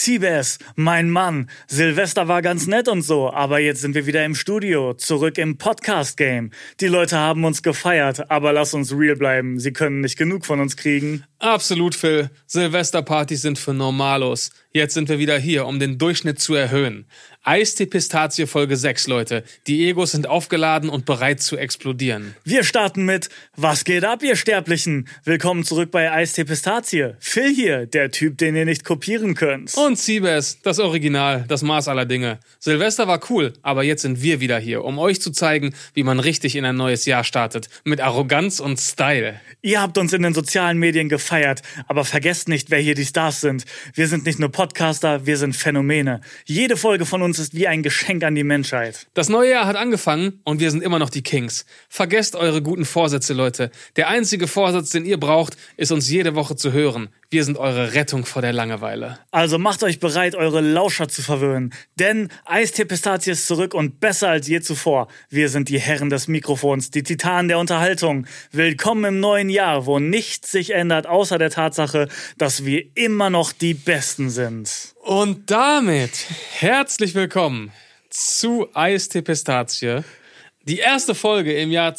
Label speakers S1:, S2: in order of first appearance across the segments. S1: Siebes, mein Mann, Silvester war ganz nett und so, aber jetzt sind wir wieder im Studio, zurück im Podcast-Game. Die Leute haben uns gefeiert, aber lass uns real bleiben, sie können nicht genug von uns kriegen.
S2: Absolut, Phil. Silvesterpartys sind für Normalos. Jetzt sind wir wieder hier, um den Durchschnitt zu erhöhen. Eistee Pistazie Folge 6, Leute. Die Egos sind aufgeladen und bereit zu explodieren.
S1: Wir starten mit Was geht ab, ihr Sterblichen? Willkommen zurück bei Eistee Pistazie. Phil hier, der Typ, den ihr nicht kopieren könnt.
S2: Und Siebes, das Original, das Maß aller Dinge. Silvester war cool, aber jetzt sind wir wieder hier, um euch zu zeigen, wie man richtig in ein neues Jahr startet. Mit Arroganz und Style.
S1: Ihr habt uns in den sozialen Medien gefeiert, aber vergesst nicht, wer hier die Stars sind. Wir sind nicht nur Podcaster, wir sind Phänomene. Jede Folge von uns ist wie ein Geschenk an die Menschheit.
S2: Das neue Jahr hat angefangen und wir sind immer noch die Kings. Vergesst eure guten Vorsätze, Leute. Der einzige Vorsatz, den ihr braucht, ist uns jede Woche zu hören. Wir sind eure Rettung vor der Langeweile.
S1: Also macht euch bereit, eure Lauscher zu verwöhnen. Denn Eistee Pistazie ist zurück und besser als je zuvor. Wir sind die Herren des Mikrofons, die Titanen der Unterhaltung. Willkommen im neuen Jahr, wo nichts sich ändert, außer der Tatsache, dass wir immer noch die Besten sind.
S2: Und damit herzlich willkommen zu Eistee Pistazie. Die erste Folge im Jahr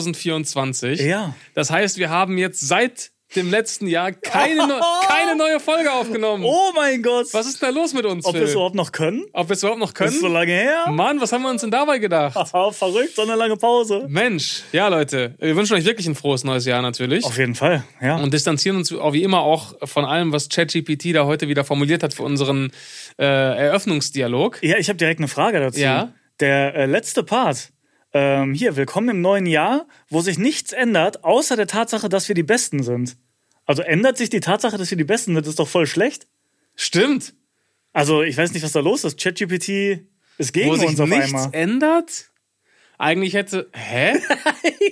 S2: 2024.
S1: Ja.
S2: Das heißt, wir haben jetzt seit dem letzten Jahr keine, neu- keine neue Folge aufgenommen.
S1: Oh mein Gott!
S2: Was ist da los mit uns?
S1: Ob wir
S2: Phil?
S1: es überhaupt noch können?
S2: Ob wir es überhaupt noch
S1: Ist so
S2: können?
S1: lange her?
S2: Mann, was haben wir uns denn dabei gedacht?
S1: Haha, Verrückt, so eine lange Pause.
S2: Mensch, ja Leute, wir wünschen euch wirklich ein frohes neues Jahr natürlich.
S1: Auf jeden Fall, ja.
S2: Und distanzieren uns auch wie immer auch von allem, was ChatGPT da heute wieder formuliert hat für unseren äh, Eröffnungsdialog.
S1: Ja, ich habe direkt eine Frage dazu.
S2: Ja?
S1: Der äh, letzte Part. Ähm, hier, willkommen im neuen Jahr, wo sich nichts ändert, außer der Tatsache, dass wir die Besten sind. Also ändert sich die Tatsache, dass wir die Besten sind, ist doch voll schlecht.
S2: Stimmt.
S1: Also ich weiß nicht, was da los ist. ChatGPT ist gegen
S2: Wo sich
S1: uns auf
S2: nichts
S1: einmal.
S2: ändert? Eigentlich hätte. Hä?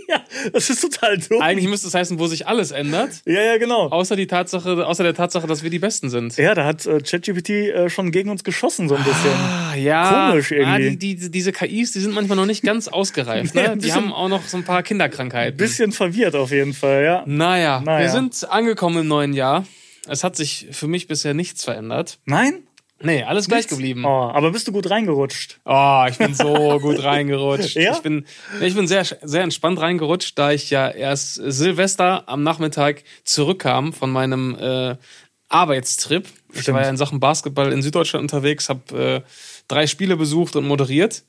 S1: ja, das ist total dumm.
S2: Eigentlich müsste es heißen, wo sich alles ändert.
S1: ja, ja, genau.
S2: Außer, die Tatsache, außer der Tatsache, dass wir die Besten sind.
S1: Ja, da hat äh, ChatGPT äh, schon gegen uns geschossen so ein bisschen.
S2: Ah, ja.
S1: Komisch
S2: Ah,
S1: irgendwie.
S2: die, die, diese KIs, die sind manchmal noch nicht ganz ausgereift.
S1: Nee,
S2: Ne?
S1: ein
S2: Die
S1: bisschen-
S2: haben auch noch so ein paar Kinderkrankheiten.
S1: Bisschen verwirrt auf jeden Fall, ja.
S2: Naja,
S1: Naja.
S2: wir sind angekommen im neuen Jahr. Es hat sich für mich bisher nichts verändert.
S1: Nein?
S2: Nee, alles gleich geblieben.
S1: Oh, aber bist du gut reingerutscht?
S2: Oh, ich bin so gut reingerutscht.
S1: Ja?
S2: Ich bin, ich bin sehr, sehr entspannt reingerutscht, da ich ja erst Silvester am Nachmittag zurückkam von meinem äh, Arbeitstrip. Ich
S1: Stimmt.
S2: war ja in Sachen Basketball in Süddeutschland unterwegs, habe äh, drei Spiele besucht und moderiert.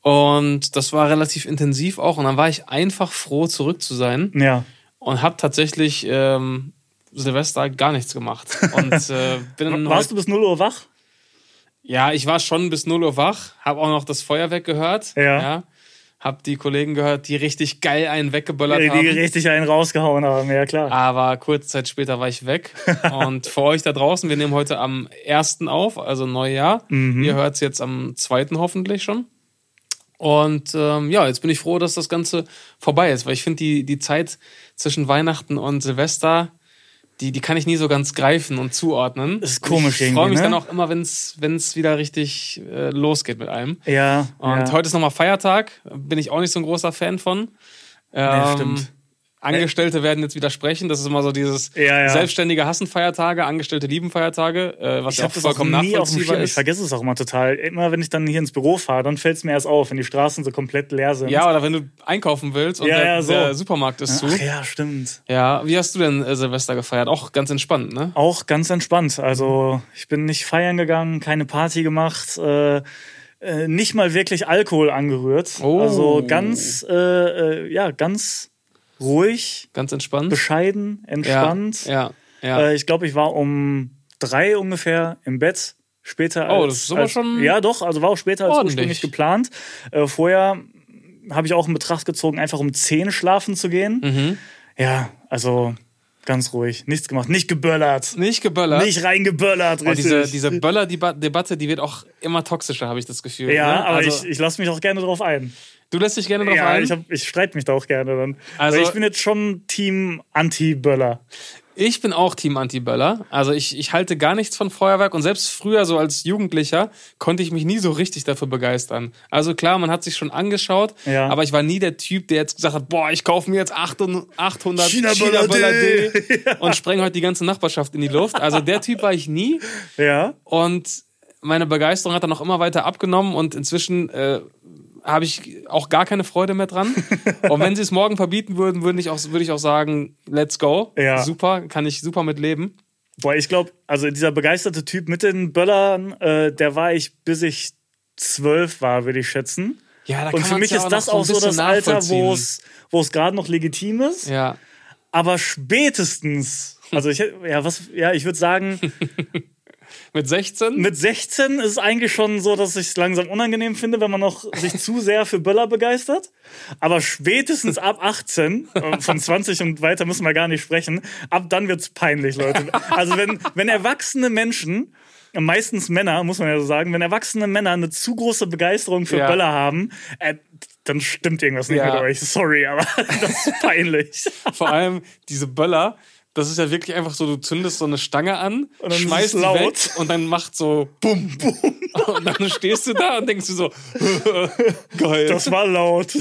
S2: Und das war relativ intensiv auch. Und dann war ich einfach froh, zurück zu sein
S1: Ja.
S2: und habe tatsächlich ähm, Silvester gar nichts gemacht. Und äh, bin dann
S1: Warst
S2: heute,
S1: du bis 0 Uhr wach?
S2: ja, ich war schon bis 0 Uhr wach, habe auch noch das Feuerwerk gehört.
S1: Ja.
S2: Hab die Kollegen gehört, die richtig geil einen weggeböllert
S1: Ja, Äh, die
S2: haben. Ah.
S1: richtig einen rausgehauen haben, ja klar.
S2: Aber kurze Zeit später war ich weg. Und für euch da draußen, wir nehmen heute am 1. auf, also Neujahr.
S1: Mhm.
S2: Ihr hört es jetzt am 2. hoffentlich schon. Und ähm, ja, jetzt bin ich froh, dass das Ganze vorbei ist, weil ich finde, die, die Zeit zwischen Weihnachten und Silvester, die, die kann ich nie so ganz greifen und zuordnen.
S1: Ist komisch
S2: Ich
S1: irgendwie,
S2: freue mich
S1: ne?
S2: dann auch immer, wenn es wieder richtig äh, losgeht mit allem.
S1: Ja.
S2: Und
S1: ja.
S2: heute ist nochmal Feiertag, bin ich auch nicht so ein großer Fan von. Ähm,
S1: stimmt.
S2: Angestellte werden jetzt wieder sprechen. Das ist immer so dieses
S1: Ja, ja.
S2: Selbstständige hassen Feiertage, Angestellte lieben Feiertage, äh, was
S1: ich
S2: ja
S1: habe
S2: auch
S1: das auch
S2: vollkommen
S1: nie auf dem
S2: nachvollziehbar
S1: Schirm. Ich
S2: ist.
S1: vergesse es auch immer total. Immer wenn ich dann hier ins Büro fahre, dann fällt es mir erst auf, wenn die Straßen so komplett leer sind.
S2: Ja, oder wenn du einkaufen willst und
S1: Ja,
S2: der,
S1: ja, so.
S2: der Supermarkt ist
S1: Ach
S2: zu.
S1: ja, stimmt.
S2: Ja, wie hast du denn äh, Silvester gefeiert? Auch ganz entspannt, ne?
S1: Auch ganz entspannt. Also ich bin nicht feiern gegangen, keine Party gemacht, äh, äh, nicht mal wirklich Alkohol angerührt.
S2: Oh.
S1: Also ganz, äh, äh, ja, ganz ruhig,
S2: Ganz entspannt.
S1: bescheiden, entspannt.
S2: Ja, ja. ja.
S1: Äh, ich glaube, ich war um drei ungefähr im Bett. Später als,
S2: Oh, das ist aber
S1: als,
S2: schon
S1: Ja, doch, also war auch später als
S2: ordentlich.
S1: ursprünglich geplant. Äh, vorher habe ich auch in Betracht gezogen, einfach um 10 schlafen zu gehen.
S2: Mhm.
S1: Ja, also ganz ruhig. Nichts gemacht. Nicht geböllert.
S2: nicht geböllert.
S1: Nicht reingeböllert,
S2: Oh,
S1: richtig.
S2: diese diese Böller-Debatte, die wird auch immer toxischer, habe ich das Gefühl.
S1: ja,
S2: ne?
S1: aber
S2: also,
S1: ich, ich lasse mich auch gerne drauf ein.
S2: Du lässt dich gerne drauf
S1: ja,
S2: ein.
S1: ich, hab- ich streite mich da auch gerne dann.
S2: Also-
S1: Also Weil ich bin jetzt schon Team Anti-Böller.
S2: Ich bin auch Team Anti-Böller. Also ich, ich halte gar nichts von Feuerwerk und selbst früher, so als Jugendlicher, konnte ich mich nie so richtig dafür begeistern. Also klar, man hat sich schon angeschaut,
S1: Ja.
S2: aber ich war nie der Typ, der jetzt gesagt hat, boah, ich kaufe mir jetzt 800 800
S1: China-Böller
S2: China-Böller
S1: D.
S2: D und spreng heute die ganze Nachbarschaft in die Luft. Also der Typ war ich nie.
S1: Ja.
S2: Und meine Begeisterung hat dann auch immer weiter abgenommen und inzwischen äh, habe ich auch gar keine Freude mehr dran. und wenn sie es morgen verbieten würden, würde ich auch, würde ich auch sagen, let's go.
S1: Ja.
S2: Super, kann ich super mit leben.
S1: Boah, ich glaube, also dieser begeisterte Typ mit den Böllern, äh, der war ich, bis ich zwölf war, würde ich schätzen.
S2: Ja, da
S1: Und
S2: kann
S1: für
S2: man's
S1: mich
S2: ja
S1: ist
S2: auch
S1: das
S2: noch
S1: auch
S2: so ein
S1: so das
S2: bisschen
S1: Alter, wo
S2: nachvollziehen.
S1: es wo es gerade noch legitim ist.
S2: Ja.
S1: Aber spätestens, also ich hätt- ja, was, ja, ich würde sagen,
S2: Mit 16?
S1: mit 16 ist es eigentlich schon so, dass ich es langsam unangenehm finde, wenn man noch sich zu sehr für Böller begeistert. Aber spätestens ab 18, äh, von 20 und weiter müssen wir gar nicht sprechen, ab dann wird's peinlich, Leute. Also wenn, wenn erwachsene Menschen, meistens Männer, muss man ja so sagen, wenn erwachsene Männer eine zu große Begeisterung für
S2: Ja.
S1: Böller haben, äh, dann stimmt irgendwas nicht
S2: Ja.
S1: mit euch. Sorry, aber das ist peinlich.
S2: Vor allem diese Böller, das ist ja wirklich einfach so, du zündest so eine Stange an,
S1: dann ist
S2: schmeißt
S1: es
S2: die
S1: laut.
S2: weg und dann macht so bum, bum. Und dann stehst du da und denkst du so, geil, das,
S1: Das war laut.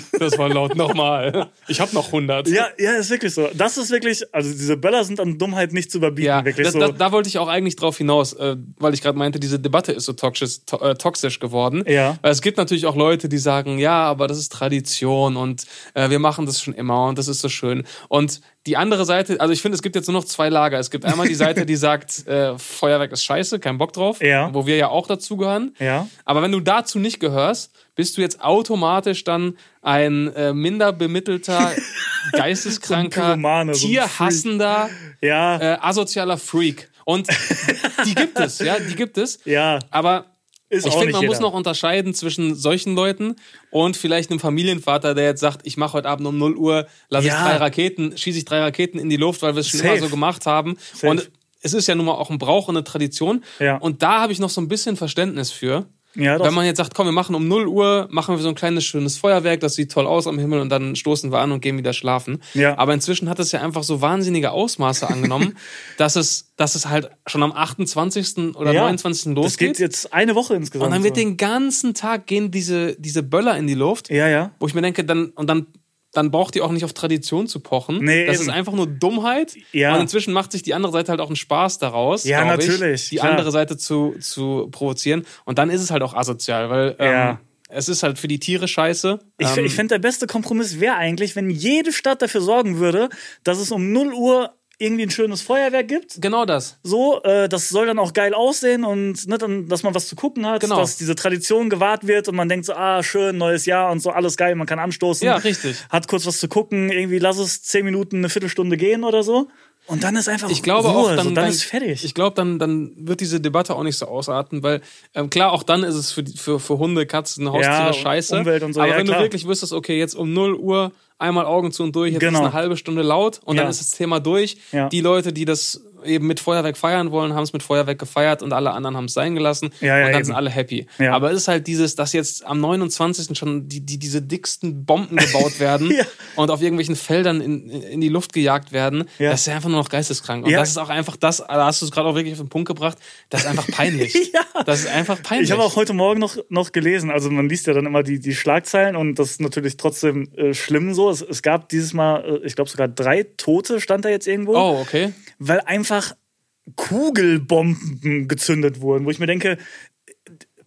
S2: war laut, nochmal. Ich habe noch 100.
S1: Ja, ja, ist wirklich so. Das ist wirklich, also diese Böller sind an Dummheit nicht zu überbieten,
S2: Ja,
S1: wirklich
S2: da,
S1: so.
S2: da, da wollte ich auch eigentlich drauf hinaus, äh, weil ich gerade meinte, diese Debatte ist so toxisch, to, äh, toxisch geworden.
S1: Ja.
S2: Weil es gibt natürlich auch Leute, die sagen, ja, aber das ist Tradition und äh, wir machen das schon immer und das ist so schön. Und die andere Seite, also ich finde, es gibt jetzt nur noch zwei Lager. Es gibt einmal die Seite, die sagt, äh, Feuerwerk ist scheiße, kein Bock drauf,
S1: Ja.
S2: wo wir ja auch dazugehören.
S1: Ja.
S2: Aber wenn du dazu nicht gehörst, bist du jetzt automatisch dann ein äh, minder bemittelter, geisteskranker,
S1: Pyromane, so ein Freak.
S2: tierhassender,
S1: ja,
S2: äh, asozialer Freak. Und die gibt es, ja, die gibt es.
S1: ja.
S2: Aber
S1: Ist
S2: ich
S1: auch
S2: finde,
S1: nicht
S2: man muss
S1: jeder.
S2: noch unterscheiden zwischen solchen Leuten und vielleicht einem Familienvater, der jetzt sagt, ich mache heute Abend um 0 Uhr, lasse ich
S1: Ja.
S2: drei Raketen, schieße ich drei Raketen in die Luft, weil wir es schon
S1: Safe.
S2: immer so gemacht haben.
S1: Safe.
S2: Und es ist ja nun mal auch ein Brauch und eine Tradition.
S1: Ja.
S2: Und da habe ich noch so ein bisschen Verständnis für.
S1: Ja, doch.
S2: Wenn man jetzt sagt, komm, wir machen um 0 Uhr, machen wir so ein kleines schönes Feuerwerk, das sieht toll aus am Himmel und dann stoßen wir an und gehen wieder schlafen.
S1: Ja.
S2: Aber inzwischen hat es ja einfach so wahnsinnige Ausmaße angenommen, dass, es, dass es halt schon am 28. oder
S1: ja.
S2: 29.
S1: Das geht
S2: losgeht.
S1: jetzt eine Woche insgesamt.
S2: Und dann wird
S1: so.
S2: den ganzen Tag gehen diese, diese Böller in die Luft,
S1: Ja, ja.
S2: wo ich mir denke, dann, und dann, dann braucht ihr auch nicht auf Tradition zu pochen.
S1: Nee,
S2: das
S1: eben.
S2: ist einfach nur Dummheit.
S1: Ja.
S2: Und inzwischen macht sich die andere Seite halt auch einen Spaß daraus.
S1: Ja,
S2: glaub Ich,
S1: natürlich,
S2: die
S1: klar.
S2: andere Seite zu, zu provozieren. Und dann ist es halt auch asozial, weil ähm,
S1: Ja.
S2: es ist halt für die Tiere scheiße.
S1: Ich, f-
S2: ähm,
S1: ich fände, der beste Kompromiss wäre eigentlich, wenn jede Stadt dafür sorgen würde, dass es um 0 Uhr irgendwie ein schönes Feuerwerk gibt.
S2: genau das.
S1: So, äh, das soll dann auch geil aussehen und ne, dann, dass man was zu gucken hat,
S2: Genau.
S1: dass diese Tradition gewahrt wird und man denkt so, ah, schön, neues Jahr und so, alles geil, man kann anstoßen.
S2: Ja, richtig.
S1: Hat kurz was zu gucken, irgendwie lass es zehn Minuten, eine Viertelstunde gehen oder so. Und dann ist einfach
S2: ich glaube
S1: Genau. Ruhe,
S2: auch, dann,
S1: so, dann ist fertig.
S2: Ich glaube, dann, dann wird diese Debatte auch nicht so ausarten, weil ähm, klar, auch dann ist es für, die- für, für Hunde, Katzen, Haustiere
S1: Ja,
S2: scheiße.
S1: Umwelt und so,
S2: aber
S1: ja,
S2: wenn du
S1: klar.
S2: wirklich wüsstest, okay, jetzt um 0 Uhr einmal Augen zu und durch, jetzt
S1: Genau.
S2: ist eine halbe Stunde laut und dann
S1: Ja.
S2: ist das Thema durch.
S1: Ja.
S2: Die Leute, die das eben mit Feuerwerk feiern wollen, haben es mit Feuerwerk gefeiert und alle anderen haben es sein gelassen
S1: Ja, ja,
S2: und dann
S1: eben.
S2: sind alle happy.
S1: Ja.
S2: Aber es ist halt dieses, dass jetzt am 29. schon die, die, diese dicksten Bomben gebaut werden
S1: Ja.
S2: und auf irgendwelchen Feldern in, in die Luft gejagt werden,
S1: Ja.
S2: das ist ja einfach nur noch geisteskrank. Und
S1: Ja.
S2: das ist auch einfach das, da hast du es gerade auch wirklich auf den Punkt gebracht, das ist einfach peinlich.
S1: Ja.
S2: Das ist einfach peinlich.
S1: Ich habe auch heute Morgen noch, noch gelesen, also man liest ja dann immer die, die Schlagzeilen und das ist natürlich trotzdem äh, schlimm so. Es, es gab dieses Mal, äh, ich glaube sogar drei Tote, stand da jetzt irgendwo,
S2: oh, okay.
S1: weil einfach Kugelbomben gezündet wurden, wo ich mir denke,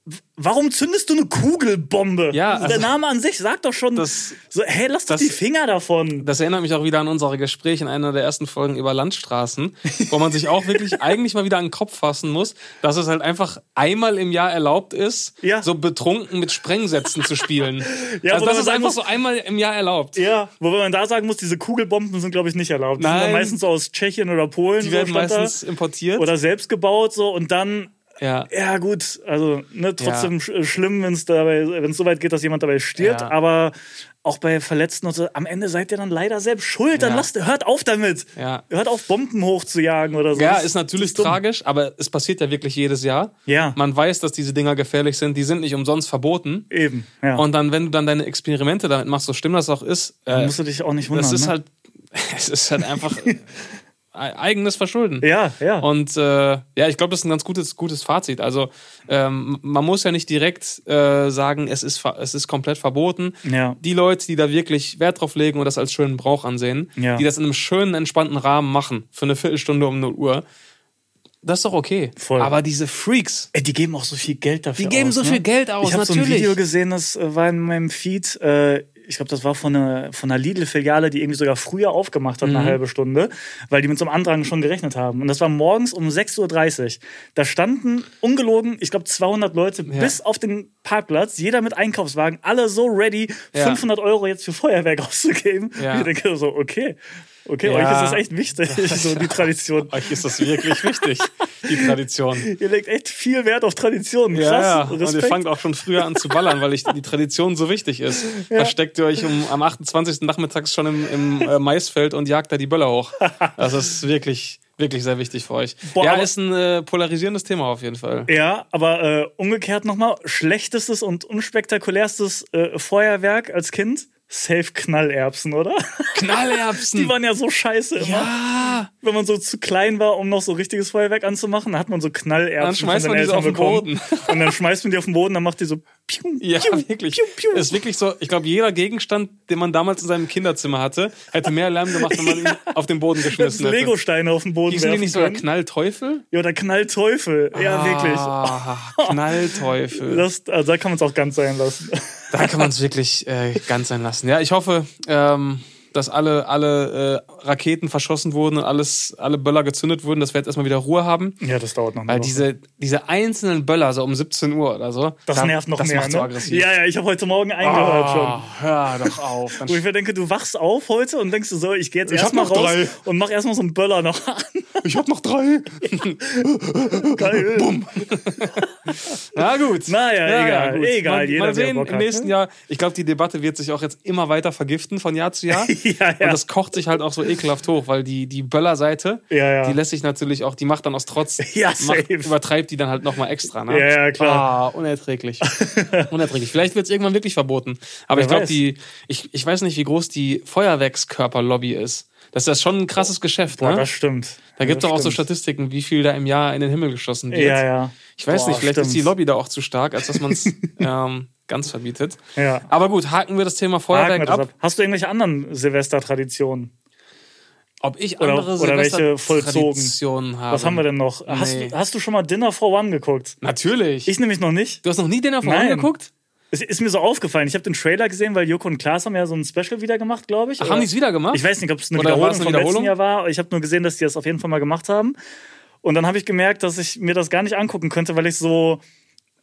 S1: w- warum zündest du eine Kugelbombe?
S2: Ja,
S1: Der
S2: also-
S1: Name an sich sagt doch schon,
S2: Das-
S1: so, hey, lass doch
S2: das-
S1: die Finger davon.
S2: Das erinnert mich auch wieder an unsere Gespräche in einer der ersten Folgen über Landstraßen, wo man sich auch wirklich eigentlich mal wieder an den Kopf fassen muss, dass es halt einfach einmal im Jahr erlaubt ist,
S1: Ja.
S2: so betrunken mit Sprengsätzen zu spielen.
S1: Ja,
S2: also
S1: wo
S2: das
S1: man
S2: ist
S1: sagen
S2: einfach
S1: muss-
S2: so einmal im Jahr erlaubt.
S1: Ja, wobei man da sagen muss, diese Kugelbomben sind, glaube ich, nicht erlaubt. Die sind
S2: Nein.
S1: dann meistens so aus Tschechien oder Polen.
S2: Die werden
S1: so stand da.
S2: meistens importiert.
S1: oder selbst gebaut so und dann
S2: Ja.
S1: Ja, gut, also ne, trotzdem sch- schlimm, wenn es dabei, wenn es so weit geht, dass jemand dabei stirbt,
S2: Ja.
S1: aber auch bei Verletzten und so, am Ende seid ihr dann leider selbst schuld, dann
S2: Ja.
S1: lasst, hört auf damit.
S2: Ja.
S1: Hört auf, Bomben hochzujagen oder so.
S2: Ja,
S1: Das-
S2: ist
S1: das
S2: natürlich
S1: dumm.
S2: tragisch, aber es passiert ja wirklich jedes Jahr.
S1: Ja.
S2: Man weiß, dass diese Dinger gefährlich sind, die sind nicht umsonst verboten.
S1: Eben, ja.
S2: Und dann, wenn du dann deine Experimente damit machst, so schlimm das auch ist, äh,
S1: musst du dich auch nicht wundern.
S2: das ist
S1: ne?
S2: halt, es ist halt einfach äh, eigenes Verschulden.
S1: Ja, ja.
S2: Und äh, ja, ich glaube, das ist ein ganz gutes, gutes Fazit. Also ähm, man muss ja nicht direkt äh, sagen, es ist, ver- es ist komplett verboten.
S1: Ja.
S2: Die Leute, die da wirklich Wert drauf legen und das als schönen Brauch ansehen,
S1: Ja.
S2: die das in einem schönen, entspannten Rahmen machen, für eine Viertelstunde um 0 Uhr, das ist doch okay.
S1: Voll.
S2: Aber diese Freaks,
S1: Ey, Äh, die geben auch so viel Geld dafür.
S2: Die geben
S1: aus,
S2: so
S1: ne?
S2: viel Geld aus,
S1: Ich habe so ein
S2: natürlich.
S1: Video gesehen, das äh, war in meinem Feed. Äh, ich glaube, das war von einer, von einer Lidl-Filiale, die irgendwie sogar früher aufgemacht hat,
S2: Mhm.
S1: eine halbe Stunde, weil die mit so einem Andrang schon gerechnet haben. Und das war morgens um 6.30 Uhr. Da standen, ungelogen, ich glaube 200 Leute bis auf den Parkplatz, jeder mit Einkaufswagen, alle so ready,
S2: Ja.
S1: 500 Euro jetzt für Feuerwerk auszugeben.
S2: Ja.
S1: Und Ich denke so, okay, okay,
S2: Ja.
S1: euch ist das echt wichtig, so die Tradition.
S2: euch ist das wirklich wichtig, die Tradition.
S1: Ihr legt echt viel Wert auf Traditionen. Krass,
S2: Ja, ja. Und ihr
S1: Respekt.
S2: fangt auch schon früher an zu ballern, weil ich, die Tradition so wichtig ist. Versteckt ihr euch um, am 28. Nachmittags schon im, im äh, Maisfeld und jagt da die Böller hoch. Das ist wirklich, wirklich sehr wichtig für euch.
S1: Boah,
S2: ja,
S1: aber-
S2: ist ein äh, polarisierendes Thema auf jeden Fall.
S1: Ja, aber äh, umgekehrt nochmal, schlechtestes und unspektakulärstes äh, Feuerwerk als Kind, safe Knallerbsen, oder? Die
S2: Knallerbsen!
S1: waren ja so scheiße immer.
S2: Hm. Ja!
S1: Wenn man so zu klein war, um noch so richtiges Feuerwerk anzumachen, dann hat man so Knallerbsen.
S2: Dann schmeißt
S1: von
S2: man die
S1: seinen
S2: so auf den
S1: Eltern
S2: Boden.
S1: bekommen. Und dann schmeißt man die auf den Boden, dann macht die so piu,
S2: Ja,
S1: piu,
S2: wirklich.
S1: Piu, piu.
S2: Ist wirklich so, ich glaube, jeder Gegenstand, den man damals in seinem Kinderzimmer hatte, hätte mehr Lärm gemacht, wenn man ihn auf den Boden
S1: Das
S2: geschmissen hätte.
S1: Lego-Steine auf den Boden
S2: Hießen die
S1: werfen
S2: nicht sogar
S1: können.
S2: Knallteufel?
S1: Ja, oder Knallteufel. Ja, wirklich.
S2: Ah, Knallteufel.
S1: Das, also da kann man es auch ganz sein lassen.
S2: Da kann man es wirklich äh, ganz sein lassen. Ja, ich hoffe, ähm, dass alle, alle äh, Raketen verschossen wurden und alles, alle Böller gezündet wurden, dass wir jetzt erstmal wieder Ruhe haben.
S1: Ja, das dauert noch eine
S2: Weil
S1: Woche.
S2: diese, diese einzelnen Böller, so um 17 Uhr oder so,
S1: Das
S2: da-
S1: nervt noch
S2: das
S1: mehr.
S2: macht
S1: ne?
S2: so aggressiv.
S1: Ja, ja, ich habe heute Morgen eingehört schon.
S2: Ah, hör doch auf. Dann
S1: Wo ich mir denke, du wachst auf heute und denkst du so, ich gehe jetzt
S2: Ich hab
S1: erstmal
S2: noch
S1: raus
S2: drei.
S1: und mach erstmal so einen Böller noch an.
S2: ich hab noch drei.
S1: Geil. Bumm.
S2: Na gut.
S1: Naja, egal,
S2: gut.
S1: egal,
S2: Mal,
S1: jeder,
S2: mal
S1: wer
S2: sehen,
S1: Bock
S2: im
S1: hat,
S2: nächsten
S1: ne?
S2: Jahr. Ich glaube, die Debatte wird sich auch jetzt immer weiter vergiften von Jahr zu Jahr.
S1: Ja, ja.
S2: Und das kocht sich halt auch so ekelhaft hoch, weil die, die Böller-Seite,
S1: Ja, ja.
S2: die lässt sich natürlich auch, die macht dann aus Trotz,
S1: Ja,
S2: macht,
S1: safe.
S2: übertreibt die dann halt nochmal extra. Ne?
S1: Ja, ja, klar.
S2: Ah, unerträglich. unerträglich. Vielleicht wird es irgendwann wirklich verboten. Aber
S1: Wer
S2: ich glaube,
S1: weiß.
S2: die, ich, ich weiß nicht, wie groß die Feuerwerkskörperlobby ist. Das ist ja schon ein krasses Geschäft,
S1: Oh, Boah,
S2: ne?
S1: das stimmt.
S2: Da gibt es
S1: Ja,
S2: auch so
S1: stimmt.
S2: Statistiken, wie viel da im Jahr in den Himmel geschossen wird.
S1: Ja, ja.
S2: Ich weiß
S1: Boah,
S2: nicht, vielleicht ist die
S1: stimmt.
S2: Lobby da auch zu stark, als dass man es ähm, ganz verbietet.
S1: Ja.
S2: Aber gut, haken wir das Thema
S1: Haken wir
S2: Feuerwerk
S1: das
S2: ab.
S1: ab. Hast du irgendwelche anderen Silvestertraditionen?
S2: Ob ich
S1: Oder-
S2: andere
S1: oder welche vollzogen?
S2: Silvester-Traditionen habe?
S1: Was haben wir denn noch? Hast,
S2: Nee.
S1: du, hast du schon mal Dinner for One geguckt?
S2: Natürlich.
S1: Ich nämlich noch nicht.
S2: du hast noch nie den davon
S1: Nein.
S2: angeguckt?
S1: Es ist mir so aufgefallen. Ich habe den Trailer gesehen, weil Joko und Klaas haben ja so ein Special wieder gemacht, glaube ich.
S2: Ach,
S1: Oder-
S2: haben die es wieder gemacht?
S1: Ich weiß nicht, ob es eine
S2: Oder war
S1: Wiederholung
S2: es
S1: vom
S2: eine
S1: letzten
S2: Wiederholung?
S1: Jahr war. Ich habe nur gesehen, dass die das auf jeden Fall mal gemacht haben. Und dann habe ich gemerkt, dass ich mir das gar nicht angucken könnte, weil ich so.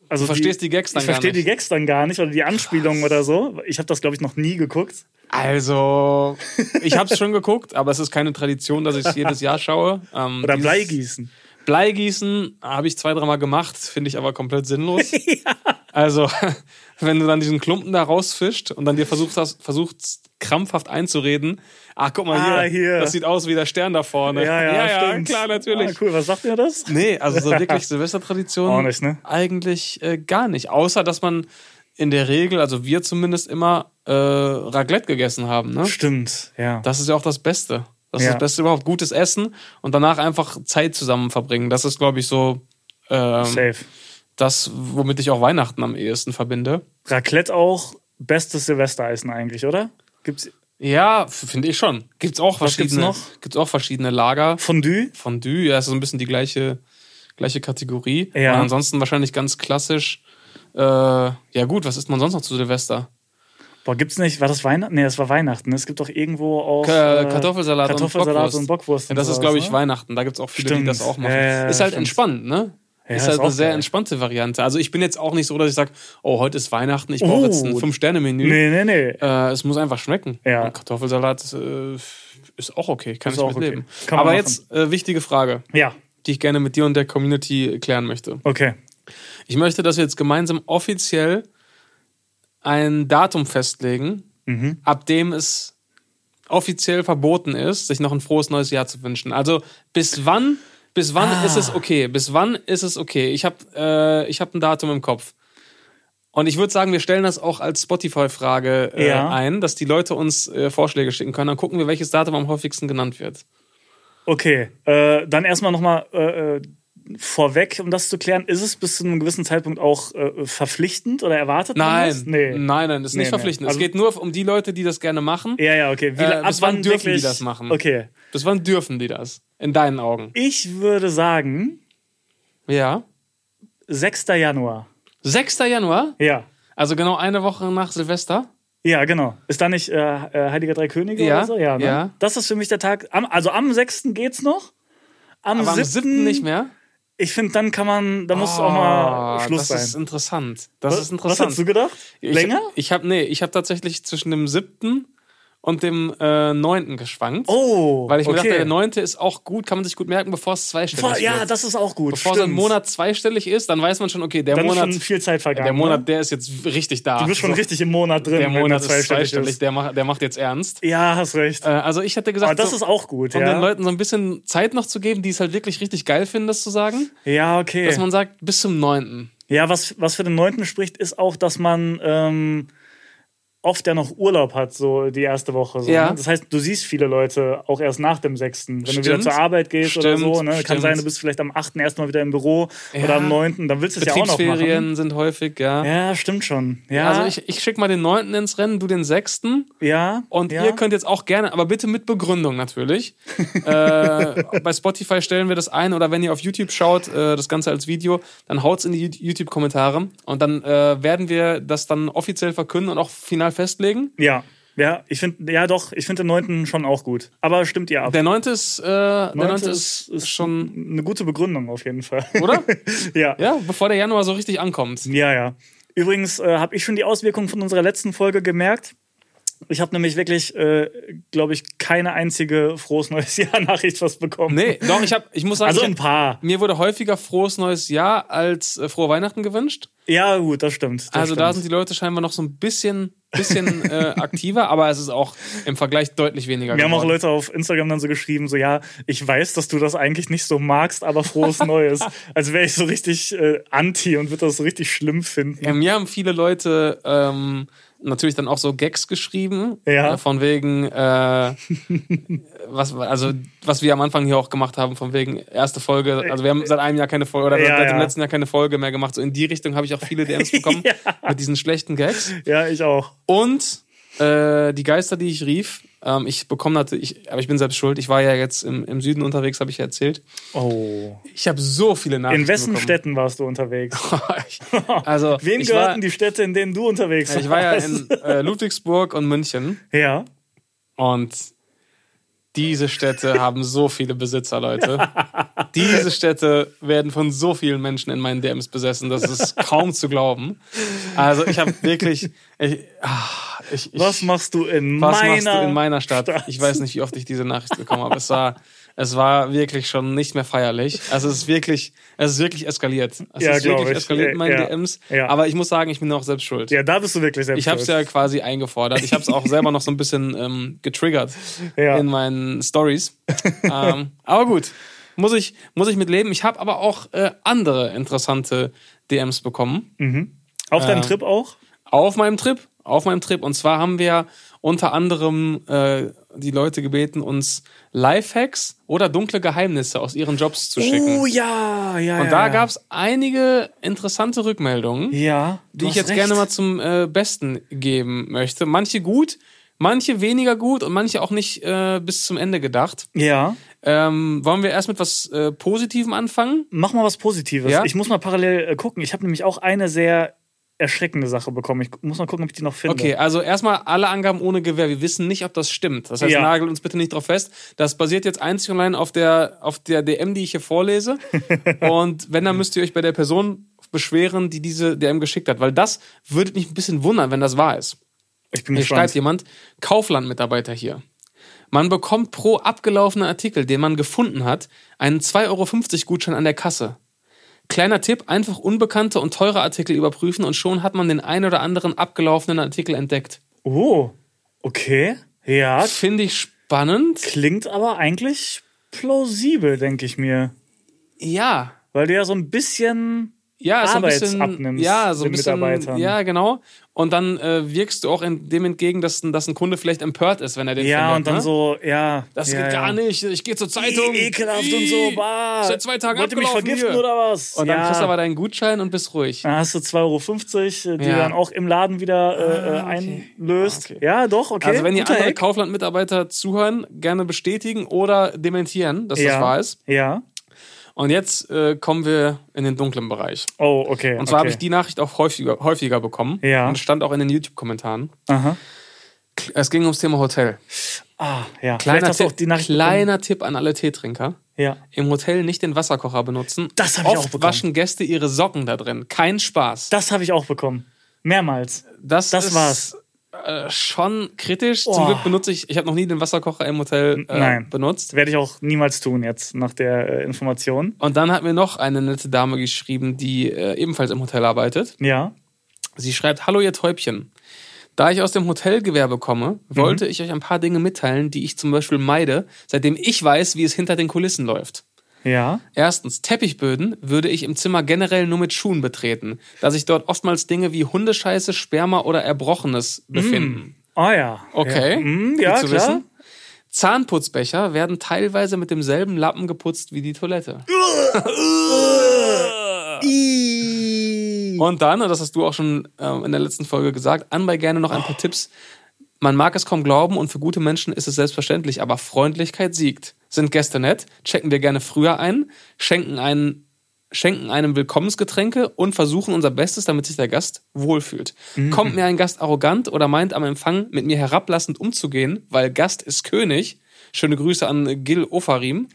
S1: Also
S2: Du verstehst die Gags dann
S1: ich
S2: gar
S1: verstehe die
S2: nicht.
S1: Gags dann gar nicht oder die Anspielungen oder so. Ich habe das, glaube ich, noch nie geguckt.
S2: also, ich habe es schon geguckt, aber es ist keine Tradition, dass ich es jedes Jahr schaue. Ähm,
S1: Oder
S2: dieses
S1: Bleigießen.
S2: Bleigießen habe ich zwei, dreimal gemacht, finde ich aber komplett sinnlos. Also, wenn du dann diesen Klumpen da rausfischt und dann dir versuchst, hast, versuchst krampfhaft einzureden, ach, guck mal hier,
S1: Ah, hier.
S2: das sieht aus wie der Stern da vorne.
S1: Ja, ja,
S2: ja,
S1: stimmt.
S2: klar, natürlich.
S1: Ah, cool, was sagt ihr das?
S2: Nee, also so wirklich Silvestertradition
S1: Auch nicht, ne?
S2: eigentlich äh, gar nicht. Außer, dass man in der Regel, also wir zumindest immer äh, Raclette gegessen haben. Ne?
S1: Stimmt, ja.
S2: Das ist ja auch das Beste. Das ist
S1: Ja.
S2: das Beste überhaupt. Gutes Essen und danach einfach Zeit zusammen verbringen. Das ist, glaube ich, so ähm,
S1: Safe.
S2: das, womit ich auch Weihnachten am ehesten verbinde.
S1: Raclette auch, bestes Silvestereisen eigentlich, oder? Gibt's
S2: Ja, f- finde ich schon. Gibt's auch
S1: Was
S2: verschiedene.
S1: gibt's
S2: Gibt's auch verschiedene Lager.
S1: Fondue?
S2: Fondue, ja, ist so ein bisschen die gleiche, gleiche Kategorie.
S1: Ja.
S2: Und ansonsten wahrscheinlich ganz klassisch. Äh, ja gut, was isst man sonst noch zu Silvester?
S1: Boah, gibt's nicht, war das Weihnachten? Nee, das war Weihnachten. Es gibt doch irgendwo auch
S2: Ka-
S1: äh,
S2: Kartoffelsalat,
S1: Kartoffelsalat
S2: und Bockwurst.
S1: und Bockwurst.
S2: Ja,
S1: und
S2: das ist,
S1: sowas,
S2: glaube ich,
S1: ne?
S2: Weihnachten. Da gibt's auch viele, die
S1: Stimmt.
S2: das auch machen.
S1: Ja, ja,
S2: ist halt
S1: stimmt.
S2: entspannt, ne?
S1: Ja,
S2: ist
S1: ist
S2: halt
S1: auch
S2: eine sehr
S1: geil.
S2: entspannte Variante. Also ich bin jetzt auch nicht so, dass ich sage, oh, heute ist Weihnachten, ich brauche
S1: Oh.
S2: jetzt ein Fünf-Sterne-Menü.
S1: Nee, nee, nee.
S2: Äh, es muss einfach schmecken.
S1: Ja.
S2: Und Kartoffelsalat äh, ist auch okay, kann
S1: Ist
S2: ich
S1: auch
S2: mitleben.
S1: okay. Kann man
S2: Aber
S1: machen.
S2: jetzt äh, wichtige Frage.
S1: Ja.
S2: die ich gerne mit dir und der Community klären möchte.
S1: Okay.
S2: Ich möchte, dass wir jetzt gemeinsam offiziell ein Datum festlegen,
S1: Mhm.
S2: ab dem es offiziell verboten ist, sich noch ein frohes neues Jahr zu wünschen. Also bis wann, bis wann
S1: Ah.
S2: ist es okay? Bis wann ist es okay? Ich habe äh, ich hab ein Datum im Kopf. Und ich würde sagen, wir stellen das auch als Spotify-Frage äh,
S1: Ja.
S2: ein, dass die Leute uns äh, Vorschläge schicken können. Dann gucken wir, welches Datum am häufigsten genannt wird.
S1: Okay. Äh, dann erstmal nochmal äh, äh, vorweg, um das zu klären. Ist es bis zu einem gewissen Zeitpunkt auch äh, verpflichtend oder erwartet man
S2: Nein,
S1: das? Nee.
S2: nein, nein, das ist
S1: Nee,
S2: nicht
S1: nee.
S2: verpflichtend.
S1: Also-
S2: es geht nur um die Leute, die das gerne machen.
S1: Ja, ja, okay. Wie,
S2: Äh,
S1: ab
S2: bis wann
S1: wann
S2: dürfen die
S1: wirklich-
S2: das machen?
S1: Okay.
S2: Bis wann dürfen die das? In deinen Augen.
S1: Ich würde sagen,
S2: Ja.
S1: 6. Januar.
S2: 6. Januar,
S1: Ja.
S2: also genau eine Woche nach Silvester.
S1: Ja, genau. Ist da nicht äh, äh, Heiliger Drei Könige
S2: Ja,
S1: oder so? Ja, ne?
S2: ja.
S1: Das ist für mich der Tag. Am, also am 6. geht's noch. Am,
S2: Aber am
S1: 7.
S2: 7. nicht mehr.
S1: Ich finde, dann kann man, da muss auch
S2: Ah,
S1: mal Schluss
S2: das
S1: sein.
S2: ist interessant. Das ist
S1: Was
S2: interessant.
S1: hast du gedacht? Länger?
S2: Ich, ich habe nee, ich habe tatsächlich zwischen dem 7. und dem äh, 9. geschwankt.
S1: oh,
S2: Weil ich mir
S1: okay.
S2: dachte, der 9. ist auch gut, kann man sich gut merken, bevor es zweistellig
S1: Boah,
S2: ist.
S1: ja, das ist auch gut.
S2: bevor so ein
S1: stimmt.
S2: Monat zweistellig ist, dann weiß man schon, okay, der
S1: dann
S2: Monat
S1: ist schon viel Zeit vergangen.
S2: Der Monat,
S1: ne?
S2: der ist jetzt richtig da.
S1: Du bist schon
S2: So,
S1: richtig im Monat drin,
S2: der Monat
S1: wenn
S2: ist
S1: der zweistellig
S2: zweistellig, der macht, der macht jetzt ernst.
S1: Ja, hast recht.
S2: Äh, also ich hätte gesagt,
S1: Aber das
S2: so,
S1: ist auch gut,
S2: um den
S1: ja.
S2: Leuten so ein bisschen Zeit noch zu geben, die es halt wirklich richtig geil finden, das zu sagen,
S1: Ja, okay.
S2: dass man sagt, bis zum 9.
S1: Ja, was, was für den 9. spricht, ist auch, dass man ähm, oft ja noch Urlaub hat, so die erste Woche. So,
S2: Ja.
S1: ne? Das heißt, du siehst viele Leute auch erst nach dem 6. Wenn
S2: Stimmt.
S1: du wieder zur Arbeit gehst oder
S2: Stimmt,
S1: so. Ne? Kann
S2: stimmt.
S1: sein, du bist vielleicht am 8. erstmal wieder im Büro oder am 9. Dann willst du es ja auch noch machen.
S2: Betriebsferien sind häufig, ja.
S1: Ja, stimmt schon. Ja,
S2: Also ich, ich schicke mal den 9. ins Rennen, du den 6.
S1: ja.
S2: Und
S1: ja.
S2: ihr könnt jetzt auch gerne, aber bitte mit Begründung natürlich. äh, bei Spotify stellen wir das ein oder wenn ihr auf YouTube schaut, äh, das Ganze als Video, dann haut's in die Ju- YouTube-Kommentare und dann äh, werden wir das dann offiziell verkünden und auch final festlegen.
S1: Ja, ja, ich finde, ja doch, ich finde den 9. schon auch gut. Aber stimmt ihr ab.
S2: Der neunte ist, äh, der neunte
S1: Neunte
S2: ist, ist schon,
S1: eine gute Begründung auf jeden Fall.
S2: oder?
S1: ja.
S2: ja, bevor der Januar so richtig ankommt.
S1: Ja, ja. Übrigens äh, habe ich schon die Auswirkungen von unserer letzten Folge gemerkt. Ich habe nämlich wirklich, äh, glaube ich, keine einzige frohes neues Jahr Nachricht fast bekommen.
S2: Nee, doch, ich, hab, ich muss sagen,
S1: Also
S2: ich
S1: ein
S2: hab,
S1: paar.
S2: mir wurde häufiger frohes neues Jahr als äh, frohe Weihnachten gewünscht.
S1: Ja, gut, das stimmt. Das
S2: Also
S1: stimmt.
S2: da sind die Leute scheinbar noch so ein bisschen, bisschen äh, aktiver, aber es ist auch im Vergleich deutlich weniger
S1: Mir haben auch
S2: geworden.
S1: Leute auf Instagram dann so geschrieben, so ja, ich weiß, dass du das eigentlich nicht so magst, aber frohes Neues. Als wäre ich so richtig äh, anti und würde das so richtig schlimm finden.
S2: ja, Ähm, mir haben viele Leute ähm, natürlich dann auch so Gags geschrieben,
S1: Ja.
S2: äh, von wegen, äh, was, also, was wir am Anfang hier auch gemacht haben, von wegen erste Folge, also wir haben seit einem Jahr keine Folge oder
S1: Ja,
S2: seit dem
S1: ja.
S2: letzten Jahr keine Folge mehr gemacht, so in die Richtung habe ich auch viele DMs bekommen mit diesen schlechten Gags.
S1: Ja, ich auch.
S2: Und äh, die Geister, die ich rief, ähm, ich bekomme natürlich, ich, aber ich bin selbst schuld, ich war ja jetzt im, im Süden unterwegs, habe ich ja erzählt.
S1: Oh.
S2: Ich habe so viele Nachrichten
S1: In wessen
S2: bekommen.
S1: Städten warst du unterwegs?
S2: also,
S1: Wem
S2: ich
S1: gehörten
S2: war,
S1: die Städte, in denen du unterwegs warst?
S2: Ich war ja in äh, Ludwigsburg und München
S1: ja.
S2: und diese Städte haben so viele Besitzer, Leute. Diese Städte werden von so vielen Menschen in meinen DMs besessen, das ist kaum zu glauben. Also ich habe wirklich, ich, ah, ich, ich,
S1: Was machst du in
S2: was
S1: meiner?
S2: machst du in meiner Stadt? Ich weiß nicht, wie oft ich diese Nachricht bekommen habe. Es war, es war wirklich schon nicht mehr feierlich. Also es ist wirklich, es ist wirklich eskaliert. Es
S1: Ja,
S2: ist
S1: glaub
S2: wirklich
S1: ich.
S2: eskaliert in meinen
S1: Ja,
S2: DMs.
S1: ja.
S2: Aber ich muss sagen, ich bin auch selbst schuld.
S1: ja, da bist du wirklich selbst.
S2: Ich habe es ja
S1: schuld.
S2: quasi eingefordert. Ich habe es auch selber noch so ein bisschen ähm, getriggert
S1: Ja.
S2: in meinen Stories. ähm, aber gut, muss ich, muss ich mit leben. Ich habe aber auch äh, andere interessante DMs bekommen
S1: Auf
S2: äh,
S1: deinem Trip auch?
S2: auf meinem Trip, auf meinem Trip. Und zwar haben wir unter anderem äh, die Leute gebeten, uns Lifehacks oder dunkle Geheimnisse aus ihren Jobs zu schicken.
S1: Oh ja, ja.
S2: Und
S1: ja,
S2: da
S1: ja.
S2: gab es einige interessante Rückmeldungen,
S1: ja, du
S2: die ich
S1: hast
S2: jetzt
S1: recht.
S2: gerne mal zum äh, Besten geben möchte. Manche gut, manche weniger gut und manche auch nicht äh, bis zum Ende gedacht.
S1: Ja,
S2: Ähm, wollen wir erst mit was äh, Positivem anfangen?
S1: mach mal was Positives.
S2: Ja?
S1: Ich muss mal parallel äh, gucken. Ich habe nämlich auch eine sehr erschreckende Sache bekommen. Ich gu- muss mal gucken, ob ich die noch finde.
S2: Okay, also erstmal alle Angaben ohne Gewehr. Wir wissen nicht, ob das stimmt. Das heißt,
S1: Ja.
S2: nagel uns bitte nicht drauf fest. Das basiert jetzt einzig und allein auf der, auf der DM, die ich hier vorlese. und wenn, dann müsst ihr euch bei der Person beschweren, die diese DM geschickt hat. Weil das würde mich ein bisschen wundern, wenn das wahr ist.
S1: Ich bin
S2: Hier schreibt
S1: gespannt.
S2: jemand, Kaufland-Mitarbeiter hier. Man bekommt pro abgelaufenen Artikel, den man gefunden hat, einen 2,50 Euro Gutschein an der Kasse. Kleiner Tipp, einfach unbekannte und teure Artikel überprüfen und schon hat man den ein oder anderen abgelaufenen Artikel entdeckt.
S1: Oh, okay. Ja,
S2: Das finde ich spannend.
S1: klingt aber eigentlich plausibel, denke ich mir.
S2: Ja.
S1: Weil du ja so ein bisschen
S2: Ja, ist so ein
S1: Arbeit
S2: bisschen,
S1: abnimmst
S2: ja, so ein
S1: den
S2: bisschen,
S1: Mitarbeitern.
S2: ja, genau. Und dann äh, wirkst du auch in dem entgegen, dass, ein- dass ein Kunde vielleicht empört ist, wenn er den
S1: Ja,
S2: findet,
S1: und dann
S2: ne?
S1: so, ja.
S2: Das
S1: ja,
S2: geht
S1: ja.
S2: gar nicht. Ich gehe zur Zeitung.
S1: Ih, ekelhaft und
S2: Ih,
S1: so. Bah.
S2: Seit zwei Tagen
S1: Wollt ihr mich
S2: abgelaufen
S1: vergiften
S2: hier.
S1: oder was?
S2: Und dann
S1: ja.
S2: kriegst du aber deinen Gutschein und bist ruhig.
S1: dann hast du 2,50 Euro, äh, die
S2: Ja.
S1: du dann auch im Laden wieder äh, äh, einlöst.
S2: Ah, okay.
S1: Ja, doch, okay.
S2: also wenn ihr
S1: Guter
S2: andere
S1: Hack.
S2: Kaufland-Mitarbeiter zuhören, gerne bestätigen oder dementieren, dass
S1: ja.
S2: das wahr ist.
S1: Ja.
S2: Und jetzt äh, kommen wir in den dunklen Bereich.
S1: Oh, okay.
S2: Und
S1: okay.
S2: zwar habe ich die Nachricht auch häufiger, häufiger bekommen.
S1: Ja.
S2: Und es stand auch in den YouTube-Kommentaren.
S1: Aha.
S2: Es ging ums Thema Hotel.
S1: Ah, ja. Vielleicht
S2: Kleiner,
S1: hast du
S2: Tipp,
S1: auch die Nachricht bekommen.
S2: kleiner Tipp an alle Teetrinker.
S1: Ja.
S2: Im Hotel nicht den Wasserkocher benutzen.
S1: Das hab ich
S2: Oft
S1: auch bekommen.
S2: waschen Gäste ihre Socken da drin. Kein Spaß.
S1: Das habe ich auch bekommen. Mehrmals.
S2: Das,
S1: das
S2: ist
S1: war's.
S2: Äh, schon kritisch. Zum
S1: Oh.
S2: Glück benutze ich, ich habe noch nie den Wasserkocher im Hotel äh,
S1: Nein.
S2: benutzt.
S1: Das werde ich auch niemals tun jetzt nach der äh, Information.
S2: Und dann hat mir noch eine nette Dame geschrieben, die äh, ebenfalls im Hotel arbeitet.
S1: Ja.
S2: Sie schreibt, hallo ihr Täubchen. Da ich aus dem Hotelgewerbe komme, wollte
S1: Mhm.
S2: ich euch ein paar Dinge mitteilen, die ich zum Beispiel meide, seitdem ich weiß, wie es hinter den Kulissen läuft.
S1: Ja.
S2: Erstens, Teppichböden würde ich im Zimmer generell nur mit Schuhen betreten, da sich dort oftmals Dinge wie Hundescheiße, Sperma oder Erbrochenes befinden.
S1: Ah ja.
S2: Okay,
S1: Ja, mm,
S2: gut
S1: ja
S2: zu
S1: klar.
S2: wissen. Zahnputzbecher werden teilweise mit demselben Lappen geputzt wie die Toilette. Und dann, und das hast du auch schon ähm, in der letzten Folge gesagt, anbei gerne noch ein paar Tipps. Man mag es kaum glauben und für gute Menschen ist es selbstverständlich, aber Freundlichkeit siegt. Sind Gäste nett, checken wir gerne früher ein, schenken, einen, schenken einem Willkommensgetränke und versuchen unser Bestes, damit sich der Gast wohlfühlt. Kommt mir ein Gast arrogant oder meint am Empfang mit mir herablassend umzugehen, weil Gast ist König, schöne Grüße an Gil Ofarim,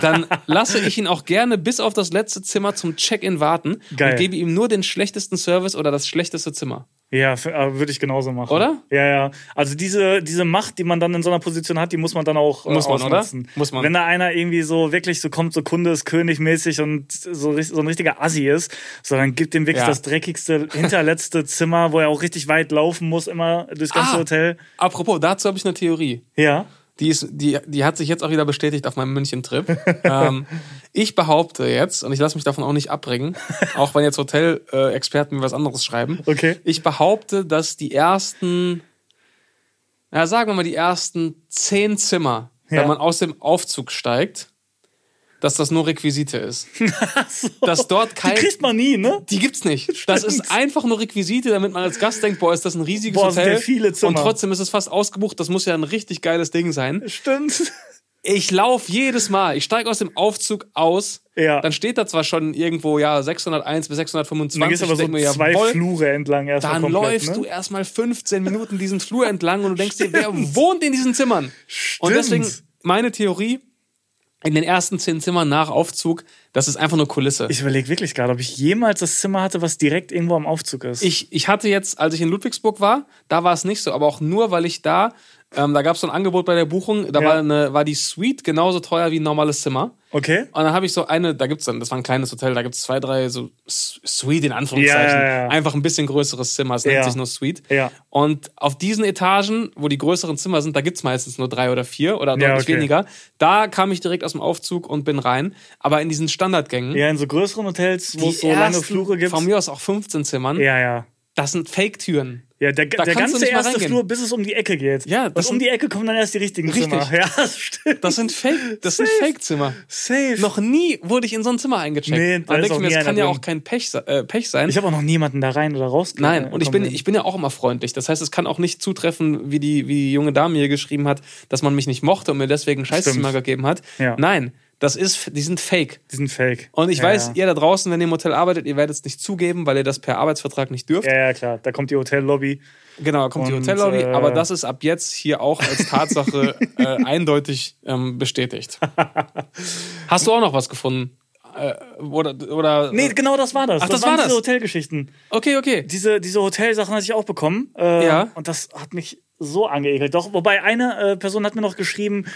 S2: dann lasse ich ihn auch gerne bis auf das letzte Zimmer zum Check-in warten
S1: Geil.
S2: und gebe ihm nur den schlechtesten Service oder das schlechteste Zimmer.
S1: Ja, f- äh, würde ich genauso machen.
S2: Oder?
S1: Ja, ja. Also diese, diese Macht, die man dann in so einer Position hat, die muss man dann auch äh,
S2: Muss man, oder?
S1: ausnutzen.
S2: Muss man.
S1: Wenn da einer irgendwie so wirklich so kommt, so Kunde ist königmäßig und so, richt- so ein richtiger Assi ist, so dann gibt dem wirklich
S2: Ja.
S1: das dreckigste, hinterletzte Zimmer, wo er auch richtig weit laufen muss, immer durchs ganze
S2: Ah.
S1: Hotel.
S2: Apropos, dazu habe ich eine Theorie.
S1: Ja.
S2: Die, ist, die, die hat sich jetzt auch wieder bestätigt auf meinem München-Trip. ähm, ich behaupte jetzt, und ich lasse mich davon auch nicht abbringen, auch wenn jetzt Hotel-Experten mir was anderes schreiben.
S1: Okay.
S2: Ich behaupte, dass die ersten, na sagen wir mal, die ersten zehn Zimmer,
S1: Ja.
S2: wenn man aus dem Aufzug steigt, dass das nur Requisite ist. Dass dort
S1: Die
S2: kein.
S1: kriegt man nie, ne?
S2: Die gibt's nicht. Das ist einfach nur Requisite, damit man als Gast denkt, boah, ist das ein riesiges
S1: Boah, sind
S2: Hotel.
S1: ja viele Zimmer.
S2: Und trotzdem ist es fast ausgebucht. Das muss ja ein richtig geiles Ding sein.
S1: Stimmt.
S2: Ich laufe jedes Mal. Ich steige aus dem Aufzug aus.
S1: Ja.
S2: Dann steht da zwar schon irgendwo ja 601 bis 625.
S1: Man geht aber
S2: Ich
S1: so
S2: denk mir, ja,
S1: zwei
S2: voll.
S1: Flure entlang erstmal
S2: Dann
S1: komplett,
S2: läufst
S1: ne?
S2: du erstmal 15 Minuten diesen Flur entlang und du denkst dir, wer wohnt in diesen Zimmern? Und
S1: Stimmt.
S2: deswegen meine Theorie, in den ersten zehn Zimmern nach Aufzug, das ist einfach nur Kulisse.
S1: Ich überlege wirklich gerade, ob ich jemals das Zimmer hatte, was direkt irgendwo am Aufzug ist.
S2: Ich, ich hatte jetzt, als ich in Ludwigsburg war, da war es nicht so, aber auch nur, weil ich da, ähm, da gab es so ein Angebot bei der Buchung, da
S1: Ja.
S2: war, eine, war die Suite genauso teuer wie ein normales Zimmer.
S1: okay.
S2: Und dann habe ich so eine, da gibt's dann, das war ein kleines Hotel, da gibt's zwei, drei so S- Suite in Anführungszeichen.
S1: Ja, ja, ja.
S2: Einfach ein bisschen größeres Zimmer, es nennt
S1: Ja.
S2: sich nur Suite.
S1: Ja.
S2: Und auf diesen Etagen, wo die größeren Zimmer sind, da gibt's meistens nur drei oder vier oder deutlich
S1: Ja, okay.
S2: weniger. Da kam ich direkt aus dem Aufzug und bin rein. Aber in diesen Standardgängen,
S1: Ja, in so größeren Hotels, wo
S2: die
S1: es so lange
S2: ersten,
S1: Flure gibt.
S2: Von mir aus auch 15 Zimmern.
S1: Ja, ja.
S2: Das sind Fake-Türen.
S1: Ja, der,
S2: Da
S1: der
S2: kannst
S1: ganze
S2: du nicht mal
S1: erste
S2: reingehen.
S1: Flur, bis es um die Ecke geht.
S2: Ja, das
S1: das Und um
S2: sind-
S1: die Ecke kommen dann erst die richtigen
S2: Richtig.
S1: Zimmer. Ja, das stimmt.
S2: Das sind Fake, das sind Fake-Zimmer.
S1: Safe.
S2: Noch nie wurde ich in so ein Zimmer eingecheckt.
S1: Nee, da
S2: und dann
S1: ist
S2: denke
S1: auch
S2: ich mir,
S1: nie
S2: das kann
S1: einer
S2: ja
S1: drin.
S2: auch kein Pech, se- äh, Pech sein.
S1: ich habe auch noch niemanden da rein oder raus. äh,
S2: Nein, und ich bin,
S1: kommen.
S2: ich bin ja auch immer freundlich. Das heißt, es kann auch nicht zutreffen, wie die, wie die junge Dame hier geschrieben hat, dass man mich nicht mochte und mir deswegen ein Scheißzimmer
S1: Stimmt.
S2: gegeben hat.
S1: Ja.
S2: Nein, das ist, die sind fake.
S1: Die sind fake.
S2: Und ich
S1: ja,
S2: weiß,
S1: Ja.
S2: ihr da draußen, wenn ihr im Hotel arbeitet, ihr werdet es nicht zugeben, weil ihr das per Arbeitsvertrag nicht dürft.
S1: ja, ja, klar. Da kommt die Hotellobby.
S2: Genau, da kommt die
S1: Und,
S2: Hotellobby,
S1: äh,
S2: aber das ist ab jetzt hier auch als Tatsache äh, eindeutig ähm, bestätigt. Hast du auch noch was gefunden? Äh, oder, oder
S1: Nee, genau das war das.
S2: Ach, das
S1: waren
S2: war das.
S1: diese Hotelgeschichten.
S2: Okay, okay.
S1: Diese, diese Hotelsachen hatte ich auch bekommen. Äh,
S2: Ja.
S1: Und das hat mich so angeekelt. Doch, wobei eine äh, Person hat mir noch geschrieben,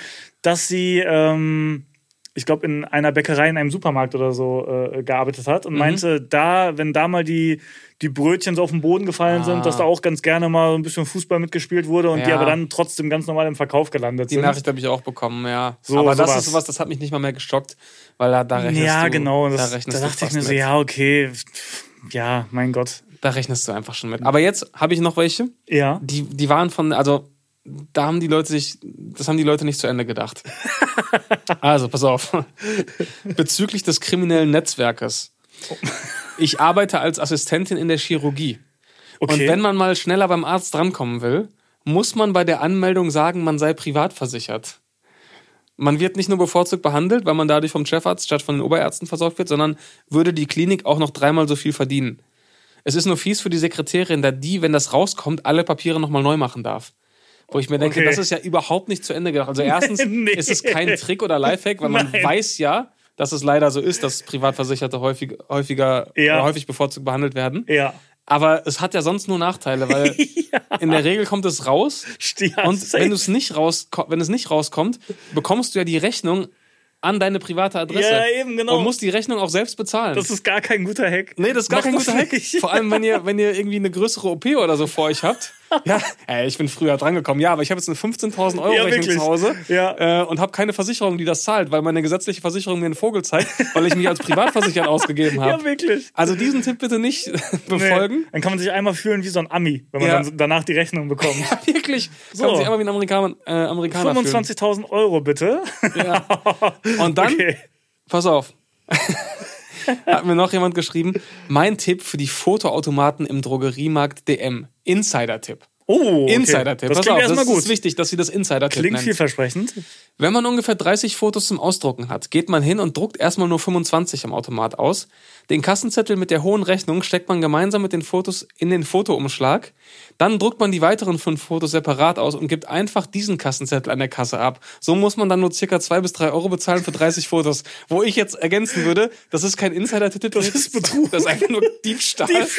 S1: dass sie, ähm, ich glaube, in einer Bäckerei in einem Supermarkt oder so äh, gearbeitet hat
S2: Mhm.
S1: und meinte, da, wenn da mal die, die Brötchen so auf den Boden gefallen
S2: Ah.
S1: sind, dass da auch ganz gerne mal ein bisschen Fußball mitgespielt wurde und die
S2: Ja.
S1: aber dann trotzdem ganz normal im Verkauf gelandet
S2: Die
S1: sind.
S2: Nachricht habe ich auch bekommen, ja.
S1: So,
S2: Aber das
S1: sowas.
S2: ist sowas, das hat mich nicht mal mehr gestockt, weil da, da rechnest
S1: ja,
S2: du.
S1: genau.
S2: da
S1: Das, da,
S2: rechnest du
S1: dachte ich
S2: fast
S1: mir so,
S2: mit.
S1: ja, okay, pf, ja, mein Gott.
S2: Da rechnest du einfach schon mit. Aber jetzt habe ich noch welche.
S1: Ja.
S2: Die, die waren von, also da haben die Leute sich, das haben die Leute nicht zu Ende gedacht. also, pass auf. Bezüglich des kriminellen Netzwerkes. Ich arbeite als Assistentin in der Chirurgie.
S1: Okay.
S2: Und wenn man mal schneller beim Arzt drankommen will, muss man bei der Anmeldung sagen, man sei privat versichert. Man wird nicht nur bevorzugt behandelt, weil man dadurch vom Chefarzt statt von den Oberärzten versorgt wird, sondern würde die Klinik auch noch dreimal so viel verdienen. Es ist nur fies für die Sekretärin, da die, wenn das rauskommt, alle Papiere nochmal neu machen darf. Wo ich mir denke,
S1: Okay.
S2: das ist ja überhaupt nicht zu Ende gedacht. Also erstens
S1: Nee.
S2: ist es kein Trick oder Lifehack, weil man
S1: Nein.
S2: weiß ja, dass es leider so ist, dass Privatversicherte häufig, häufiger
S1: Ja.
S2: oder häufig bevorzugt behandelt werden.
S1: ja.
S2: Aber es hat ja sonst nur Nachteile, weil in der Regel kommt es raus.
S1: Ja,
S2: Und
S1: safe.
S2: wenn, du es nicht rausko- wenn es nicht rauskommt, bekommst du ja die Rechnung an deine private Adresse.
S1: Ja, eben, genau.
S2: Und musst die Rechnung auch selbst bezahlen.
S1: Das ist gar kein guter Hack.
S2: nee, das ist gar
S1: Mach
S2: kein
S1: das
S2: guter Hack.
S1: nicht.
S2: Vor allem, wenn ihr, wenn ihr irgendwie eine größere OP oder so vor euch habt. Ja, ey, ich bin früher drangekommen. Ja, aber ich habe jetzt eine 15.000 Euro
S1: Ja,
S2: Rechnung
S1: wirklich.
S2: zu Hause
S1: Ja.
S2: äh, und habe keine Versicherung, die das zahlt, weil meine gesetzliche Versicherung mir einen Vogel zeigt, weil ich mich als Privatversichert ausgegeben habe.
S1: Ja, wirklich.
S2: also diesen Tipp bitte nicht
S1: Nee,
S2: befolgen.
S1: Dann kann man sich einmal fühlen wie so ein Ami, wenn man
S2: Ja.
S1: dann danach die Rechnung bekommt.
S2: Wirklich. So.
S1: So.
S2: Kann sich immer wie ein Amerikaner, äh, Amerikaner
S1: 25.000 Euro bitte.
S2: Fühlen. Ja. Und dann,
S1: Okay.
S2: pass auf, hat mir noch jemand geschrieben, mein Tipp für die Fotoautomaten im Drogeriemarkt DM. Insider-Tipp.
S1: Oh, okay.
S2: Insider-Tipp.
S1: Das
S2: Pass
S1: klingt
S2: auf,
S1: erstmal
S2: das
S1: gut.
S2: ist wichtig, dass sie das Insider-Tipp
S1: Klingt
S2: nennt.
S1: vielversprechend.
S2: Wenn man ungefähr 30 Fotos zum Ausdrucken hat, geht man hin und druckt erstmal nur 25 am Automat aus. Den Kassenzettel mit der hohen Rechnung steckt man gemeinsam mit den Fotos in den Fotoumschlag. Dann druckt man die weiteren fünf Fotos separat aus und gibt einfach diesen Kassenzettel an der Kasse ab. So muss man dann nur circa zwei bis drei Euro bezahlen für 30 Fotos. Wo ich jetzt ergänzen würde, das ist kein Insider-Tipp. Das
S1: ist Betrug.
S2: Das ist einfach nur Diebstahl. Das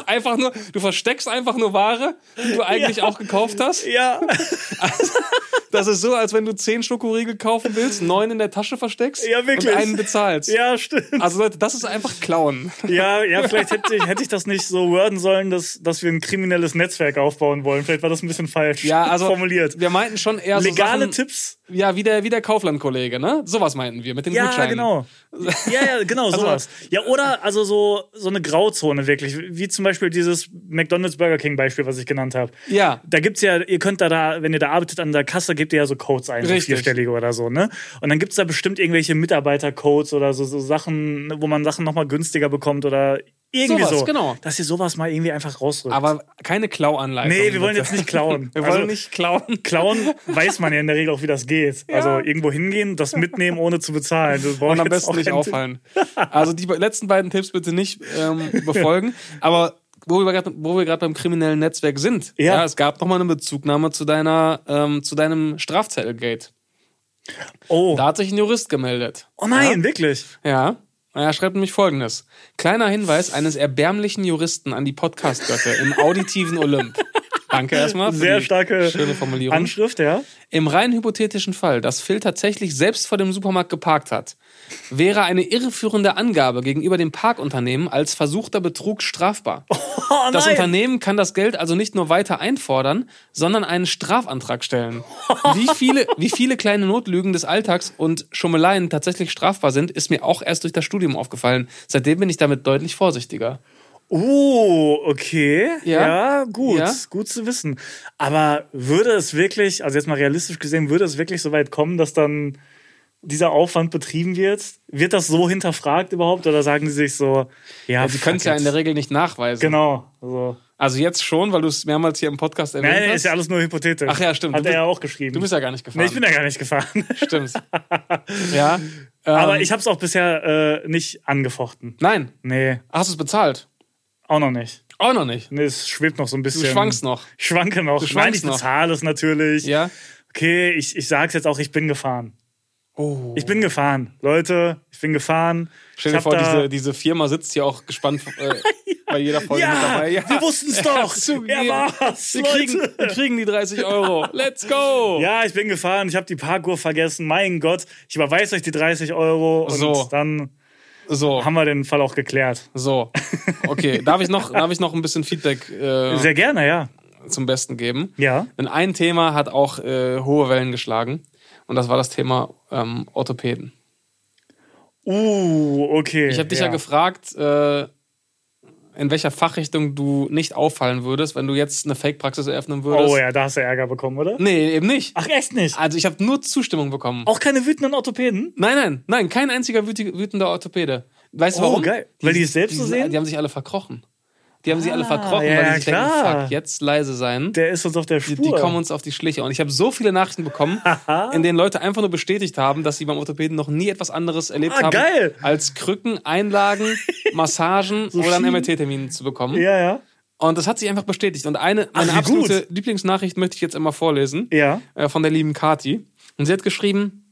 S2: ist einfach nur, du versteckst einfach nur Ware, die du eigentlich auch gekauft hast.
S1: Ja,
S2: Das ist so, als wenn du zehn Schokoriegel kaufen willst, neun in der Tasche versteckst
S1: Ja, wirklich.
S2: und einen bezahlst.
S1: ja, stimmt.
S2: Also Leute, das ist einfach Klauen.
S1: Ja, ja, vielleicht hätte ich, hätte ich das nicht so worden sollen, dass, dass wir ein kriminelles Netzwerk aufbauen wollen. Vielleicht war das ein bisschen falsch
S2: Ja, also
S1: formuliert.
S2: wir meinten schon eher
S1: Legale
S2: so Sachen,
S1: Tipps.
S2: ja, wie der, wie der Kaufland-Kollege, ne? Sowas meinten wir mit den
S1: Ja,
S2: Gutscheinen.
S1: genau. Ja, ja, genau,
S2: Also
S1: sowas. ja, oder also so, so eine Grauzone wirklich, wie zum Beispiel dieses McDonalds Burger King Beispiel, was ich genannt habe.
S2: Ja.
S1: Da gibt's ja, ihr könnt da, da, wenn ihr da arbeitet an der Kasse, gebt ihr ja so Codes ein, so
S2: Richtig.
S1: vierstellige oder so, ne? Und dann gibt's da bestimmt irgendwelche Mitarbeitercodes oder so, so Sachen, ne, wo man Sachen nochmal günstiger bekommt oder irgendwie
S2: Sowas,
S1: so.
S2: genau.
S1: Dass ihr sowas mal irgendwie einfach rausrückt.
S2: Aber keine Klauanleitung.
S1: nee, wir wollen
S2: bitte.
S1: jetzt nicht klauen.
S2: Wir wollen
S1: Also,
S2: nicht klauen.
S1: Klauen weiß man ja in der Regel auch, wie das geht. Also irgendwo hingehen, das mitnehmen, ohne zu bezahlen. Das brauche
S2: Und am
S1: ich jetzt auch
S2: besten nicht
S1: keinen Tipp.
S2: auffallen. Also die be- letzten beiden Tipps bitte nicht ähm, befolgen. Aber wo wir gerade wo wir gerade beim kriminellen Netzwerk sind,
S1: Ja.
S2: ja. es gab nochmal eine Bezugnahme zu deiner ähm, zu deinem Strafzettelgate.
S1: Oh,
S2: Da hat sich ein Jurist gemeldet.
S1: oh nein, wirklich.
S2: Ja. Er schreibt nämlich folgendes. Kleiner Hinweis eines erbärmlichen Juristen an die Podcast-Götter im auditiven Olymp. Danke erstmal. Für
S1: Sehr
S2: die
S1: starke
S2: schöne Formulierung.
S1: Anschrift, ja.
S2: Im rein hypothetischen Fall, dass Phil tatsächlich selbst vor dem Supermarkt geparkt hat, wäre eine irreführende Angabe gegenüber dem Parkunternehmen als versuchter Betrug strafbar.
S1: Oh,
S2: Das
S1: nein.
S2: Unternehmen kann das Geld also nicht nur weiter einfordern, sondern einen Strafantrag stellen. Wie viele, wie viele kleine Notlügen des Alltags und Schummeleien tatsächlich strafbar sind, ist mir auch erst durch das Studium aufgefallen. Seitdem bin ich damit deutlich vorsichtiger.
S1: Oh, okay. Ja,
S2: Ja.
S1: gut.
S2: Ja.
S1: Gut zu wissen. Aber würde es wirklich, also jetzt mal realistisch gesehen, würde es wirklich so weit kommen, dass dann dieser Aufwand betrieben wird? Wird das so hinterfragt überhaupt? Oder sagen die sich so, ja,
S2: Sie können es ja in der Regel nicht nachweisen.
S1: Genau. So.
S2: Also jetzt schon, weil du es mehrmals hier im Podcast erwähnt
S1: Nein,
S2: hast.
S1: ist ja alles nur hypothetisch.
S2: Ach ja, stimmt.
S1: Hat
S2: Du bist-
S1: er ja auch geschrieben.
S2: du bist ja gar nicht
S1: nee,
S2: gefahren.
S1: ich bin ja gar nicht gefahren.
S2: Stimmt. ja.
S1: Aber
S2: ähm,
S1: ich habe es auch bisher äh, nicht angefochten.
S2: Nein,
S1: Nee,
S2: hast du es bezahlt?
S1: auch noch nicht.
S2: Auch noch nicht.
S1: Nee, es schwebt noch so ein bisschen.
S2: Du schwankst noch.
S1: Ich schwanke noch.
S2: schwankst
S1: Nein, ich
S2: noch.
S1: bezahle es natürlich.
S2: Ja.
S1: Okay, ich, ich sag's jetzt auch, ich bin gefahren.
S2: Oh.
S1: Ich bin gefahren. Leute, ich bin gefahren. ich
S2: Stell dir
S1: hab
S2: vor,
S1: da,
S2: diese, diese Firma sitzt hier auch gespannt äh, bei jeder Folge
S1: Ja,
S2: mit dabei.
S1: wir wussten es doch. Er war's,
S2: wir,
S1: Leute.
S2: kriegen, wir kriegen die 30 Euro. Let's go.
S1: Ja, ich bin gefahren, ich habe die Parkour vergessen. Mein Gott, ich überweise euch die 30 Euro und
S2: So.
S1: dann
S2: So,
S1: haben wir den Fall auch geklärt.
S2: so. Okay, darf ich noch, darf ich noch ein bisschen Feedback äh,
S1: Sehr gerne, ja.
S2: zum Besten geben?
S1: Ja.
S2: Denn ein Thema hat auch äh, hohe Wellen geschlagen. Und das war das Thema ähm, Orthopäden.
S1: Uh, okay.
S2: Ich habe dich ja, gefragt, äh, in welcher Fachrichtung du nicht auffallen würdest, wenn du jetzt eine Fake-Praxis eröffnen würdest.
S1: Oh ja, da hast du Ärger bekommen, oder?
S2: Nee, eben nicht.
S1: Ach, echt nicht?
S2: Also ich habe nur Zustimmung bekommen.
S1: Auch keine wütenden Orthopäden?
S2: Nein, nein, nein, kein einziger wüti- wütender Orthopäde. Weißt du
S1: Oh,
S2: warum?
S1: geil. Weil die es selbst so
S2: die,
S1: sehen? Ah,
S2: Die haben sich alle verkrochen. Die haben sich alle verkrochen,
S1: ja,
S2: weil die sich
S1: klar.
S2: denken, fuck, jetzt leise sein.
S1: Der ist uns auf der Spur.
S2: Die kommen uns auf die Schliche. Und ich habe so viele Nachrichten bekommen, in denen Leute einfach nur bestätigt haben, dass sie beim Orthopäden noch nie etwas anderes erlebt
S1: Ah,
S2: haben,
S1: geil.
S2: als Krücken, Einlagen, Massagen oder einen MRT-Termin zu bekommen.
S1: ja, ja.
S2: Und das hat sich einfach bestätigt. Und eine, meine
S1: wie
S2: absolute Lieblingsnachricht möchte ich jetzt einmal vorlesen.
S1: Ja.
S2: Äh, von der lieben Kati. Und sie hat geschrieben,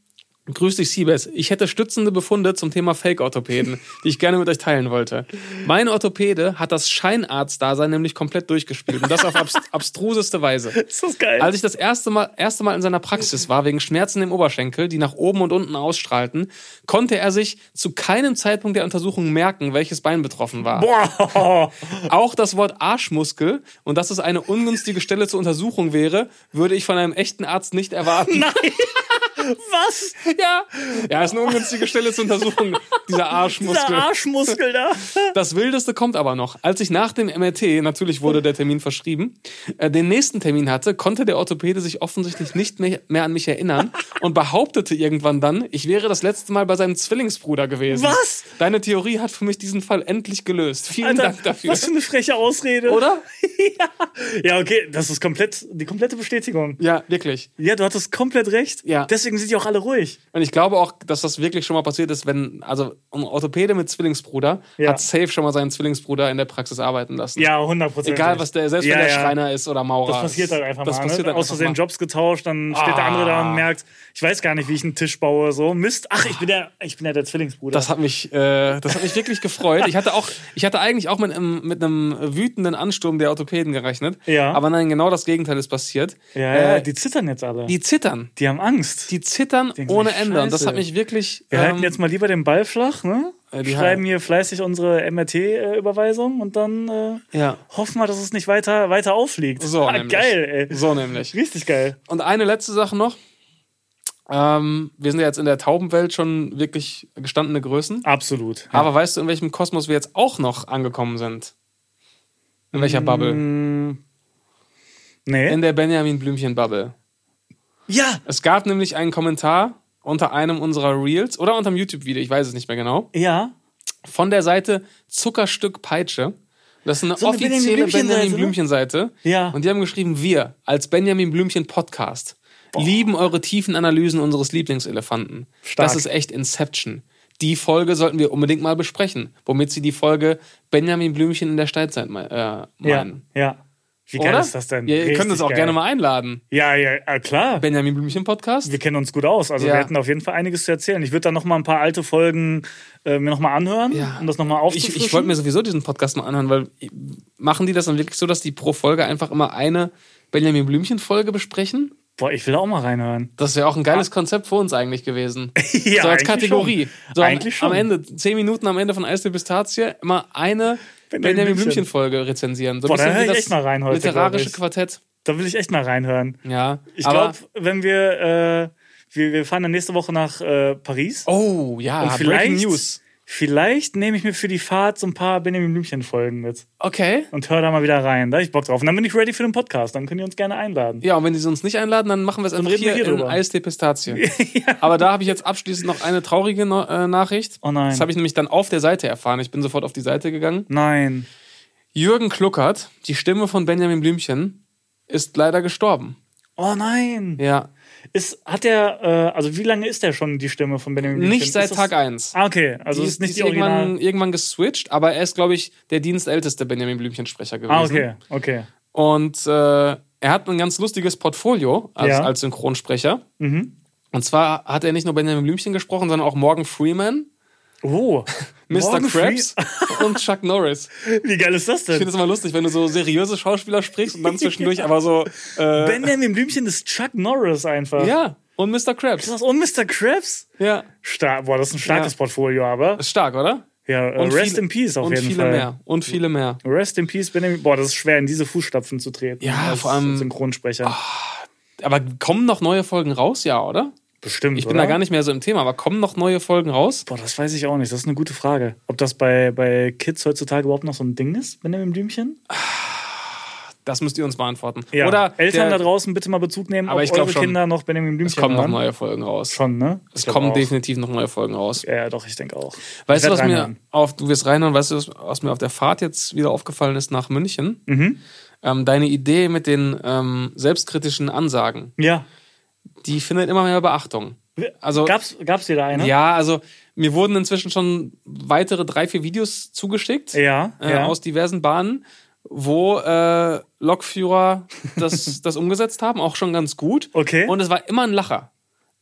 S2: Grüß dich, Siebes. Ich hätte stützende Befunde zum Thema Fake-Orthopäden, die ich gerne mit euch teilen wollte. Mein Orthopäde hat das Scheinarzt-Dasein nämlich komplett durchgespielt und das auf abs abstruseste Weise.
S1: Ist das geil?
S2: Als Also ich das erste Mal, erste Mal in seiner Praxis war, wegen Schmerzen im Oberschenkel, die nach oben und unten ausstrahlten, konnte er sich zu keinem Zeitpunkt der Untersuchung merken, welches Bein betroffen war.
S1: Boah.
S2: Auch das Wort Arschmuskel und dass es eine ungünstige Stelle zur Untersuchung wäre, würde ich von einem echten Arzt nicht erwarten.
S1: Was?
S2: Ja, ja, ist eine ungünstige Stelle zur Untersuchung, dieser
S1: Dieser
S2: Arschmuskel.
S1: Arschmuskel da.
S2: Das Wildeste kommt aber noch. Als ich nach dem MRT, natürlich wurde der Termin verschrieben, äh, den nächsten Termin hatte, konnte der Orthopäde sich offensichtlich nicht mehr, mehr an mich erinnern und behauptete irgendwann dann, ich wäre das letzte Mal bei seinem Zwillingsbruder gewesen.
S1: Was?
S2: Deine Theorie hat für mich diesen Fall endlich gelöst. Vielen
S1: Alter,
S2: Dank dafür.
S1: Was für eine freche Ausrede.
S2: Oder?
S1: Ja, okay, das ist komplett, die komplette Bestätigung.
S2: Ja, wirklich.
S1: Ja, du hattest komplett recht.
S2: Ja.
S1: Deswegen sind die auch alle ruhig.
S2: Und ich glaube auch, dass das wirklich schon mal passiert ist, wenn, also ein Orthopäde mit Zwillingsbruder
S1: Ja.
S2: hat safe schon mal seinen Zwillingsbruder in der Praxis arbeiten lassen.
S1: Ja, 100 Prozent.
S2: Egal, was der, selbst
S1: ja,
S2: wenn der
S1: ja.
S2: Schreiner ist oder Maurer.
S1: Das passiert halt einfach
S2: das
S1: mal. ne?
S2: Passiert halt
S1: Aus
S2: einfach
S1: Versehen
S2: mal.
S1: Jobs getauscht, dann steht der andere da
S2: Ah.
S1: und merkt, ich weiß gar nicht, wie ich einen Tisch baue. So, Mist, ach, ich bin ja, ich bin ja der Zwillingsbruder.
S2: Das hat mich, äh, das hat mich wirklich gefreut. Ich hatte auch, ich hatte eigentlich auch mit einem, mit einem wütenden Ansturm der Orthopäden gerechnet.
S1: Ja.
S2: Aber nein, genau das Gegenteil ist passiert.
S1: ja,
S2: Äh,
S1: ja, die zittern jetzt alle. Die,
S2: die zittern.
S1: haben Angst.
S2: Die zittern
S1: Denken
S2: ohne
S1: sich,
S2: Ende. Und das
S1: Scheiße.
S2: hat mich wirklich.
S1: Wir halten
S2: ähm,
S1: jetzt mal lieber den Ball flach, ne?
S2: äh, die
S1: Schreiben
S2: ha-
S1: hier fleißig unsere MRT-Überweisung und dann äh,
S2: Ja.
S1: hoffen wir, dass es nicht weiter, weiter aufliegt.
S2: So,
S1: ah,
S2: nämlich.
S1: geil, ey.
S2: So nämlich.
S1: Richtig geil.
S2: Und eine letzte Sache noch. Ähm, wir sind ja jetzt in der Taubenwelt schon wirklich gestandene Größen.
S1: Absolut. Ja.
S2: Aber weißt du, in welchem Kosmos wir jetzt auch noch angekommen sind? In
S1: Mm.
S2: welcher Bubble?
S1: nee.
S2: In der Benjamin Blümchen Bubble.
S1: ja,
S2: Es gab nämlich einen Kommentar unter einem unserer Reels oder unter dem YouTube-Video, ich weiß es nicht mehr genau,
S1: ja.
S2: von der Seite Zuckerstück Peitsche. Das ist eine
S1: So eine Benjamin
S2: offizielle
S1: Blümchen-Seite,
S2: Benjamin
S1: ne?
S2: Blümchen-Seite.
S1: Ja.
S2: Und die haben geschrieben, wir als Benjamin Blümchen Podcast lieben eure tiefen Analysen unseres Lieblingselefanten.
S1: Stark.
S2: Das ist echt Inception. Die Folge sollten wir unbedingt mal besprechen, womit sie die Folge Benjamin Blümchen in der Steinzeit me- äh,
S1: Ja,
S2: meinen.
S1: ja. Wie geil
S2: Oder?
S1: ist das denn?
S2: Ja, ihr
S1: Richtig
S2: könnt uns auch
S1: geil.
S2: gerne mal einladen.
S1: Ja, ja, ja, klar.
S2: Benjamin Blümchen Podcast.
S1: Wir kennen uns gut aus. Also
S2: Ja.
S1: wir hätten auf jeden Fall einiges zu erzählen. Ich würde dann nochmal ein paar alte Folgen äh, mir nochmal anhören, um das nochmal
S2: Ich,
S1: aufzufrischen.
S2: ich wollte mir sowieso diesen Podcast mal anhören, weil äh, machen die das dann wirklich so, dass die pro Folge einfach immer eine Benjamin Blümchen-Folge besprechen?
S1: Boah, ich will auch mal reinhören.
S2: Das wäre auch ein geiles Konzept für uns eigentlich gewesen.
S1: Ja,
S2: so als
S1: eigentlich
S2: Kategorie.
S1: schon.
S2: So am,
S1: Eigentlich schon.
S2: am Ende, zehn Minuten am Ende von Eis der Pistazie, immer eine
S1: Benjamin
S2: Benjamin
S1: Blümchen.
S2: Blümchen-Folge rezensieren. So ein
S1: Boah, da
S2: bisschen
S1: hör
S2: wie
S1: ich
S2: das
S1: echt mal rein heute,
S2: literarische
S1: glaub ich.
S2: Quartett.
S1: Da will ich echt mal reinhören.
S2: Ja.
S1: Ich
S2: aber-
S1: glaube, wenn wir, äh, wir, wir fahren dann nächste Woche nach äh, Paris.
S2: Oh, ja,
S1: Und
S2: Breaking News.
S1: Vielleicht nehme ich mir für die Fahrt so ein paar Benjamin Blümchen-Folgen mit
S2: Okay.
S1: und höre da mal wieder rein. Da hab ich Bock drauf. Und dann bin ich ready für den Podcast. Dann könnt ihr uns gerne einladen.
S2: Ja, und wenn die sie uns nicht einladen, dann machen wir es einfach
S1: reden wir
S2: hier,
S1: hier
S2: in
S1: drüber.
S2: Eis der Pistazie. Aber da habe ich jetzt abschließend noch eine traurige No- äh, Nachricht.
S1: Oh nein.
S2: Das habe ich nämlich dann auf der Seite erfahren. Ich bin sofort auf die Seite gegangen.
S1: Nein.
S2: Jürgen Kluckert, die Stimme von Benjamin Blümchen, ist leider gestorben.
S1: Oh nein.
S2: Ja.
S1: Ist, hat der, äh, also wie lange ist der schon die Stimme von Benjamin Blümchen?
S2: Nicht seit
S1: Ist das-
S2: Tag 1.
S1: Ah, okay. Also ist nicht die Original.
S2: irgendwann, irgendwann geswitcht, aber er ist, glaube ich, der dienstälteste Benjamin Blümchen-Sprecher gewesen.
S1: Ah, okay, okay.
S2: Und äh, er hat ein ganz lustiges Portfolio als,
S1: Ja. Mhm.
S2: als Synchronsprecher. Und zwar hat er nicht nur Benjamin Blümchen gesprochen, sondern auch Morgan Freeman
S1: Oh.
S2: Mr.
S1: Morgan
S2: Krabs und Chuck Norris.
S1: Free- Wie geil ist das
S2: Ich
S1: denn?
S2: finde es immer lustig, wenn du so seriöse Schauspieler sprichst und dann zwischendurch aber so. Äh,
S1: Benjamin Blümchen ist Chuck Norris einfach.
S2: ja, und Mr. Krabs.
S1: Das- Und Mr. Krabs?
S2: Ja,
S1: Stark. Boah, das ist ein starkes
S2: Ja.
S1: Portfolio, aber.
S2: ist stark, oder?
S1: Ja, äh,
S2: Und
S1: Rest
S2: viele-
S1: in Peace auf
S2: und
S1: jeden
S2: viele
S1: Fall.
S2: mehr. Und viele mehr.
S1: Rest in Peace, Benjamin. Boah, das ist schwer, in diese Fußstapfen zu treten.
S2: Ja,
S1: als
S2: vor allem- Ah,
S1: Synchronsprecher.
S2: Aber kommen noch neue Folgen raus, ja, oder?
S1: Bestimmt.
S2: Ich bin
S1: oder?
S2: da gar nicht mehr so im Thema, aber kommen noch neue Folgen raus?
S1: Boah, das weiß ich auch nicht. Das ist eine gute Frage. Ob das bei, bei Kids heutzutage überhaupt noch so ein Ding ist, Benjamin Blümchen?
S2: Das müsst ihr uns beantworten.
S1: Ja.
S2: Oder
S1: Eltern da
S2: der,
S1: draußen bitte mal Bezug nehmen,
S2: Aber
S1: ob
S2: ich glaub
S1: eure
S2: schon.
S1: Kinder noch Benjamin
S2: Es
S1: Blümchen
S2: kommen noch
S1: hören.
S2: neue Folgen raus.
S1: Schon, ne? Ich
S2: Es
S1: glaub
S2: kommen
S1: auch.
S2: definitiv noch neue Folgen raus.
S1: Ja, doch, ich denke auch.
S2: Weißt
S1: Ich werd
S2: du, was mir
S1: reinhören.
S2: auf, du wirst reinhören, weißt du, was- was mir auf der Fahrt jetzt wieder aufgefallen ist nach München?
S1: Mhm.
S2: Ähm, deine Idee mit den ähm, selbstkritischen Ansagen,
S1: Ja.
S2: die findet immer mehr Beachtung. Also,
S1: Gab's, gab's dir da eine?
S2: ja, also mir wurden inzwischen schon weitere drei, vier Videos zugeschickt
S1: Ja,
S2: äh,
S1: ja.
S2: aus diversen Bahnen, wo äh, Lokführer das, das umgesetzt haben, auch schon ganz gut.
S1: Okay.
S2: Und es war immer ein Lacher.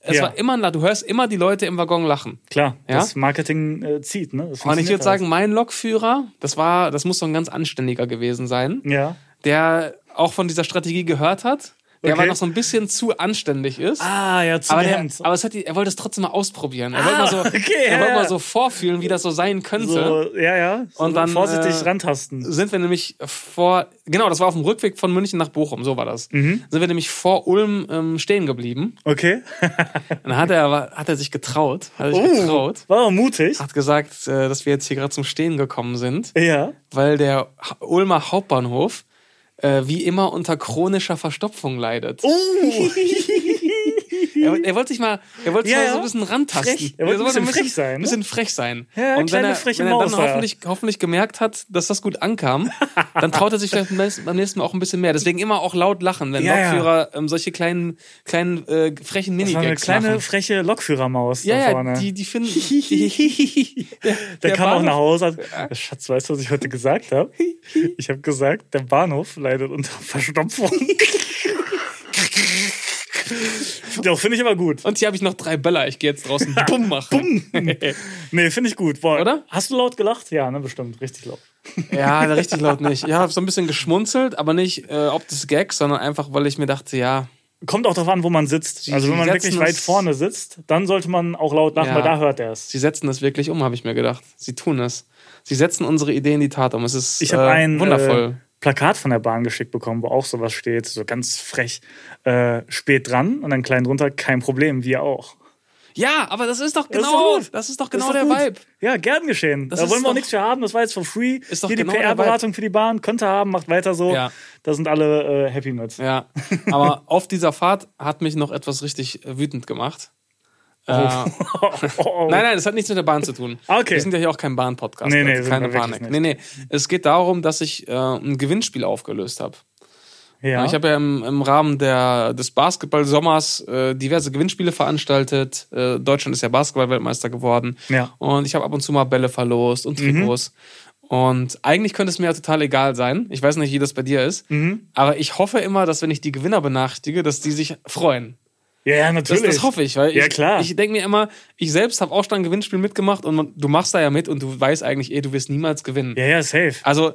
S2: Es
S1: Ja.
S2: war immer ein Lacher. Du hörst immer die Leute im Waggon lachen.
S1: Klar,
S2: Ja?
S1: das Marketing äh, zieht, ne? Das
S2: Und ich
S1: funktioniert
S2: würde sagen, mein Lokführer, das war, das muss so ein ganz anständiger gewesen sein,
S1: alles. Ja.
S2: der auch von dieser Strategie gehört hat, der
S1: Okay.
S2: aber noch so ein bisschen zu anständig ist.
S1: Ah, ja, zu
S2: aber der,
S1: gehemmt.
S2: aber es hat, die- er wollte es trotzdem mal ausprobieren. Er wollte mal so,
S1: Ah, okay,
S2: er
S1: ja,
S2: wollte
S1: ja.
S2: mal so vorfühlen, wie das so sein könnte.
S1: So, ja, ja. So
S2: Und dann,
S1: vorsichtig
S2: äh,
S1: rantasten.
S2: Sind wir nämlich vor, genau, das war auf dem Rückweg von München nach Bochum, so war das.
S1: Mhm.
S2: Sind wir nämlich vor Ulm ähm, stehen geblieben.
S1: Okay.
S2: Und dann hat er, hat er sich getraut, hat er sich
S1: Oh.
S2: getraut,
S1: War aber mutig.
S2: hat gesagt, äh, dass wir jetzt hier gerade zum Stehen gekommen sind.
S1: Ja.
S2: weil der Ha- Ulmer Hauptbahnhof äh, wie immer unter chronischer Verstopfung leidet.
S1: Oh,
S2: Er, er wollte sich mal, er wollte sich
S1: Ja,
S2: mal
S1: ja.
S2: so ein bisschen rantasten.
S1: Frech. Er wollte ein bisschen frech sein, ne?
S2: bisschen frech sein.
S1: Ja,
S2: Und wenn
S1: kleine
S2: er,
S1: freche
S2: wenn er dann
S1: Maus, ja.
S2: hoffentlich, hoffentlich gemerkt hat, dass das gut ankam, dann traut er sich vielleicht beim nächsten- beim nächsten Mal auch ein bisschen mehr. Deswegen immer auch laut lachen, wenn
S1: Ja, ja.
S2: Lokführer ähm, solche kleinen, kleinen äh, frechen
S1: das war eine
S2: Minigags
S1: kleine
S2: machen.
S1: freche Lokführermaus da
S2: Ja, ja,
S1: vorne.
S2: die, die finden. die- der,
S1: der, kam auch
S2: Bahnhof-
S1: nach Hause und hat, "Äh, Schatz, weißt du, was ich heute gesagt habe? Ich habe gesagt, der Bahnhof leidet unter Verstopfung. Doch, finde ich aber gut.
S2: Und hier habe ich noch drei Böller. Ich gehe jetzt draußen Bumm machen. Bumm.
S1: Nee, finde ich gut. Boah,
S2: Oder?
S1: Hast du laut gelacht? Ja, ne, bestimmt. Richtig laut.
S2: Ja, richtig laut nicht. Ja, hab so ein bisschen geschmunzelt, aber nicht äh, ob des Gags, sondern einfach, weil ich mir dachte, ja,
S1: Kommt auch darauf an, wo man sitzt. Also, wenn man
S2: setzen
S1: wirklich weit
S2: es-
S1: vorne sitzt, dann sollte man auch laut lachen,
S2: Ja.
S1: weil da hört er es.
S2: sie setzen das wirklich um, habe ich mir gedacht. Sie tun es. Sie setzen unsere Idee in die Tat um. Es ist
S1: Ich habe
S2: äh,
S1: ein
S2: wundervoll.
S1: Äh, Plakat von der Bahn geschickt bekommen, wo auch sowas steht, so ganz frech. Äh, spät dran und dann klein drunter, kein Problem, wir auch.
S2: Ja, aber das ist doch
S1: äh, ist
S2: genau,
S1: doch
S2: das
S1: gut.
S2: ist doch,
S1: Das
S2: genau der
S1: ist doch
S2: Vibe.
S1: gut. Ja, gern geschehen.
S2: Das
S1: da
S2: ist
S1: wollen wir auch
S2: doch-
S1: nichts für haben, das war jetzt for free.
S2: Ist doch
S1: Hier die
S2: genau der
S1: PR-Beratung für die Bahn, könnte haben, macht weiter so.
S2: Ja.
S1: Da sind alle äh, happy mit.
S2: Ja, aber auf dieser Fahrt hat mich noch etwas richtig äh, wütend gemacht. Äh, nein,
S1: Oh, oh, oh.
S2: nein, das hat nichts mit der Bahn zu tun.
S1: Ah, okay.
S2: Wir sind ja hier auch kein Bahn-Podcast.
S1: Nee, nee,
S2: also
S1: sind
S2: keine
S1: wir wirklich
S2: Panik.
S1: nicht.
S2: Nee, nee. Es geht darum, dass ich äh, ein Gewinnspiel aufgelöst habe.
S1: ja.
S2: Ich habe ja im, im Rahmen der, des Basketball-Sommers äh, diverse Gewinnspiele veranstaltet. Äh, Deutschland ist ja Basketball-Weltmeister geworden.
S1: Ja. Mhm.
S2: Und ich habe ab und zu mal Bälle verlost und Trikots. Und eigentlich könnte es mir ja total egal sein. Ich weiß nicht, wie das bei dir ist.
S1: Mhm.
S2: Aber ich hoffe immer, dass wenn ich die Gewinner benachrichtige, dass die sich freuen.
S1: ja, ja,
S2: Das,
S1: natürlich.
S2: das hoffe ich, weil ich,
S1: Ja, klar.
S2: ich denke mir immer, ich selbst habe auch schon ein Gewinnspiel mitgemacht und man, du machst da ja mit und du weißt eigentlich eh, du wirst niemals gewinnen.
S1: Ja, ja, safe.
S2: Also,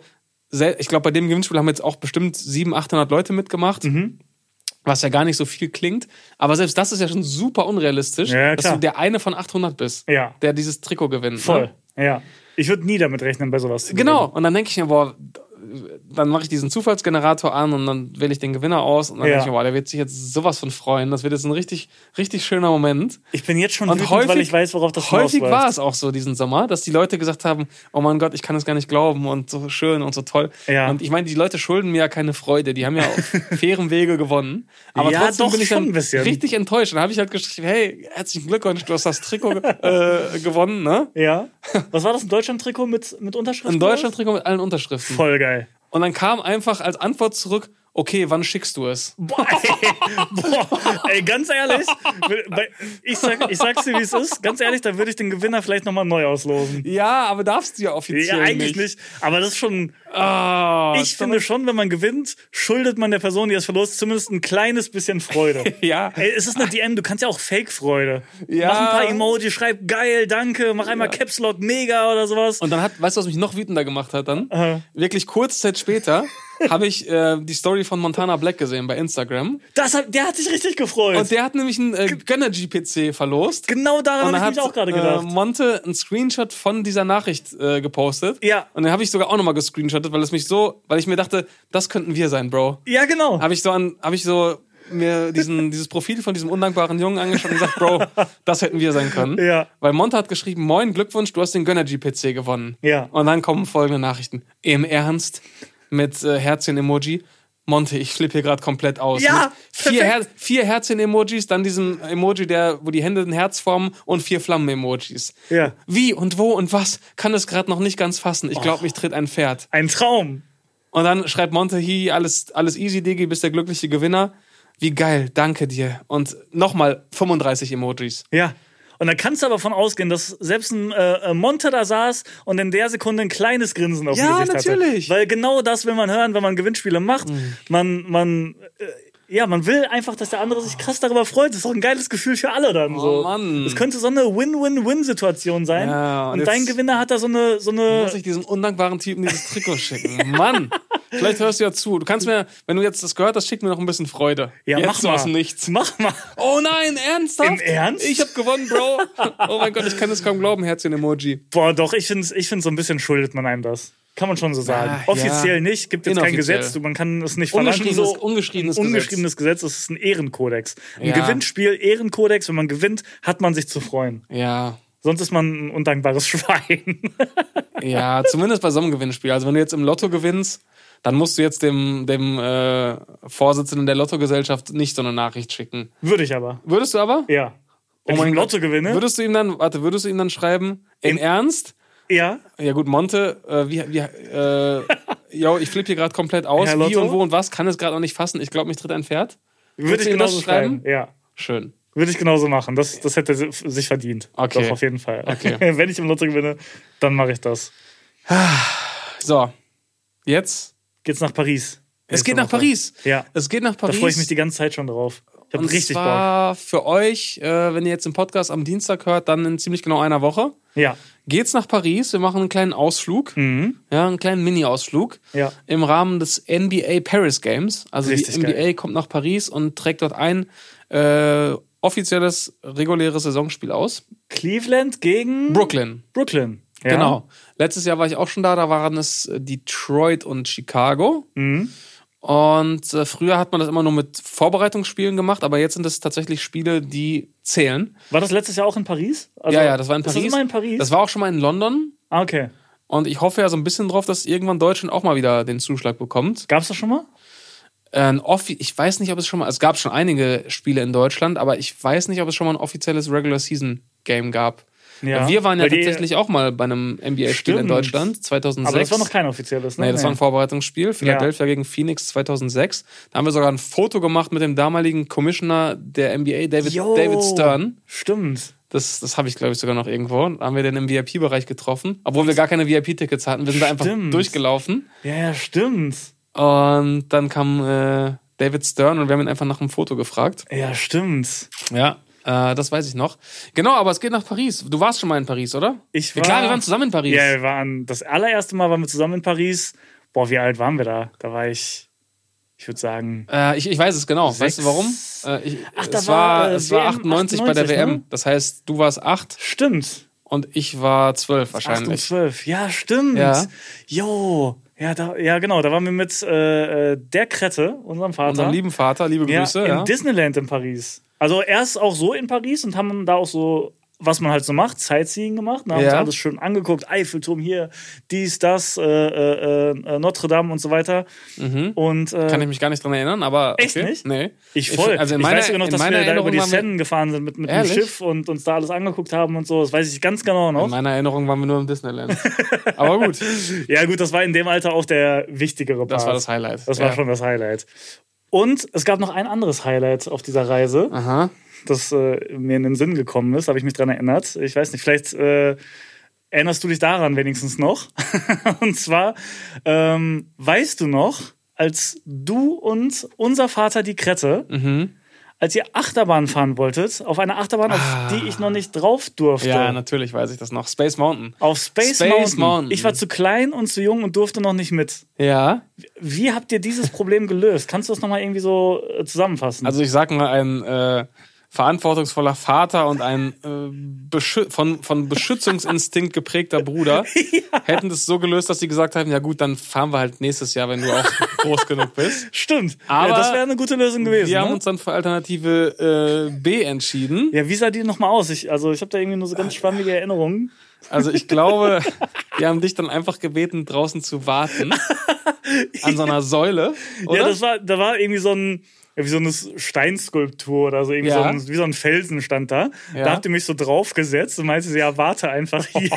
S2: sel- ich glaube, bei dem Gewinnspiel haben jetzt auch bestimmt 700, 800 Leute mitgemacht.
S1: Mhm.
S2: Was ja gar nicht so viel klingt. Aber selbst das ist ja schon super unrealistisch,
S1: Ja,
S2: dass
S1: klar.
S2: du der eine von 800 bist,
S1: Ja.
S2: der dieses Trikot gewinnt.
S1: Voll.
S2: Ne?
S1: Ja. Ich würde nie damit rechnen, bei sowas zu
S2: Genau. Und dann denke ich mir, boah, dann mache ich diesen Zufallsgenerator an und dann wähle ich den Gewinner aus. Und dann
S1: Ja.
S2: denke ich mir, boah, der wird sich jetzt sowas von freuen. Das wird jetzt ein richtig, richtig schöner Moment.
S1: Ich bin jetzt schon
S2: Und
S1: wütend,
S2: häufig,
S1: weil ich weiß, worauf das
S2: häufig
S1: hinausläuft.
S2: war es auch so diesen Sommer, dass die Leute gesagt haben, oh mein Gott, ich kann es gar nicht glauben und so schön und so toll.
S1: Ja.
S2: Und ich meine, die Leute schulden mir ja keine Freude, die haben ja auf fairem Wege gewonnen. Aber
S1: Ja,
S2: trotzdem
S1: doch,
S2: bin ich
S1: schon
S2: dann
S1: ein bisschen.
S2: richtig enttäuscht. Dann habe ich halt geschrieben, hey, herzlichen Glückwunsch, du hast das Trikot äh, gewonnen, ne?
S1: Ja. Was war das? Ein Deutschland-Trikot mit, mit Unterschrift?
S2: Ein Deutschland-Trikot mit allen Unterschriften.
S1: Voll geil.
S2: Und dann kam einfach als Antwort zurück, okay, wann schickst du es?
S1: Boah, ey, boah, ey ganz ehrlich, bei- ich, sag, ich sag's dir, wie es ist. Ganz ehrlich, da würde ich den Gewinner vielleicht nochmal neu auslosen.
S2: Ja, aber darfst du ja
S1: Ja,
S2: offiziell
S1: eigentlich nicht. Aber das ist schon,
S2: Ah,
S1: ich finde schon, wenn man gewinnt, schuldet man der Person, die das verlost, zumindest ein kleines bisschen Freude.
S2: ja.
S1: Ey, es ist eine DM, du kannst ja auch Fake-Freude.
S2: Ja.
S1: Mach ein paar Emoji, schreib geil, danke, mach einmal Caps Lock, mega oder sowas.
S2: Und dann hat, weißt du, was mich noch wütender gemacht hat dann? Wirklich kurze Zeit später habe ich äh, die Story von Montana Black gesehen bei Instagram.
S1: das hat, der hat sich richtig gefreut.
S2: Und der hat nämlich einen äh, Gönnergy-PC verlost.
S1: genau daran
S2: Und
S1: habe
S2: dann
S1: ich mich auch gerade
S2: Äh,
S1: gedacht.
S2: Monte einen Screenshot von dieser Nachricht äh, gepostet.
S1: Ja.
S2: Und dann habe ich sogar auch nochmal gescreenshottet, weil es mich so, weil ich mir dachte, das könnten wir sein, Bro.
S1: ja, genau.
S2: Habe ich so an, habe ich so mir diesen, dieses Profil von diesem undankbaren Jungen angeschaut und gesagt, Bro, das hätten wir sein können.
S1: Ja.
S2: Weil Monte hat geschrieben, moin, Glückwunsch, du hast den Gönnergy-PC gewonnen.
S1: Ja.
S2: Und dann kommen folgende Nachrichten. Im Ernst? Mit äh, Herzchen-Emoji. Monte, ich flippe hier gerade komplett aus.
S1: Ja,
S2: Mit vier, Her vier Herzchen-Emojis, dann diesem Emoji, der, wo die Hände ein Herz formen und vier Flammen-Emojis.
S1: Ja.
S2: Wie und wo und was kann es gerade noch nicht ganz fassen. Ich
S1: Oh.
S2: glaube, mich tritt ein Pferd.
S1: Ein Traum.
S2: Und dann schreibt Monte, hi, alles, alles easy, Digi, bist der glückliche Gewinner. Wie geil, danke dir. Und nochmal 35 Emojis.
S1: Ja. Und da kannst du aber von ausgehen, dass selbst ein äh, äh, Monte da saß und in der Sekunde ein kleines Grinsen auf
S2: Ja,
S1: dem Gesicht
S2: natürlich.
S1: hatte. Weil genau das will man hören, wenn man Gewinnspiele macht.
S2: Mhm.
S1: Man, man, äh, ja, man will einfach, dass der andere sich krass darüber freut. Das ist doch ein geiles Gefühl für alle dann. so.
S2: Oh, Mann.
S1: Es könnte so eine Win-Win-Win-Situation sein.
S2: Ja, und
S1: und dein
S2: jetzt-
S1: Gewinner hat da so eine, so
S2: Muss
S1: eine.
S2: ich diesem undankbaren Typen dieses Trikot schicken? Mann, vielleicht hörst du ja zu. Du kannst mir, wenn du jetzt das gehört hast, schick mir noch ein bisschen Freude.
S1: Ja,
S2: jetzt
S1: mach
S2: so
S1: mal.
S2: aus dem Nichts.
S1: Mach mal.
S2: Oh nein, ernsthaft?
S1: Im Ernst?
S2: Ich hab gewonnen, Bro. Oh mein Gott, ich kann es kaum glauben, Herzchen-Emoji.
S1: Boah, doch, ich finde ich find's so ein bisschen schuldet man einem das. Kann man schon so sagen.
S2: Ah,
S1: Offiziell
S2: ja.
S1: nicht, gibt jetzt kein
S2: Inoffiziell.
S1: Gesetz, du- man kann es nicht verlangen.
S2: Ungeschriebenes,
S1: so.
S2: ungeschriebenes,
S1: ungeschriebenes Gesetz, es ist ein Ehrenkodex. Ein
S2: Ja.
S1: Gewinnspiel, Ehrenkodex, wenn man gewinnt, hat man sich zu freuen.
S2: Gesetz. Ja.
S1: Sonst ist man ein undankbares Schwein.
S2: Ja, zumindest bei so einem Gewinnspiel. Also wenn du jetzt im Lotto gewinnst, dann musst du jetzt dem, dem äh, Vorsitzenden der Lottogesellschaft nicht so eine Nachricht schicken.
S1: Würde ich aber.
S2: Würdest du aber?
S1: Ja. Wenn ich
S2: Oh mein
S1: im
S2: Gott.
S1: Lotto gewinne,
S2: Würdest du ihm dann, warte, würdest du ihm dann schreiben, im Ernst?
S1: ja.
S2: Ja gut, Monte, äh, wie, wie, äh, yo, ich flippe hier gerade komplett aus.
S1: Herr
S2: Wie
S1: Lotto?
S2: und wo und was kann es gerade noch nicht fassen. Ich glaube, mich tritt ein Pferd.
S1: Würde
S2: Würdest
S1: ich
S2: du ihm das
S1: genauso schreiben? Ja.
S2: Schön.
S1: Würde ich genauso machen. Das, das hätte er sich verdient.
S2: Okay.
S1: Doch, auf jeden Fall.
S2: Okay.
S1: Wenn ich im Lotto gewinne, dann mache ich das.
S2: So, jetzt.
S1: Geht's nach Paris.
S2: Es geht
S1: Nächste
S2: nach
S1: Woche.
S2: Paris.
S1: Ja.
S2: Es geht nach
S1: Da
S2: Paris.
S1: freue ich mich die ganze Zeit schon drauf. Ich habe
S2: Und
S1: richtig Bock.
S2: zwar für euch, äh, wenn ihr jetzt den Podcast am Dienstag hört, dann in ziemlich genau einer Woche.
S1: Ja.
S2: Geht's nach Paris, wir machen einen kleinen Ausflug,
S1: Hm.
S2: ja, einen kleinen Mini-Ausflug
S1: Ja.
S2: im Rahmen des NBA Paris Games. Also
S1: Richtig
S2: die NBA
S1: geil.
S2: kommt nach Paris und trägt dort ein äh, offizielles, reguläres Saisonspiel aus.
S1: Cleveland gegen
S2: Brooklyn.
S1: Brooklyn. Ja.
S2: Genau. Letztes Jahr war ich auch schon da, da waren es äh, Detroit und Chicago.
S1: Mhm.
S2: Und äh, früher hat man das immer nur mit Vorbereitungsspielen gemacht, aber jetzt sind es tatsächlich Spiele, die zählen.
S1: War das letztes Jahr auch in Paris? Also,
S2: ja, ja, das war in Paris.
S1: Ist das immer in Paris?
S2: Das war auch schon mal in London.
S1: ah, okay.
S2: Und ich hoffe ja so ein bisschen drauf, dass irgendwann Deutschland auch mal wieder den Zuschlag bekommt.
S1: Gab's das schon mal?
S2: Äh, Ein offi ich weiß nicht, ob es schon mal, es gab schon einige Spiele in Deutschland, aber ich weiß nicht, ob es schon mal ein offizielles Regular Season Game gab.
S1: Ja,
S2: Wir waren ja
S1: weil die-
S2: tatsächlich auch mal bei einem NBA-Spiel in
S1: Stimmt.
S2: Deutschland 2006.
S1: Aber das war noch kein offizielles. Ne?
S2: Nee, das war ein Vorbereitungsspiel. Philadelphia gegen Phoenix 2006. Da haben wir sogar ein Foto gemacht mit dem damaligen Commissioner der NBA, David,
S1: Jo,
S2: David Stern.
S1: Stimmt.
S2: Das, das habe ich, glaube ich, sogar noch irgendwo. Da haben wir den im VIP-Bereich getroffen, obwohl wir gar keine VIP-Tickets hatten. Wir sind da einfach
S1: Stimmt.
S2: durchgelaufen.
S1: Ja, ja, stimmt.
S2: Und dann kam äh, David Stern und wir haben ihn einfach nach einem Foto gefragt.
S1: Ja, stimmt.
S2: Ja. Äh, das weiß ich noch. Genau, aber es geht nach Paris. Du warst schon mal in Paris, oder?
S1: Ich
S2: ja, klar,
S1: war-
S2: wir waren zusammen in Paris.
S1: Ja, wir waren das allererste Mal waren wir zusammen in Paris. Boah, wie alt waren wir da? Da war ich, ich würde sagen,
S2: Äh, ich, ich weiß es genau. Weißt du warum?
S1: Sechs-
S2: Äh, ich,
S1: Ach, da
S2: es
S1: war,
S2: war,
S1: äh,
S2: es war
S1: WM
S2: 98, bei der
S1: 98,
S2: WM.
S1: ne?
S2: Das heißt, du warst 8
S1: stimmt.
S2: und ich war
S1: 8
S2: 12
S1: und
S2: wahrscheinlich.
S1: 12. um Ja, stimmt.
S2: Ja.
S1: Jo. Ja, da, ja, genau. Da waren wir mit äh, äh, der Krette, unserem Vater.
S2: Unserem lieben Vater, liebe
S1: ja,
S2: Grüße.
S1: in
S2: Ja.
S1: Disneyland in Paris. Also erst auch so in Paris und haben da auch so was man halt so macht, Sightseeing gemacht, ne, haben
S2: Ja.
S1: uns alles schön angeguckt, Eiffelturm hier, dies, das, äh, äh, äh, Notre Dame und so weiter. Und äh,
S2: Mhm. Kann ich mich gar nicht dran erinnern, aber.
S1: Echt
S2: okay.
S1: nicht?
S2: Nee.
S1: ich voll.
S2: also in
S1: ich
S2: meiner,
S1: weiß sogar noch,
S2: in
S1: dass
S2: meiner
S1: wir da über
S2: Erinnerung
S1: die
S2: waren wir-
S1: Sennen gefahren sind mit, mit dem
S2: Ehrlich?
S1: Schiff und uns da alles angeguckt haben und so. Das weiß ich ganz genau noch.
S2: In meiner Erinnerung waren wir nur im Disneyland. aber gut,
S1: Ja, gut, das war in dem Alter auch der wichtigere Part.
S2: das war das Highlight.
S1: Das war
S2: Ja.
S1: schon das Highlight. Und es gab noch ein anderes Highlight auf dieser Reise,
S2: Aha.
S1: das äh, mir in den Sinn gekommen ist, habe ich mich dran erinnert. Ich weiß nicht, vielleicht äh, erinnerst du dich daran wenigstens noch. und zwar, ähm, weißt du noch, als du und unser Vater die Krette,
S2: Mhm.
S1: als ihr Achterbahn fahren wolltet, auf einer Achterbahn,
S2: Ah.
S1: auf die ich noch nicht drauf durfte.
S2: Ja, natürlich weiß ich das noch. Space Mountain.
S1: auf Space,
S2: Space
S1: Mountain.
S2: Mountain.
S1: Ich war zu klein und zu jung und durfte noch nicht mit.
S2: Ja.
S1: Wie habt ihr dieses Problem gelöst? Kannst du das nochmal irgendwie so äh, zusammenfassen?
S2: Also ich sag mal, ein äh, verantwortungsvoller Vater und ein äh, beschü von, von Beschützungsinstinkt geprägter Bruder hätten das so gelöst, dass sie gesagt haben, ja gut, dann fahren wir halt nächstes Jahr, wenn du auch groß genug bist.
S1: Stimmt. ja,
S2: Aber
S1: das wäre eine gute Lösung gewesen.
S2: Wir haben
S1: Ne?
S2: uns dann für Alternative äh, B entschieden.
S1: Ja, wie sah die nochmal aus? Ich, also ich habe da irgendwie nur so
S2: Äh,
S1: ganz schwammige Erinnerungen.
S2: Also ich glaube, die haben dich dann einfach gebeten, draußen zu warten. An so einer Säule, oder?
S1: Ja, das war, da war irgendwie so ein wie so eine Steinskulptur oder so, irgendwie
S2: Ja.
S1: so ein, wie so ein Felsen stand da.
S2: Ja. Oh,
S1: Da habt ihr mich so draufgesetzt und meinte, ja, warte einfach hier.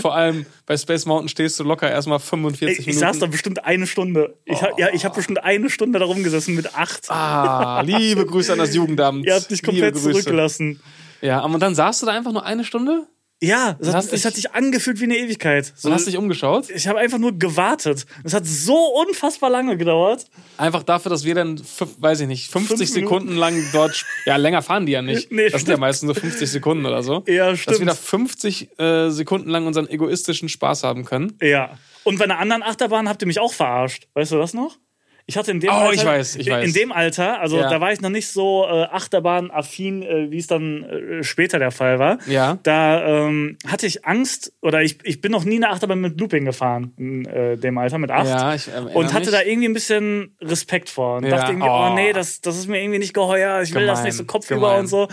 S2: Vor allem bei Space Mountain stehst du locker erstmal 45
S1: ich,
S2: Minuten. Oh.
S1: ich saß da bestimmt eine Stunde. Ich, hab- Ja, ich habe bestimmt eine Stunde da rumgesessen mit acht.
S2: Ah, liebe Grüße an das Jugendamt.
S1: Ihr habt mich komplett
S2: Liebe Grüße.
S1: zurückgelassen.
S2: Ja, aber dann saßt du da einfach nur eine Stunde
S1: Ja, es
S2: hast
S1: hat, es
S2: dich-
S1: hat sich angefühlt wie eine Ewigkeit.
S2: und
S1: So,
S2: hast dich umgeschaut.
S1: ich habe einfach nur gewartet. Es hat so unfassbar lange gedauert.
S2: Einfach dafür, dass wir dann, fünf- weiß ich nicht, 50
S1: Fünf Minuten.
S2: Sekunden lang dort. sp- Ja, länger fahren die ja nicht.
S1: Nee,
S2: das sind ja
S1: stimmt.
S2: meistens so 50 Sekunden oder so.
S1: Ja,
S2: Dass wir
S1: stimmt.
S2: da 50 äh, Sekunden lang unseren egoistischen Spaß haben können.
S1: Ja. Und bei einer anderen Achterbahn habt ihr mich auch verarscht. Weißt du das noch? Ich hatte in dem
S2: Oh,
S1: Alter,
S2: ich weiß, ich weiß.
S1: In dem Alter, also
S2: Ja.
S1: da war ich noch nicht so äh, Achterbahn-affin, äh, wie es dann äh, später der Fall war.
S2: Ja.
S1: Da ähm, hatte ich Angst, oder ich, ich bin noch nie eine Achterbahn mit Looping gefahren, in äh, dem Alter, mit acht.
S2: Ja, ich erinnere
S1: und hatte
S2: mich.
S1: da irgendwie ein bisschen Respekt vor und
S2: Ja.
S1: dachte irgendwie, oh,
S2: Oh.
S1: nee, das, das ist mir irgendwie nicht geheuer, ich will das
S2: Gemein,
S1: nicht so kopfüber
S2: gemein.
S1: und so.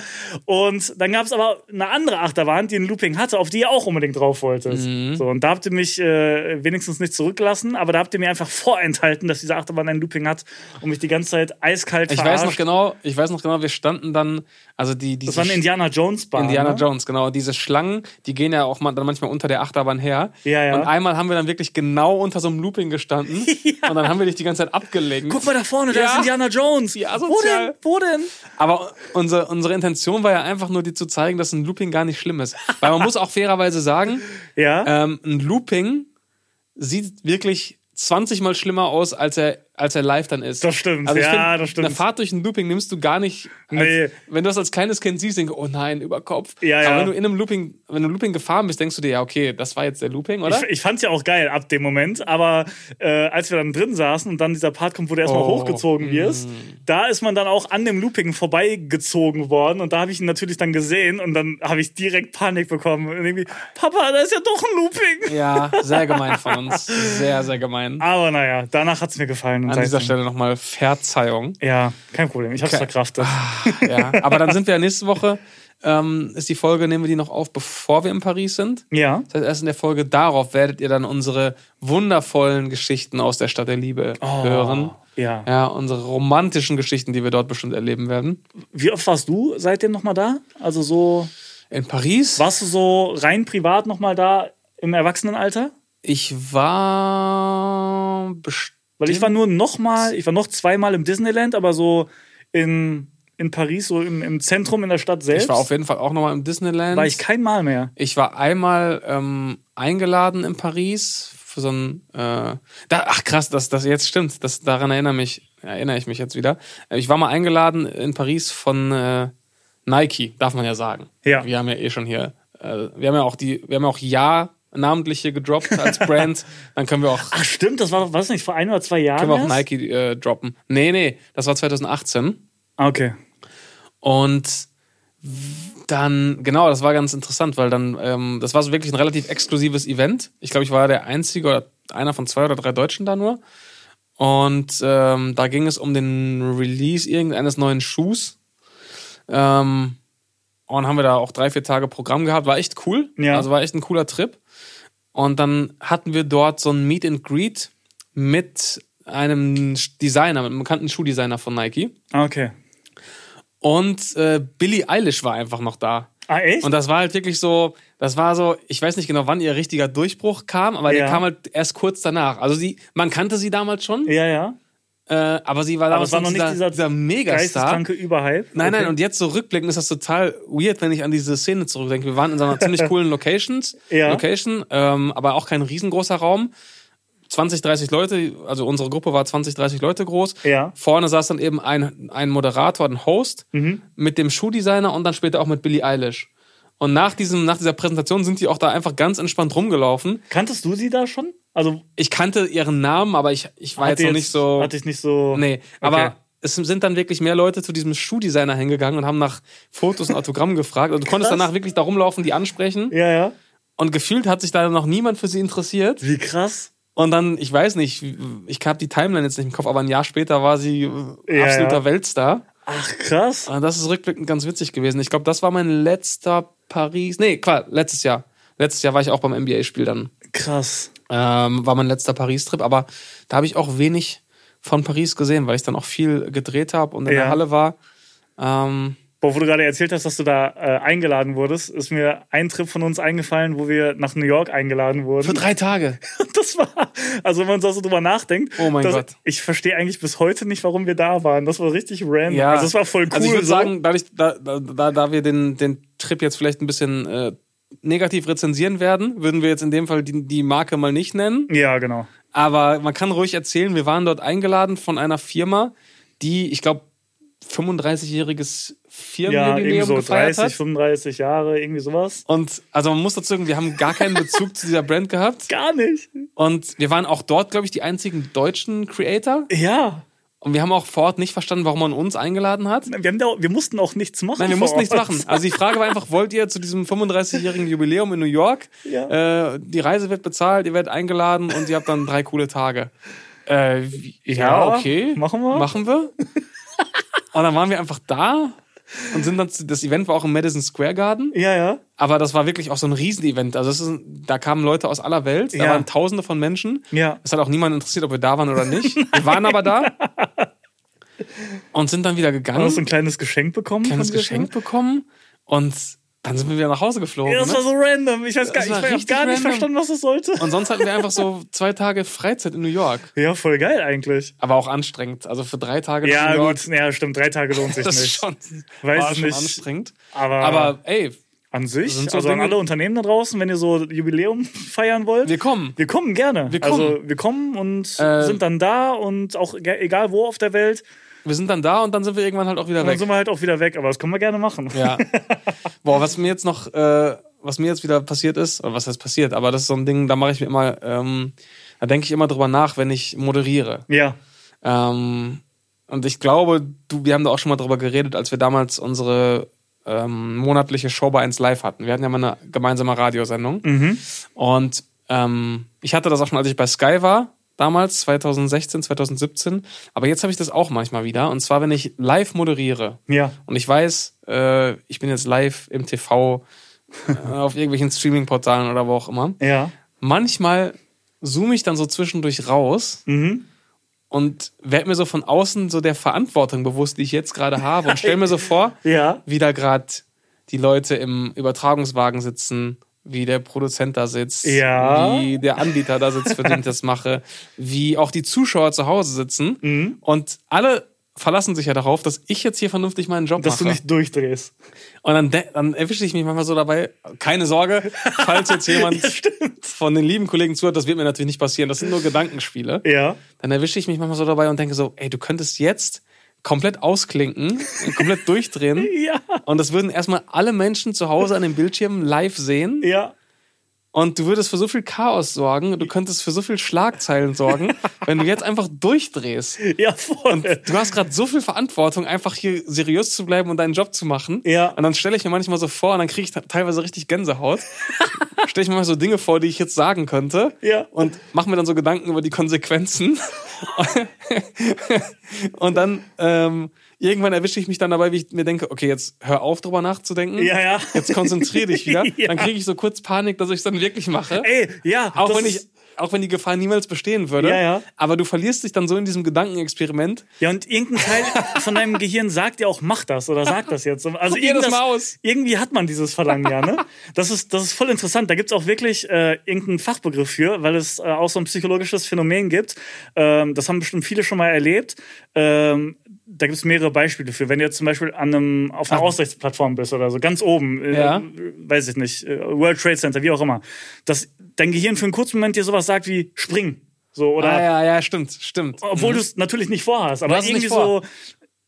S1: Und dann gab es aber eine andere Achterbahn, die ein Looping hatte, auf die ihr auch unbedingt drauf wolltet.
S2: Mhm.
S1: So, und da habt ihr mich äh, wenigstens nicht zurückgelassen, aber da habt ihr mir einfach vorenthalten, dass diese Achterbahn ein Looping hat und mich die ganze Zeit eiskalt
S2: Ich
S1: verarscht.
S2: weiß noch genau, ich weiß noch genau, wir standen dann, also die, die
S1: das war eine Indiana Jones Bahn.
S2: Indiana
S1: ne?
S2: Jones, genau. Diese Schlangen, die gehen ja auch mal, dann manchmal unter der Achterbahn her.
S1: Ja, ja.
S2: Und einmal haben wir dann wirklich genau unter so einem Looping gestanden. Und dann haben wir dich die ganze Zeit abgelenkt.
S1: Guck mal da vorne, da
S2: Ja.
S1: ist Indiana Jones.
S2: Ja,
S1: wo denn?
S2: asozial.
S1: Wo denn?
S2: Aber unsere, unsere Intention war ja einfach nur, dir zu zeigen, dass ein Looping gar nicht schlimm ist. Weil man muss auch fairerweise sagen,
S1: Ja.
S2: ähm, ein Looping sieht wirklich 20 Mal schlimmer aus, als er, als er live dann ist. Also
S1: Das stimmt,
S2: ich
S1: ja,
S2: find,
S1: das stimmt.
S2: Eine Fahrt durch ein Looping nimmst du gar nicht. Als,
S1: Nee.
S2: Wenn du das als kleines Kind siehst, denkst du, oh nein, über Kopf.
S1: Ja,
S2: Aber
S1: ja.
S2: wenn du in einem Looping, wenn du im Looping gefahren bist, denkst du dir, ja, okay, das war jetzt der Looping, oder?
S1: Ich, ich fand's ja auch geil ab dem Moment, aber äh, als wir dann drin saßen und dann dieser Part kommt, wo du erstmal
S2: Oh,
S1: hochgezogen wirst, da ist man dann auch an dem Looping vorbeigezogen worden und da habe ich ihn natürlich dann gesehen und dann habe ich direkt Panik bekommen und irgendwie, Papa, da ist ja doch ein Looping.
S2: ja, sehr gemein von uns. Sehr, sehr gemein.
S1: Aber naja, danach hat's mir gefallen. und
S2: An dieser
S1: seitdem-
S2: Stelle nochmal Verzeihung.
S1: Ja, kein Problem, ich hab's
S2: Okay. Ah.
S1: verkraftet.
S2: Ja, aber dann sind wir ja nächste Woche, ähm, ist die Folge, nehmen wir die noch auf, bevor wir in Paris sind.
S1: Ja.
S2: Das heißt, erst in der Folge darauf werdet ihr dann unsere wundervollen Geschichten aus der Stadt der Liebe
S1: Oh.
S2: hören.
S1: ja.
S2: Ja, unsere romantischen Geschichten, die wir dort bestimmt erleben werden.
S1: Wie oft warst du seitdem nochmal da? Also so,
S2: In Paris?
S1: warst du so rein privat nochmal da im Erwachsenenalter?
S2: Ich war bestimmt.
S1: Weil ich war nur nochmal, ich war noch zweimal im Disneyland, aber so in, in Paris, so im, im Zentrum in der Stadt selbst,
S2: Ich war auf jeden Fall auch nochmal im Disneyland.
S1: war ich kein Mal mehr.
S2: Ich war einmal ähm, eingeladen in Paris für so ein. Äh, da, ach krass, das, das jetzt stimmt. Das, daran erinnere, mich, erinnere ich mich jetzt wieder. Äh, Ich war mal eingeladen in Paris von äh, Nike, darf man ja sagen.
S1: Ja.
S2: Wir haben ja eh schon hier. Äh, wir haben ja auch die, wir haben ja auch Ja namentlich hier gedroppt als Brand. Dann können wir auch,
S1: Ach stimmt, das war doch, weiß nicht, vor ein oder zwei Jahren.
S2: können wir auch
S1: erst?
S2: Nike äh, droppen. Nee, nee, das war 2018.
S1: Ah, okay.
S2: Und dann, genau, das war ganz interessant, weil dann, ähm, das war so wirklich ein relativ exklusives Event. Ich glaube, ich war der einzige oder einer von zwei oder drei Deutschen da nur. Und ähm, da ging es um den Release irgendeines neuen Schuhs. Ähm, Und haben wir da auch drei, vier Tage Programm gehabt. War echt cool.
S1: Ja.
S2: Also war echt ein cooler Trip. Und dann hatten wir dort so ein Meet and Greet mit einem Designer, mit einem bekannten Schuhdesigner von Nike.
S1: Ah, okay.
S2: Und äh, Billie Eilish war einfach noch da.
S1: Ah, echt?
S2: Und das war halt wirklich so, das war so, ich weiß nicht genau, wann ihr richtiger Durchbruch kam, aber
S1: Ja.
S2: der kam halt erst kurz danach. Also sie, man kannte sie damals schon,
S1: ja, ja.
S2: äh, aber sie war
S1: Aber
S2: damals
S1: es war noch
S2: noch
S1: nicht dieser,
S2: dieser Megastar.
S1: geisteskranke Überhype.
S2: Nein, nein,
S1: Okay.
S2: und jetzt so rückblickend ist das total weird, wenn ich an diese Szene zurückdenke. Wir waren in so einer ziemlich coolen Locations,
S1: Ja.
S2: Location, ähm, aber auch kein riesengroßer Raum. 20, 30 Leute, also unsere Gruppe war 20, 30 Leute groß.
S1: Ja.
S2: Vorne saß dann eben ein, ein Moderator, ein Host
S1: Mhm.
S2: mit dem Schuhdesigner und dann später auch mit Billie Eilish. Und nach, diesem, nach dieser Präsentation sind die auch da einfach ganz entspannt rumgelaufen.
S1: Kanntest du sie da schon? Also
S2: Ich kannte ihren Namen, aber ich, ich war jetzt
S1: hatte
S2: noch nicht so.
S1: Hatte ich nicht so.
S2: Nee, aber es sind dann wirklich mehr Leute zu diesem Schuhdesigner hingegangen und haben nach Fotos und Autogrammen gefragt. Also du konntest
S1: Krass.
S2: danach wirklich da rumlaufen, die ansprechen.
S1: Ja, ja.
S2: Und gefühlt hat sich da noch niemand für sie interessiert.
S1: Wie krass.
S2: Und dann, ich weiß nicht, ich habe die Timeline jetzt nicht im Kopf, aber ein Jahr später war sie äh,
S1: Ja,
S2: absoluter
S1: ja.
S2: Weltstar.
S1: Ach, krass.
S2: Und das ist rückblickend ganz witzig gewesen. Ich glaube, das war mein letzter Paris. Nee, klar, letztes Jahr. Letztes Jahr war ich auch beim NBA-Spiel dann.
S1: Krass.
S2: Ähm, war mein letzter Paris-Trip, aber da habe ich auch wenig von Paris gesehen, weil ich dann auch viel gedreht habe und in
S1: Ja.
S2: der Halle war. Ähm,
S1: Boah, wo du gerade erzählt hast, dass du da äh, eingeladen wurdest, ist mir ein Trip von uns eingefallen, wo wir nach New York eingeladen
S2: für
S1: wurden.
S2: drei Tage.
S1: Das war, also wenn man so so drüber nachdenkt,
S2: Oh mein
S1: das,
S2: Gott.
S1: ich verstehe eigentlich bis heute nicht, warum wir da waren. Das war richtig random. Also das war voll cool.
S2: Also ich würde
S1: so.
S2: sagen, dadurch, da, da, da, da wir den, den Trip jetzt vielleicht ein bisschen äh, negativ rezensieren werden, würden wir jetzt in dem Fall die, die Marke mal nicht nennen.
S1: ja, genau.
S2: Aber man kann ruhig erzählen, wir waren dort eingeladen von einer Firma, die, ich glaube, 35-jähriges
S1: Ja, irgendwie
S2: Firmenjubiläum
S1: so
S2: gefeiert
S1: 30,
S2: hat.
S1: 35 Jahre, irgendwie sowas.
S2: Und also man muss dazu sagen, wir haben gar keinen Bezug zu dieser Brand gehabt.
S1: Gar nicht.
S2: Und wir waren auch dort, glaube ich, die einzigen deutschen Creator.
S1: Ja.
S2: Und wir haben auch vor Ort nicht verstanden, warum man uns eingeladen hat.
S1: Wir, haben da, wir mussten auch nichts machen.
S2: Nein, wir
S1: vor
S2: mussten nichts
S1: Ort.
S2: machen. Also die Frage war einfach, wollt ihr zu diesem 35-jährigen Jubiläum in New York?
S1: Ja.
S2: Äh, die Reise wird bezahlt, ihr werdet eingeladen und ihr habt dann drei coole Tage. Äh, wie-
S1: Ja,
S2: ja, okay.
S1: machen wir.
S2: Machen wir. Und dann waren wir einfach da und sind dann, zu, das Event war auch im Madison Square Garden.
S1: Ja, ja.
S2: Aber das war wirklich auch so ein Riesenevent. Also es ist, ein- da kamen Leute aus aller Welt, da
S1: Ja.
S2: waren Tausende von Menschen.
S1: Ja.
S2: Es hat auch niemand interessiert, ob wir da waren oder nicht. Wir waren aber da und sind dann wieder gegangen,
S1: Du hast du
S2: haben
S1: ein kleines Geschenk bekommen? von
S2: uns
S1: dir?
S2: geschenkt bekommen und dann sind wir wieder nach Hause geflogen.
S1: Ja, das war
S2: Ne?
S1: so random. Ich weiß gar,
S2: Das
S1: ich
S2: war
S1: hab
S2: richtig
S1: gar nicht
S2: random.
S1: verstanden, was das sollte.
S2: Und sonst hatten wir einfach so zwei Tage Freizeit in New York.
S1: Ja, voll geil eigentlich.
S2: Aber auch anstrengend. Also für drei Tage nach
S1: Ja,
S2: New York,
S1: gut. Ja, stimmt. Drei Tage lohnt sich
S2: das ist
S1: nicht.
S2: schon,
S1: Weiß
S2: war
S1: ich
S2: schon
S1: nicht.
S2: anstrengend.
S1: Aber,
S2: Aber ey,
S1: an sich,
S2: sind so
S1: also an
S2: Dinge-
S1: alle Unternehmen da draußen, wenn ihr so Jubiläum feiern wollt,
S2: wir kommen.
S1: wir kommen gerne.
S2: Wir
S1: Also wir kommen und
S2: Äh,
S1: sind dann da und auch ge- egal wo auf der Welt,
S2: Wir sind dann da und dann sind wir irgendwann halt auch wieder
S1: dann
S2: weg.
S1: sind wir halt auch wieder weg. Aber das können wir gerne machen.
S2: Ja. Boah, was mir jetzt noch, äh, was mir jetzt wieder passiert ist, oder was heißt passiert, aber das ist so ein Ding, da mache ich mir immer, ähm, da denke ich immer drüber nach, wenn ich moderiere.
S1: Ja.
S2: Ähm, und ich glaube, du, wir haben da auch schon mal drüber geredet, als wir damals unsere ähm, monatliche Show bei 1 Live hatten. Wir hatten ja mal eine gemeinsame Radiosendung. Und ähm, ich hatte das auch schon, als ich bei Sky war, damals, 2016, 2017. Aber jetzt habe ich das auch manchmal wieder. Und zwar, wenn ich live moderiere.
S1: Ja.
S2: Und ich weiß, äh, ich bin jetzt live im TV, äh, auf irgendwelchen Streaming-Portalen oder wo auch immer.
S1: Ja.
S2: Manchmal zoome ich dann so zwischendurch raus
S1: Mhm.
S2: und werde mir so von außen so der Verantwortung bewusst, die ich jetzt gerade habe. Und stell mir so vor,
S1: Ja.
S2: wie da gerade die Leute im Übertragungswagen sitzen, wie der Produzent da sitzt,
S1: Ja.
S2: wie der Anbieter da sitzt, für den ich das mache, wie auch die Zuschauer zu Hause sitzen.
S1: Mhm.
S2: Und alle verlassen sich ja darauf, dass ich jetzt hier vernünftig meinen Job
S1: Dass
S2: mache.
S1: du nicht durchdrehst.
S2: Und dann, de- dann erwische ich mich manchmal so dabei, keine Sorge, falls jetzt jemand von den lieben Kollegen zuhört, das wird mir natürlich nicht passieren, das sind nur Gedankenspiele.
S1: Ja.
S2: Dann erwische ich mich manchmal so dabei und denke so, ey, du könntest jetzt komplett ausklinken, komplett durchdrehen.
S1: Ja.
S2: Und das würden erstmal alle Menschen zu Hause an den Bildschirmen live sehen.
S1: Ja.
S2: Und du würdest für so viel Chaos sorgen, du könntest für so viel Schlagzeilen sorgen, wenn du jetzt einfach durchdrehst.
S1: Ja, voll.
S2: Du hast gerade so viel Verantwortung, einfach hier seriös zu bleiben und deinen Job zu machen.
S1: Ja.
S2: Und dann stelle ich mir manchmal so vor, und dann kriege ich ta- teilweise richtig Gänsehaut. stelle ich mir mal so Dinge vor, die ich jetzt sagen könnte.
S1: Ja.
S2: Und mache mir dann so Gedanken über die Konsequenzen. und dann ähm, irgendwann erwische ich mich dann dabei, wie ich mir denke, okay, jetzt hör auf, drüber nachzudenken.
S1: Ja, ja.
S2: Jetzt konzentriere dich wieder.
S1: Ja.
S2: Dann kriege ich so kurz Panik, dass ich es dann wirklich mache.
S1: Ey, ja.
S2: auch
S1: das
S2: wenn ich
S1: ist-
S2: auch wenn die Gefahr niemals bestehen würde.
S1: Ja, ja.
S2: Aber du verlierst dich dann so in diesem Gedankenexperiment.
S1: Ja, und irgendein Teil von deinem Gehirn sagt ja auch, mach das oder sag das jetzt. Also
S2: Probier das
S1: irgendwas-
S2: mal aus.
S1: Irgendwie hat man dieses Verlangen ja, ne? Das ist, das ist voll interessant. Da gibt's auch wirklich äh, irgendeinen Fachbegriff für, weil es äh, auch so ein psychologisches Phänomen gibt. Ähm, das haben bestimmt viele schon mal erlebt. Ähm, da gibt's mehrere Beispiele für. Wenn du jetzt zum Beispiel an einem, auf einer Aussichtsplattform bist oder so, ganz oben, äh,
S2: Ah. Ja.
S1: weiß ich nicht, äh, World Trade Center, wie auch immer, dass dein Gehirn für einen kurzen Moment dir sowas sagt wie spring. So, oder
S2: ah, Oh, ja, ja, stimmt, stimmt.
S1: obwohl du es natürlich nicht vorhast, aber
S2: Mhm. hast es
S1: irgendwie
S2: nicht vor.
S1: so.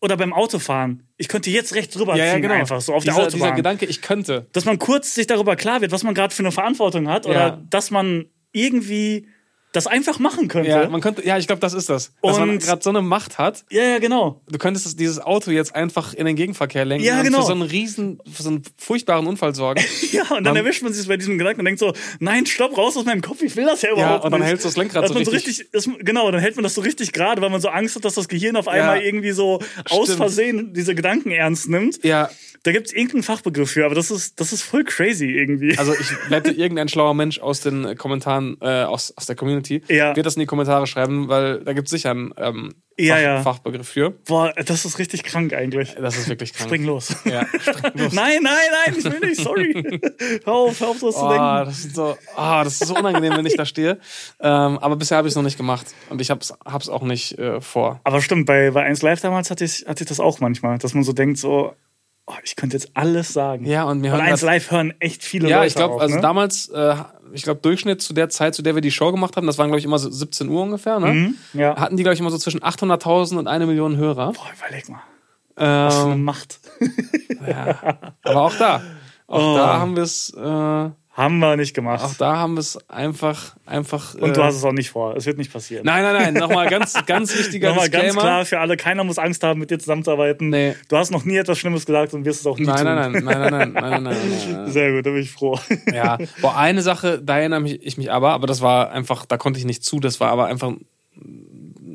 S1: Oder beim Autofahren. Ich könnte jetzt rechts rüberziehen,
S2: ja, ja, genau.
S1: einfach so auf
S2: dieser,
S1: der
S2: dieser
S1: Autobahn.
S2: Gedanke, ich könnte.
S1: dass man kurz sich darüber klar wird, was man gerade für eine Verantwortung hat
S2: Ja.
S1: oder dass man irgendwie das einfach machen könnte.
S2: Ja,
S1: Ja,
S2: man könnte, ja, ich glaube, das ist das. Dass man
S1: Und-
S2: gerade so eine Macht hat,
S1: ja, genau.
S2: du könntest das, dieses Auto jetzt einfach in den Gegenverkehr lenken
S1: Ja, genau.
S2: und für so einen riesen, für so einen furchtbaren Unfall sorgen.
S1: Ja, und dann erwischt man sich bei diesem Gedanken und denkt so, nein, stopp, raus aus meinem Kopf, ich will das ja überhaupt
S2: und dann
S1: nicht.
S2: hältst du das Lenkrad
S1: Dass
S2: so
S1: man
S2: richtig-
S1: dass man- genau, dann hält man das so richtig gerade, weil man so Angst hat, dass das Gehirn auf einmal irgendwie so aus
S2: Stimmt.
S1: Versehen diese Gedanken ernst nimmt.
S2: ja,
S1: Da gibt's irgendeinen Fachbegriff für, aber das ist, das ist voll crazy irgendwie.
S2: also ich wette, irgendein schlauer Mensch aus den äh, Kommentaren, äh, aus, aus der Community,
S1: Ja.
S2: wird das in die Kommentare schreiben, weil da gibt es sicher einen ähm,
S1: Ja,
S2: Fach,
S1: ja.
S2: Fachbegriff für.
S1: Boah, das ist richtig krank eigentlich.
S2: Äh, Das ist wirklich krank.
S1: Spring los.
S2: Ja, spring los.
S1: Nein, nein, nein, ich will nicht, sorry. hör auf, hör auf, so zu denken.
S2: Oh, das, ist so, ah, das ist so unangenehm, wenn ich da stehe. Ähm, aber bisher habe ich es noch nicht gemacht. Und ich habe es auch nicht äh, vor.
S1: Aber stimmt, bei, bei 1 Live damals hatte ich, hatte ich das auch manchmal, dass man so denkt, so, oh, ich könnte jetzt alles sagen.
S2: Ja, und mir
S1: Weil
S2: hören
S1: 1
S2: das,
S1: Live hören echt viele
S2: Ja,
S1: Leute.
S2: ich glaube,
S1: auch,
S2: also
S1: ne?
S2: damals, äh, ich glaube, Durchschnitt zu der Zeit, zu der wir die Show gemacht haben, das waren, glaube ich, immer so 17 Uhr ungefähr, ne?
S1: Hm? ja.
S2: Hatten die, glaube ich, immer so zwischen 800.000 und 1 Million Hörer.
S1: Boah, überleg mal. Was für eine
S2: Ähm,
S1: Macht.
S2: aber auch da. Auch
S1: Oh.
S2: da haben wir es, äh, auch
S1: Haben wir nicht gemacht.
S2: da haben wir es einfach, einfach.
S1: Und du
S2: äh,
S1: hast es auch nicht vor. Es wird nicht passieren.
S2: Nein, nein, nein. Nochmal ganz, ganz wichtiger
S1: Nochmal
S2: Disclaimer.
S1: ganz klar für alle, keiner muss Angst haben, mit dir zusammenzuarbeiten.
S2: Nee.
S1: Du hast noch nie etwas Schlimmes gesagt und wirst es auch nie tun.
S2: Nein, nein, nein, nein, nein, nein, nein, nein, nein, nein, nein.
S1: Sehr gut, da bin ich froh.
S2: Ja, boah, eine Sache, da erinnere mich- ich mich aber, aber das war einfach, da konnte ich nicht zu, das war aber einfach ein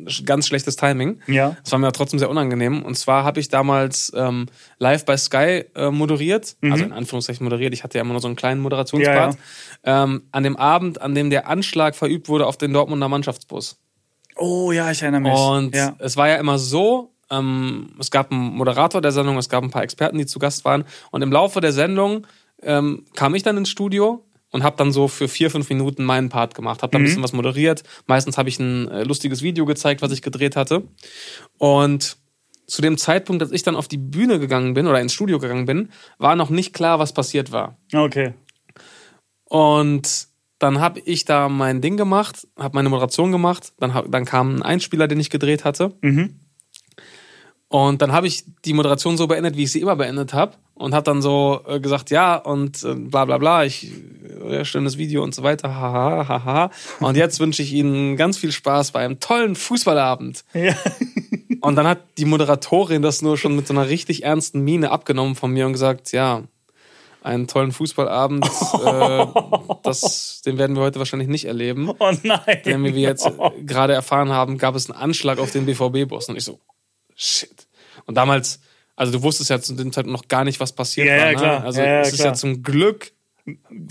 S2: sch- ganz schlechtes Timing.
S1: Ja.
S2: Das war mir aber trotzdem sehr unangenehm. Und zwar habe ich damals ähm, live bei Sky äh, moderiert, also in Anführungszeichen moderiert, ich hatte ja immer nur so einen kleinen Moderationspart, Ähm, an dem Abend, an dem der Anschlag verübt wurde auf den Dortmunder Mannschaftsbus.
S1: Oh ja, ich erinnere mich.
S2: Und
S1: ja.
S2: es war ja immer so, ähm, es gab einen Moderator der Sendung, es gab ein paar Experten, die zu Gast waren. Und im Laufe der Sendung ähm, kam ich dann ins Studio und habe dann so für vier, fünf Minuten meinen Part gemacht, habe dann ein bisschen was moderiert. Meistens habe ich ein äh, lustiges Video gezeigt, was ich gedreht hatte. Und zu dem Zeitpunkt, als ich dann auf die Bühne gegangen bin oder ins Studio gegangen bin, war noch nicht klar, was passiert war.
S1: Okay.
S2: Und dann habe ich da mein Ding gemacht, habe meine Moderation gemacht, dann, hab, dann kam ein Einspieler, den ich gedreht hatte.
S1: Mhm.
S2: Und dann habe ich die Moderation so beendet, wie ich sie immer beendet habe. Und habe dann so äh, gesagt, ja, und äh, bla bla bla, ich, äh, schönes Video und so weiter, haha, haha. Und jetzt wünsche ich Ihnen ganz viel Spaß bei einem tollen Fußballabend.
S1: Ja.
S2: Und dann hat die Moderatorin das nur schon mit so einer richtig ernsten Miene abgenommen von mir und gesagt, ja, einen tollen Fußballabend, äh, das, den werden wir heute wahrscheinlich nicht erleben.
S1: Oh nein.
S2: Denn wie wir jetzt gerade erfahren haben, gab es einen Anschlag auf den BVB-Boss. Und ich so, shit. Und damals, also du wusstest ja zu dem Zeitpunkt noch gar nicht, was passiert
S1: Ja,
S2: war.
S1: ja,
S2: ne?
S1: klar.
S2: Also
S1: Ja, ja,
S2: es ist ja
S1: klar.
S2: zum Glück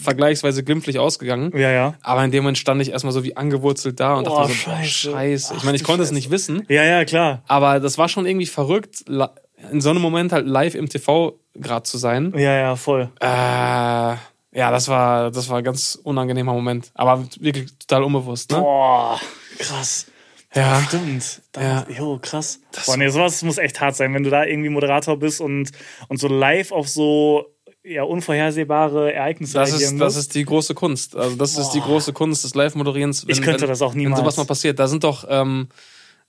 S2: vergleichsweise glimpflich ausgegangen.
S1: Ja, ja.
S2: Aber in dem Moment stand ich erstmal so wie angewurzelt da und
S1: Oh,
S2: dachte mir so,
S1: scheiße.
S2: boah, scheiße. Ich
S1: Ach,
S2: meine, ich
S1: du
S2: konnte es nicht wissen.
S1: Ja, ja, klar.
S2: Aber das war schon irgendwie verrückt, li- in so einem Moment halt live im TV gerade zu sein.
S1: Ja, ja, voll.
S2: Äh, ja, das war, das war ein ganz unangenehmer Moment. Aber wirklich total unbewusst, ne?
S1: Boah, krass.
S2: Ja.
S1: Stimmt.
S2: Ja.
S1: Da, Jo, krass. Boah, nee, sowas muss echt hart sein, wenn du da irgendwie Moderator bist und, und so live auf so ja, unvorhersehbare Ereignisse
S2: Das
S1: reagieren
S2: ist, das
S1: musst.
S2: ist die große Kunst. Also, das ist die große Kunst des Live-Moderierens.
S1: Ich
S2: wenn-
S1: könnte
S2: wenn-
S1: das auch niemals.
S2: Wenn sowas mal passiert. Da sind doch ähm,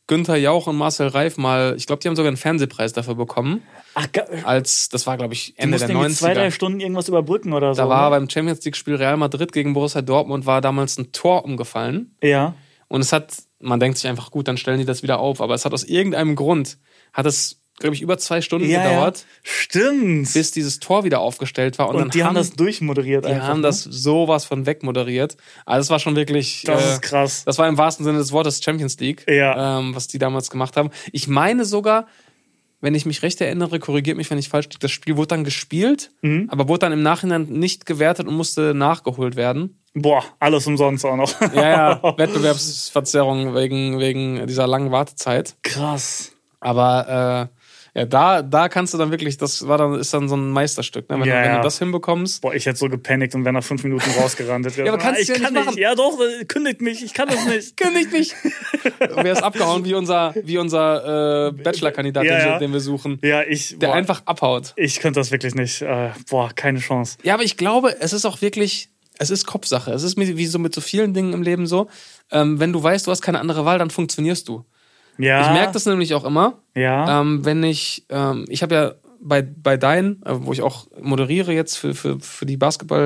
S2: Günther Jauch und Marcel Reif mal, ich glaube, die haben sogar einen Fernsehpreis dafür bekommen.
S1: Ach, ge-
S2: Als, das war, glaube ich,
S1: du
S2: Ende
S1: musst
S2: der
S1: irgendwie
S2: 90er.
S1: zwei, drei Stunden irgendwas überbrücken oder so.
S2: da war
S1: ne?
S2: beim Champions League-Spiel Real Madrid gegen Borussia Dortmund war damals ein Tor umgefallen.
S1: Ja.
S2: Und es hat, man denkt sich einfach, gut, dann stellen die das wieder auf. Aber es hat aus irgendeinem Grund, hat es, glaube ich, über zwei Stunden
S1: Ja, ja.
S2: gedauert,
S1: Stimmt.
S2: bis dieses Tor wieder aufgestellt war. Und,
S1: und
S2: dann
S1: die haben,
S2: haben
S1: das durchmoderiert
S2: die
S1: einfach. ne?
S2: haben das sowas von wegmoderiert. Also es war schon wirklich.
S1: Das
S2: äh,
S1: ist krass.
S2: Das war im wahrsten Sinne des Wortes Champions League,
S1: Ja.
S2: ähm, was die damals gemacht haben. Ich meine sogar, wenn ich mich recht erinnere, korrigiert mich, wenn ich falsch liege, das Spiel wurde dann gespielt,
S1: Mhm.
S2: aber wurde dann im Nachhinein nicht gewertet und musste nachgeholt werden.
S1: Boah, alles umsonst auch noch.
S2: Ja, ja, Wettbewerbsverzerrung wegen, wegen dieser langen Wartezeit.
S1: Krass.
S2: Aber äh, ja, da, da kannst du dann wirklich, das war dann, ist dann so ein Meisterstück, ne? Wenn,
S1: Ja,
S2: du, wenn
S1: ja.
S2: du das hinbekommst.
S1: Boah, ich hätte so gepanikt und wäre nach fünf Minuten rausgerandet.
S2: Ja, aber kannst
S1: ich
S2: du ja
S1: kann
S2: nicht machen.
S1: Ja, doch, äh, kündigt mich, ich kann das nicht.
S2: Kündigt mich! Wäre es abgehauen wie unser, wie unser äh, Bachelor-Kandidat,
S1: Ja,
S2: den, wir-
S1: ja.
S2: den wir suchen,
S1: ja, ich.
S2: der
S1: boah,
S2: einfach abhaut.
S1: Ich könnte das wirklich nicht. Äh, boah, keine Chance.
S2: Ja, aber ich glaube, es ist auch wirklich, es ist Kopfsache. Es ist mit- wie so mit so vielen Dingen im Leben so. Ähm, wenn du weißt, du hast keine andere Wahl, dann funktionierst du.
S1: Ja.
S2: Ich merke das nämlich auch immer,
S1: Ja.
S2: ähm, wenn ich, ähm, ich habe ja bei, bei Dein, äh, wo ich auch moderiere jetzt für, für, für die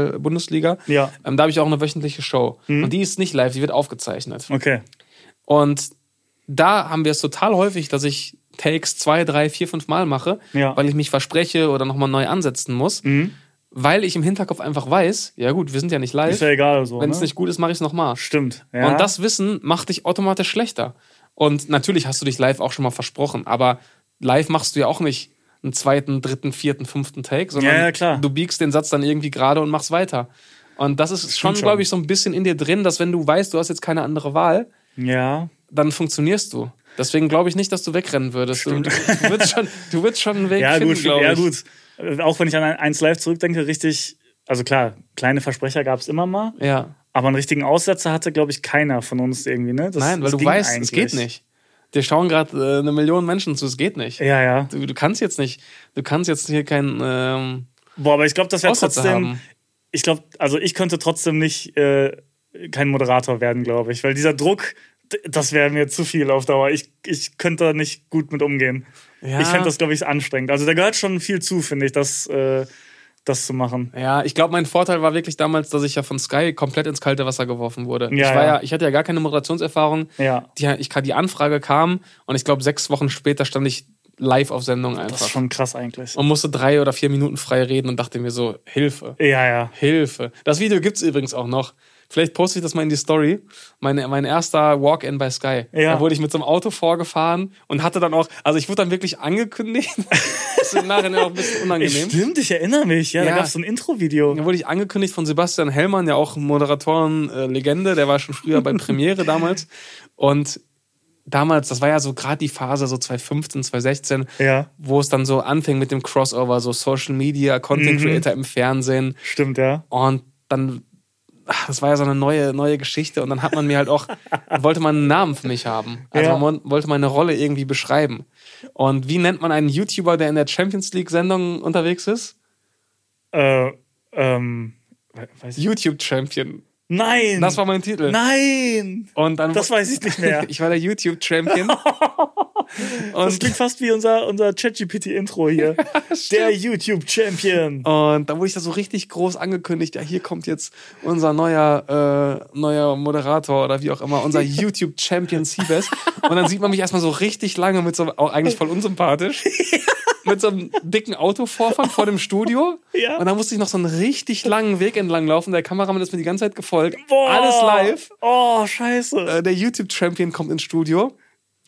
S2: Basketball-Bundesliga,
S1: Ja. Mhm.
S2: ähm, da habe ich auch eine wöchentliche Show. Und die ist nicht live, die wird aufgezeichnet.
S1: Okay.
S2: Und da haben wir es total häufig, dass ich Takes zwei, drei, vier, fünf Mal mache,
S1: Ja. Mhm.
S2: weil ich mich verspreche oder nochmal neu ansetzen muss, weil ich im Hinterkopf einfach weiß, ja gut, wir sind ja nicht live.
S1: Ist ja egal so.
S2: Wenn
S1: ne?
S2: es nicht gut ist, mache ich es nochmal.
S1: Stimmt. Ja.
S2: Und das Wissen macht dich automatisch schlechter. Und natürlich hast du dich live auch schon mal versprochen, aber live machst du ja auch nicht einen zweiten, dritten, vierten, fünften Take, sondern
S1: Ja, ja, klar.
S2: du biegst den Satz dann irgendwie gerade und machst weiter. Und das ist schon,
S1: schon.
S2: glaube ich, so ein bisschen in dir drin, dass wenn du weißt, du hast jetzt keine andere Wahl,
S1: Ja.
S2: dann funktionierst du. Deswegen glaube ich nicht, dass du wegrennen würdest. Du, du, würdest schon, du würdest schon einen Weg
S1: Ja,
S2: finden,
S1: gut.
S2: glaube
S1: Ja,
S2: ich.
S1: gut. Äh, Auch wenn ich an ein- eins live zurückdenke, richtig. Also klar, kleine Versprecher gab es immer mal.
S2: Ja.
S1: Aber einen richtigen Aussetzer hatte, glaube ich, keiner von uns irgendwie, ne? Das-
S2: Nein, weil
S1: das
S2: du
S1: ging
S2: weißt, es
S1: eigentlich.
S2: geht nicht. Dir schauen gerade äh, eine Million Menschen zu, es geht nicht.
S1: Ja, ja.
S2: Du, du kannst jetzt nicht, du kannst jetzt hier keinen ähm,
S1: Boah, aber ich glaube, das wäre
S2: Aussetzer
S1: trotzdem.
S2: haben.
S1: Ich glaube, also ich könnte trotzdem nicht äh, kein Moderator werden, glaube ich, weil dieser Druck, d- das wäre mir zu viel auf Dauer. Ich, ich könnte da nicht gut mit umgehen.
S2: Ja.
S1: Ich fände das, glaube ich, anstrengend. Also da gehört schon viel zu, finde ich, das, äh, das zu machen.
S2: Ja, ich glaube, mein Vorteil war wirklich damals, dass ich ja von Sky komplett ins kalte Wasser geworfen wurde. ich,
S1: Ja,
S2: war
S1: ja.
S2: ja. ich hatte ja gar keine Moderationserfahrung.
S1: Ja.
S2: Die, ich, die Anfrage kam und ich glaube, sechs Wochen später stand ich live auf Sendung
S1: Das
S2: einfach.
S1: ist schon krass eigentlich.
S2: Und musste drei oder vier Minuten frei reden und dachte mir so, Hilfe.
S1: Ja, ja.
S2: Hilfe. Das Video gibt's übrigens auch noch. Vielleicht poste ich das mal in die Story. Meine, mein erster Walk-In bei Sky.
S1: Ja.
S2: Da wurde ich mit so einem Auto vorgefahren und hatte dann auch, also ich wurde dann wirklich angekündigt. das ist im Nachhinein auch ein bisschen unangenehm.
S1: Stimmt, ich erinnere mich. Ja, da
S2: Ja.
S1: gab es so ein Intro-Video.
S2: Da wurde ich angekündigt von Sebastian Hellmann, ja auch Moderatoren-Legende, der war schon früher bei Premiere damals. Und damals, das war ja so gerade die Phase, so 2015, 2016,
S1: Ja.
S2: wo es dann so anfing mit dem Crossover, so Social Media,
S1: Mhm.
S2: Content Creator im Fernsehen.
S1: Stimmt, ja.
S2: Und dann, ach, das war ja so eine neue, neue Geschichte. Und dann hat man mir halt auch, wollte man einen Namen für mich haben. Also
S1: Ja.
S2: man wollte meine Rolle irgendwie beschreiben. Und wie nennt man einen YouTuber, der in der Champions League-Sendung unterwegs ist?
S1: Äh, ähm, we- weiß ich.
S2: YouTube-Champion.
S1: Nein!
S2: Das war mein Titel.
S1: Nein!
S2: Und dann,
S1: Hm. Das weiß ich nicht mehr.
S2: ich war der YouTube-Champion.
S1: Das
S2: und,
S1: klingt fast wie unser, unser ChatGPT-Intro hier. Der YouTube-Champion.
S2: und da wurde ich da so richtig groß angekündigt, ja, hier kommt jetzt unser neuer, äh, neuer Moderator oder wie auch immer, unser YouTube-Champion Siebes. Und dann sieht man mich erstmal so richtig lange mit so einem, auch eigentlich voll unsympathisch, mit so einem dicken Autovorfahren vor dem Studio.
S1: Ja.
S2: Und dann musste ich noch so einen richtig langen Weg entlang laufen. Der Kameramann ist mir die ganze Zeit gefolgt.
S1: Boah.
S2: Alles live.
S1: Oh, scheiße.
S2: Äh, Der YouTube-Champion kommt ins Studio.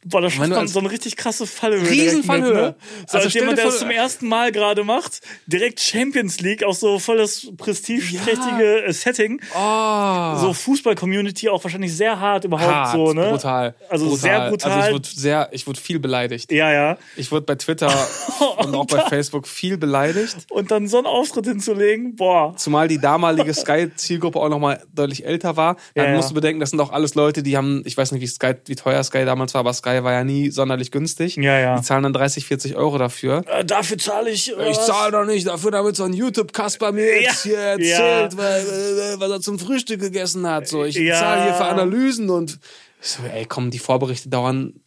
S1: Boah, da schafft
S2: du
S1: man
S2: als-
S1: so eine richtig krasse Fallhöhe.
S2: Riesenfallhöhe.
S1: direkt mit, Ne?
S2: Also
S1: Also als
S2: stell dir
S1: jemand, der
S2: vor-
S1: es zum ersten Mal gerade macht, direkt Champions League, auch so voll das prestigeträchtige äh, Setting.
S2: Oh.
S1: So Fußball-Community auch wahrscheinlich sehr hart überhaupt
S2: Hart,
S1: so, ne?
S2: brutal.
S1: Also
S2: brutal.
S1: sehr brutal.
S2: Also ich wurde sehr, ich wurde viel beleidigt.
S1: Ja, ja.
S2: Ich wurde bei Twitter und auch bei Facebook viel beleidigt.
S1: Und dann so einen Auftritt hinzulegen, boah.
S2: Zumal die damalige Sky-Zielgruppe auch nochmal deutlich älter war. Dann
S1: Ja, ja.
S2: musst du bedenken, das sind auch alles Leute, die haben, ich weiß nicht, wie, Sky, wie teuer Sky damals war, aber Sky war ja nie sonderlich günstig.
S1: Ja, ja.
S2: Die zahlen dann 30, 40 Euro dafür.
S1: Äh, dafür zahle ich. äh,
S2: Ich
S1: was?
S2: zahle doch nicht dafür, damit so ein YouTube-Kasper mir jetzt hier erzählt,
S1: Ja.
S2: weil, äh, was er zum Frühstück gegessen hat. So, ich
S1: Ja.
S2: zahle hier für Analysen und ich so, ey, komm, die Vorberichte dauern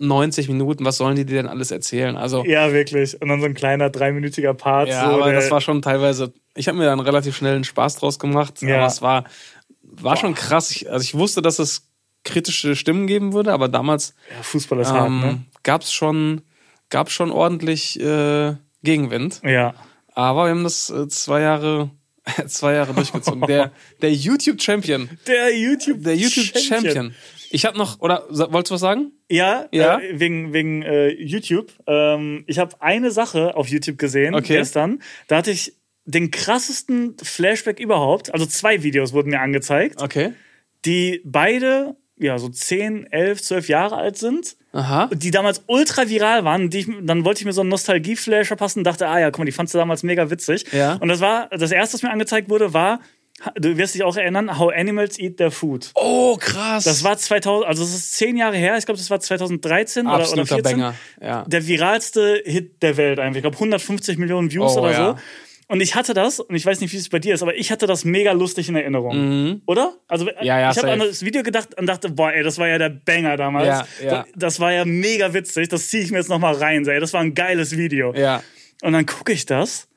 S2: 90 Minuten, was sollen die dir denn alles erzählen? Also,
S1: Ja, wirklich. Und dann so ein kleiner dreiminütiger Part.
S2: ja,
S1: so,
S2: aber
S1: der-
S2: das war schon teilweise, ich habe mir dann relativ schnell einen Spaß draus gemacht,
S1: Ja.
S2: aber es war, war schon krass. Ich, also ich wusste, dass es kritische Stimmen geben würde, aber damals
S1: ja, Fußball ist hart,
S2: ähm,
S1: ne?
S2: gab's schon, gab's schon ordentlich äh, Gegenwind.
S1: ne? Ja.
S2: Aber wir haben das äh, zwei Jahre, zwei Jahre durchgezogen. Der, der YouTube-Champion.
S1: Der YouTube-Champion.
S2: Der YouTube-Champion. Ich habe noch, oder sa- wolltest du was sagen?
S1: Ja,
S2: Ja.
S1: Äh, wegen, wegen äh, YouTube. Ähm, ich habe eine Sache auf YouTube gesehen
S2: Okay.
S1: gestern. Da hatte ich den krassesten Flashback überhaupt. Also zwei Videos wurden mir angezeigt,
S2: Okay.
S1: die beide ja so 10, 11, 12 Jahre alt sind.
S2: Aha.
S1: Die damals ultra viral waren, die ich, dann wollte ich mir so einen Nostalgie-Flash verpassen, dachte, ah ja, guck mal, die fandst du damals mega witzig.
S2: Ja.
S1: Und das war, das erste, was mir angezeigt wurde, war, du wirst dich auch erinnern, How Animals Eat Their Food.
S2: Oh, krass.
S1: Das war 2000, also das ist zehn Jahre her. Ich glaube, das war 2013 oder, oder
S2: absoluter
S1: 14.
S2: Banger. Ja.
S1: Der viralste Hit der Welt eigentlich. Ich glaube, 150 Millionen Views
S2: Oh,
S1: oder
S2: ja.
S1: so. Und ich hatte das, und ich weiß nicht, wie es bei dir ist, aber ich hatte das mega lustig in Erinnerung. Oder? Also,
S2: Mhm. Ja, ja,
S1: ich habe
S2: safe.
S1: an das Video gedacht und dachte, boah, ey, das war ja der Banger damals.
S2: Ja, ja.
S1: Das, das war ja mega witzig. Das ziehe ich mir jetzt nochmal rein, ey. Das war ein geiles Video.
S2: Ja.
S1: Und dann gucke ich das.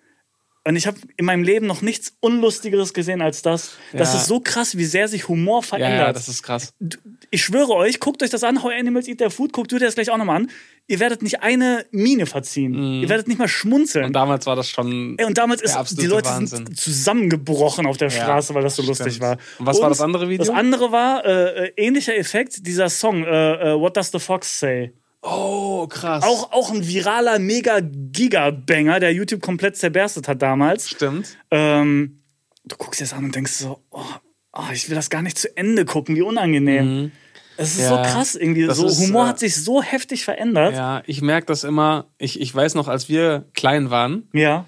S1: Und ich habe in meinem Leben noch nichts Unlustigeres gesehen als das. Das
S2: Ja.
S1: ist so krass, wie sehr sich Humor
S2: Ja,
S1: verändert.
S2: ja, das ist krass.
S1: Du- ich schwöre euch, guckt euch das an, How Animals Eat Their Food, guckt ihr das gleich auch nochmal an. Ihr werdet nicht eine Miene verziehen. Ihr werdet nicht mal schmunzeln.
S2: Mhm. Und damals war das schon.
S1: Ey, und damals ist
S2: der absolute
S1: die Leute
S2: Wahnsinn.
S1: sind zusammengebrochen auf der Straße, weil das so
S2: stimmt.
S1: lustig war.
S2: Und was war das andere Video?
S1: Das andere war äh, äh, ähnlicher Effekt, dieser Song äh, äh, What Does the Fox Say?
S2: Oh, krass.
S1: Auch, auch ein viraler mega Giga-Banger, der YouTube komplett zerberstet hat damals.
S2: Stimmt.
S1: Ähm, du guckst dir das an und denkst so, oh, oh, ich will das gar nicht zu Ende gucken, wie unangenehm. Es ist
S2: Mhm. Ja.
S1: so krass irgendwie.
S2: Das
S1: So,
S2: ist,
S1: Humor
S2: äh,
S1: hat sich so heftig verändert. Ja.
S2: Ja, ich merke das immer. Ich, ich weiß noch, als wir klein waren,
S1: Ja.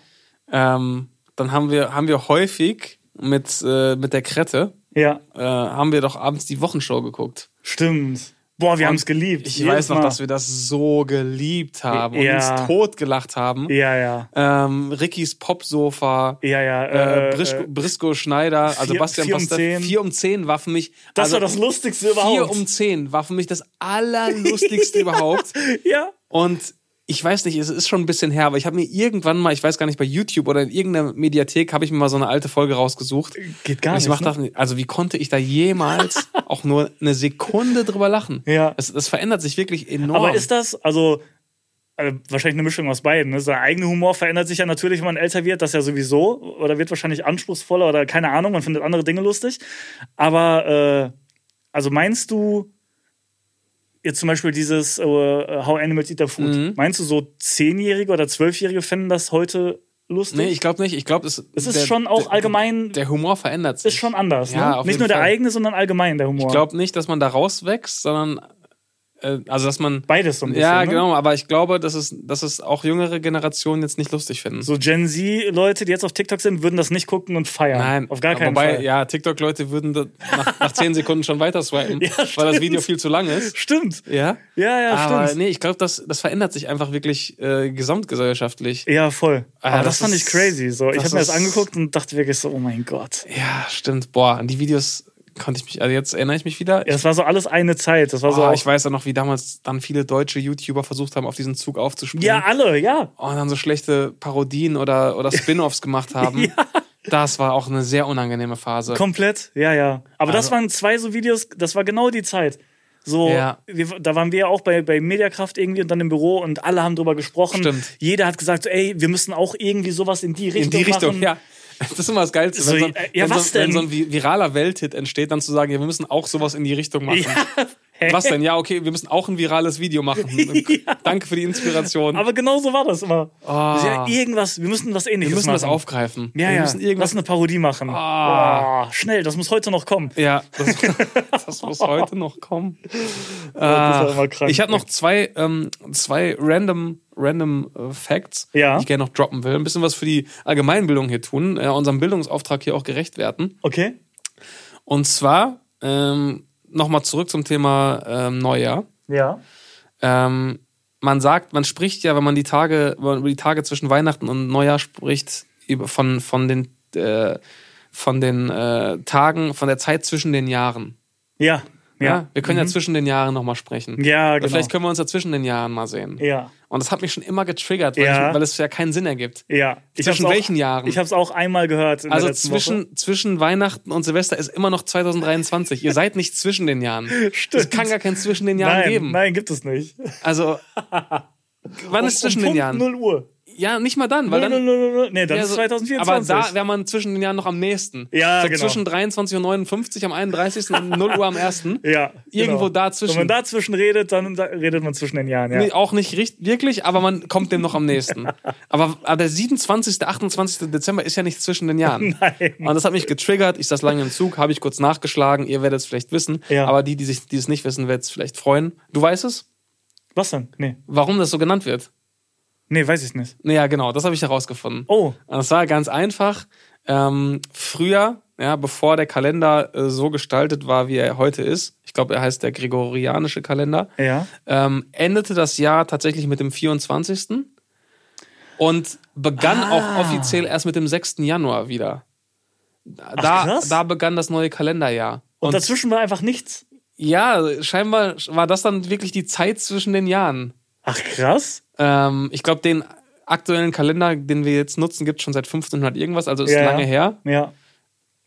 S2: ähm, dann haben wir, haben wir häufig mit, äh, mit der Krette, äh, haben wir doch abends die Wochenshow geguckt.
S1: Stimmt. Boah, wir haben es geliebt.
S2: Ich
S1: Jedes
S2: weiß noch,
S1: Mal.
S2: dass wir das so geliebt haben und
S1: Ja.
S2: uns totgelacht haben.
S1: Ja, ja.
S2: Ähm, Rickys Popsofa,
S1: Ja, ja.
S2: äh,
S1: Äh,
S2: Brisco,
S1: äh,
S2: Brisco Schneider, also
S1: vier-
S2: Bastian
S1: vier um
S2: Pastef.
S1: zehn.
S2: 4 um 10 war für mich.
S1: das
S2: also
S1: war das Lustigste
S2: 4
S1: überhaupt.
S2: um 10 war für mich das Allerlustigste überhaupt.
S1: ja.
S2: Und ich weiß nicht, es ist schon ein bisschen her, aber ich habe mir irgendwann mal, ich weiß gar nicht, bei YouTube oder in irgendeiner Mediathek habe ich mir mal so eine alte Folge rausgesucht.
S1: Geht gar
S2: Und ich
S1: nicht,
S2: mach
S1: ne?
S2: das nicht. Also wie konnte ich da jemals auch nur eine Sekunde drüber lachen?
S1: Ja.
S2: Das, das verändert sich wirklich enorm.
S1: Aber ist das, also äh, wahrscheinlich eine Mischung aus beiden. Ne? Sein eigener Humor verändert sich ja natürlich, wenn man älter wird, das ja sowieso. Oder wird wahrscheinlich anspruchsvoller oder keine Ahnung, man findet andere Dinge lustig. Aber, äh, also meinst du jetzt zum Beispiel dieses äh, How Animals Eat Their Food,
S2: Mhm.
S1: meinst du so Zehnjährige oder Zwölfjährige finden das heute lustig?
S2: nee, ich glaube nicht. Ich glaube, es,
S1: es ist schon auch allgemein,
S2: Der Humor verändert sich.
S1: ist schon anders.
S2: Ja,
S1: ne?
S2: auf
S1: Nicht
S2: jeden
S1: nur der
S2: Fall.
S1: eigene, sondern allgemein der Humor.
S2: Ich glaube nicht, dass man da rauswächst, sondern äh, also dass man.
S1: Beides so ein bisschen.
S2: ja,
S1: ne?
S2: genau, aber ich glaube, dass es, dass es auch jüngere Generationen jetzt nicht lustig finden.
S1: So Gen Z-Leute, die jetzt auf TikTok sind, würden das nicht gucken und feiern.
S2: Nein,
S1: auf gar keinen
S2: wobei,
S1: Fall.
S2: ja, TikTok-Leute würden das nach, nach zehn Sekunden schon weiter swipen,
S1: Ja,
S2: weil das
S1: stimmt.
S2: Video viel zu lang ist.
S1: Stimmt.
S2: Ja,
S1: Ja, ja,
S2: aber
S1: stimmt.
S2: nee, ich glaube, das, das verändert sich einfach wirklich äh, gesamtgesellschaftlich.
S1: Ja, voll.
S2: Ah,
S1: Aber das,
S2: das
S1: fand
S2: ist-
S1: ich crazy. So, ich
S2: das
S1: habe mir das
S2: ist-
S1: angeguckt und dachte wirklich so, oh mein Gott.
S2: Ja, stimmt. Boah, an die Videos konnte ich mich, also jetzt erinnere ich mich wieder.
S1: Ja, das war so alles eine Zeit. Das war so.
S2: Boah,
S1: auch-
S2: Ah, ich weiß ja noch, wie damals dann viele deutsche YouTuber versucht haben, auf diesen Zug aufzuspringen.
S1: ja, alle, ja.
S2: und dann so schlechte Parodien oder, oder Spin-offs gemacht haben. Das war auch eine sehr unangenehme Phase.
S1: Komplett. Ja, ja. Aber das
S2: Also-
S1: waren zwei so Videos, das war genau die Zeit. So,
S2: Ja.
S1: wir, da waren wir ja auch bei, bei Mediakraft irgendwie und dann im Büro und alle haben drüber gesprochen.
S2: Stimmt.
S1: Jeder hat gesagt, so, ey, wir müssen auch irgendwie sowas in die Richtung
S2: In die Richtung,
S1: machen.
S2: ja. Das ist immer das Geilste,
S1: So,
S2: wenn, so, ein-
S1: äh, ja,
S2: wenn,
S1: was
S2: so, wenn
S1: denn?
S2: so ein vi- viraler Welthit entsteht, dann zu sagen, ja, wir müssen auch sowas in die Richtung machen.
S1: Hä?
S2: Was denn? Ja, okay, wir müssen auch ein virales Video machen. Danke für die Inspiration.
S1: Aber genau so war das immer.
S2: Ah.
S1: Ja, irgendwas, wir müssen was ähnliches
S2: wir müssen
S1: machen.
S2: das aufgreifen.
S1: Ja,
S2: wir
S1: ja.
S2: müssen irgendwas.
S1: Lass eine Parodie machen.
S2: Ah.
S1: Oh, schnell, das muss heute noch kommen.
S2: Ja, das, das muss heute noch kommen.
S1: war
S2: Ach,
S1: immer krank.
S2: Ah, Ich habe noch zwei, ähm, zwei random, random äh, Facts,
S1: Ja.
S2: die ich gerne noch droppen will. Ein bisschen was für die Allgemeinbildung hier tun, äh, unserem Bildungsauftrag hier auch gerecht werden.
S1: Okay.
S2: Und zwar ähm, nochmal zurück zum Thema ähm, Neujahr.
S1: Ja.
S2: Ähm, man sagt, man spricht ja, wenn man die Tage, wenn man über die Tage zwischen Weihnachten und Neujahr spricht, über, von, von den, äh, von den äh, Tagen, von der Zeit zwischen den Jahren.
S1: Ja.
S2: Ja.
S1: Ja. Mhm.
S2: Wir können ja zwischen den Jahren nochmal sprechen.
S1: Ja,
S2: Oder
S1: genau.
S2: Vielleicht können wir uns ja zwischen den Jahren mal sehen.
S1: Ja.
S2: Und das hat mich schon immer getriggert, weil,
S1: Ja.
S2: ich, weil es ja keinen Sinn ergibt.
S1: Ja. Ich hab's
S2: Zwischen
S1: auch,
S2: welchen Jahren?
S1: Ich habe es auch einmal gehört. In
S2: Also
S1: der letzten
S2: zwischen, zwischen Weihnachten und Silvester ist immer noch 2023. Ihr seid nicht zwischen den Jahren.
S1: Stimmt.
S2: Es kann gar kein zwischen den
S1: Woche.
S2: Jahren
S1: Nein,
S2: geben.
S1: nein, gibt es nicht.
S2: Also, wann ist zwischen
S1: um
S2: den
S1: Punkt
S2: Jahren?
S1: 0 Uhr.
S2: ja, nicht mal dann, weil dann.
S1: Lulululul. Nee, dann
S2: Ja,
S1: ist
S2: so-
S1: 2024.
S2: Aber da wäre man zwischen den Jahren noch am nächsten.
S1: Ja,
S2: so
S1: genau.
S2: Zwischen 23 und 59 am 31. und 0 Uhr am 1.
S1: ja,
S2: Irgendwo
S1: genau.
S2: dazwischen.
S1: Wenn man dazwischen redet, dann da redet man zwischen den Jahren, ja.
S2: Nee, auch nicht richtig, wirklich, aber man kommt dem noch am nächsten. Aber, aber der 27., 28. Dezember ist ja nicht zwischen den Jahren.
S1: Nein.
S2: Und das hat mich getriggert. Ich saß lange im Zug, habe ich kurz nachgeschlagen. Ihr werdet es vielleicht wissen.
S1: Ja.
S2: Aber die, die, sich, die es nicht wissen, werden es vielleicht freuen. Du weißt es,
S1: Was denn? Nee.
S2: warum das so genannt wird?
S1: Nee, weiß ich nicht.
S2: Naja, genau, das habe ich herausgefunden.
S1: Oh.
S2: Und Das war ganz einfach. Ähm, früher, ja, bevor der Kalender äh, so gestaltet war, wie er heute ist, ich glaube, er heißt der gregorianische Kalender,
S1: Ja.
S2: ähm, endete das Jahr tatsächlich mit dem 24. und begann
S1: Ah.
S2: auch offiziell erst mit dem 6. Januar wieder. Da,
S1: krass.
S2: da begann das neue Kalenderjahr.
S1: Und, dazwischen war einfach nichts.
S2: ja, scheinbar war das dann wirklich die Zeit zwischen den Jahren.
S1: Ach, krass.
S2: Ähm, ich glaube, den aktuellen Kalender, den wir jetzt nutzen, gibt es schon seit 1500 irgendwas, also ist
S1: Ja, ja.
S2: lange her.
S1: Ja.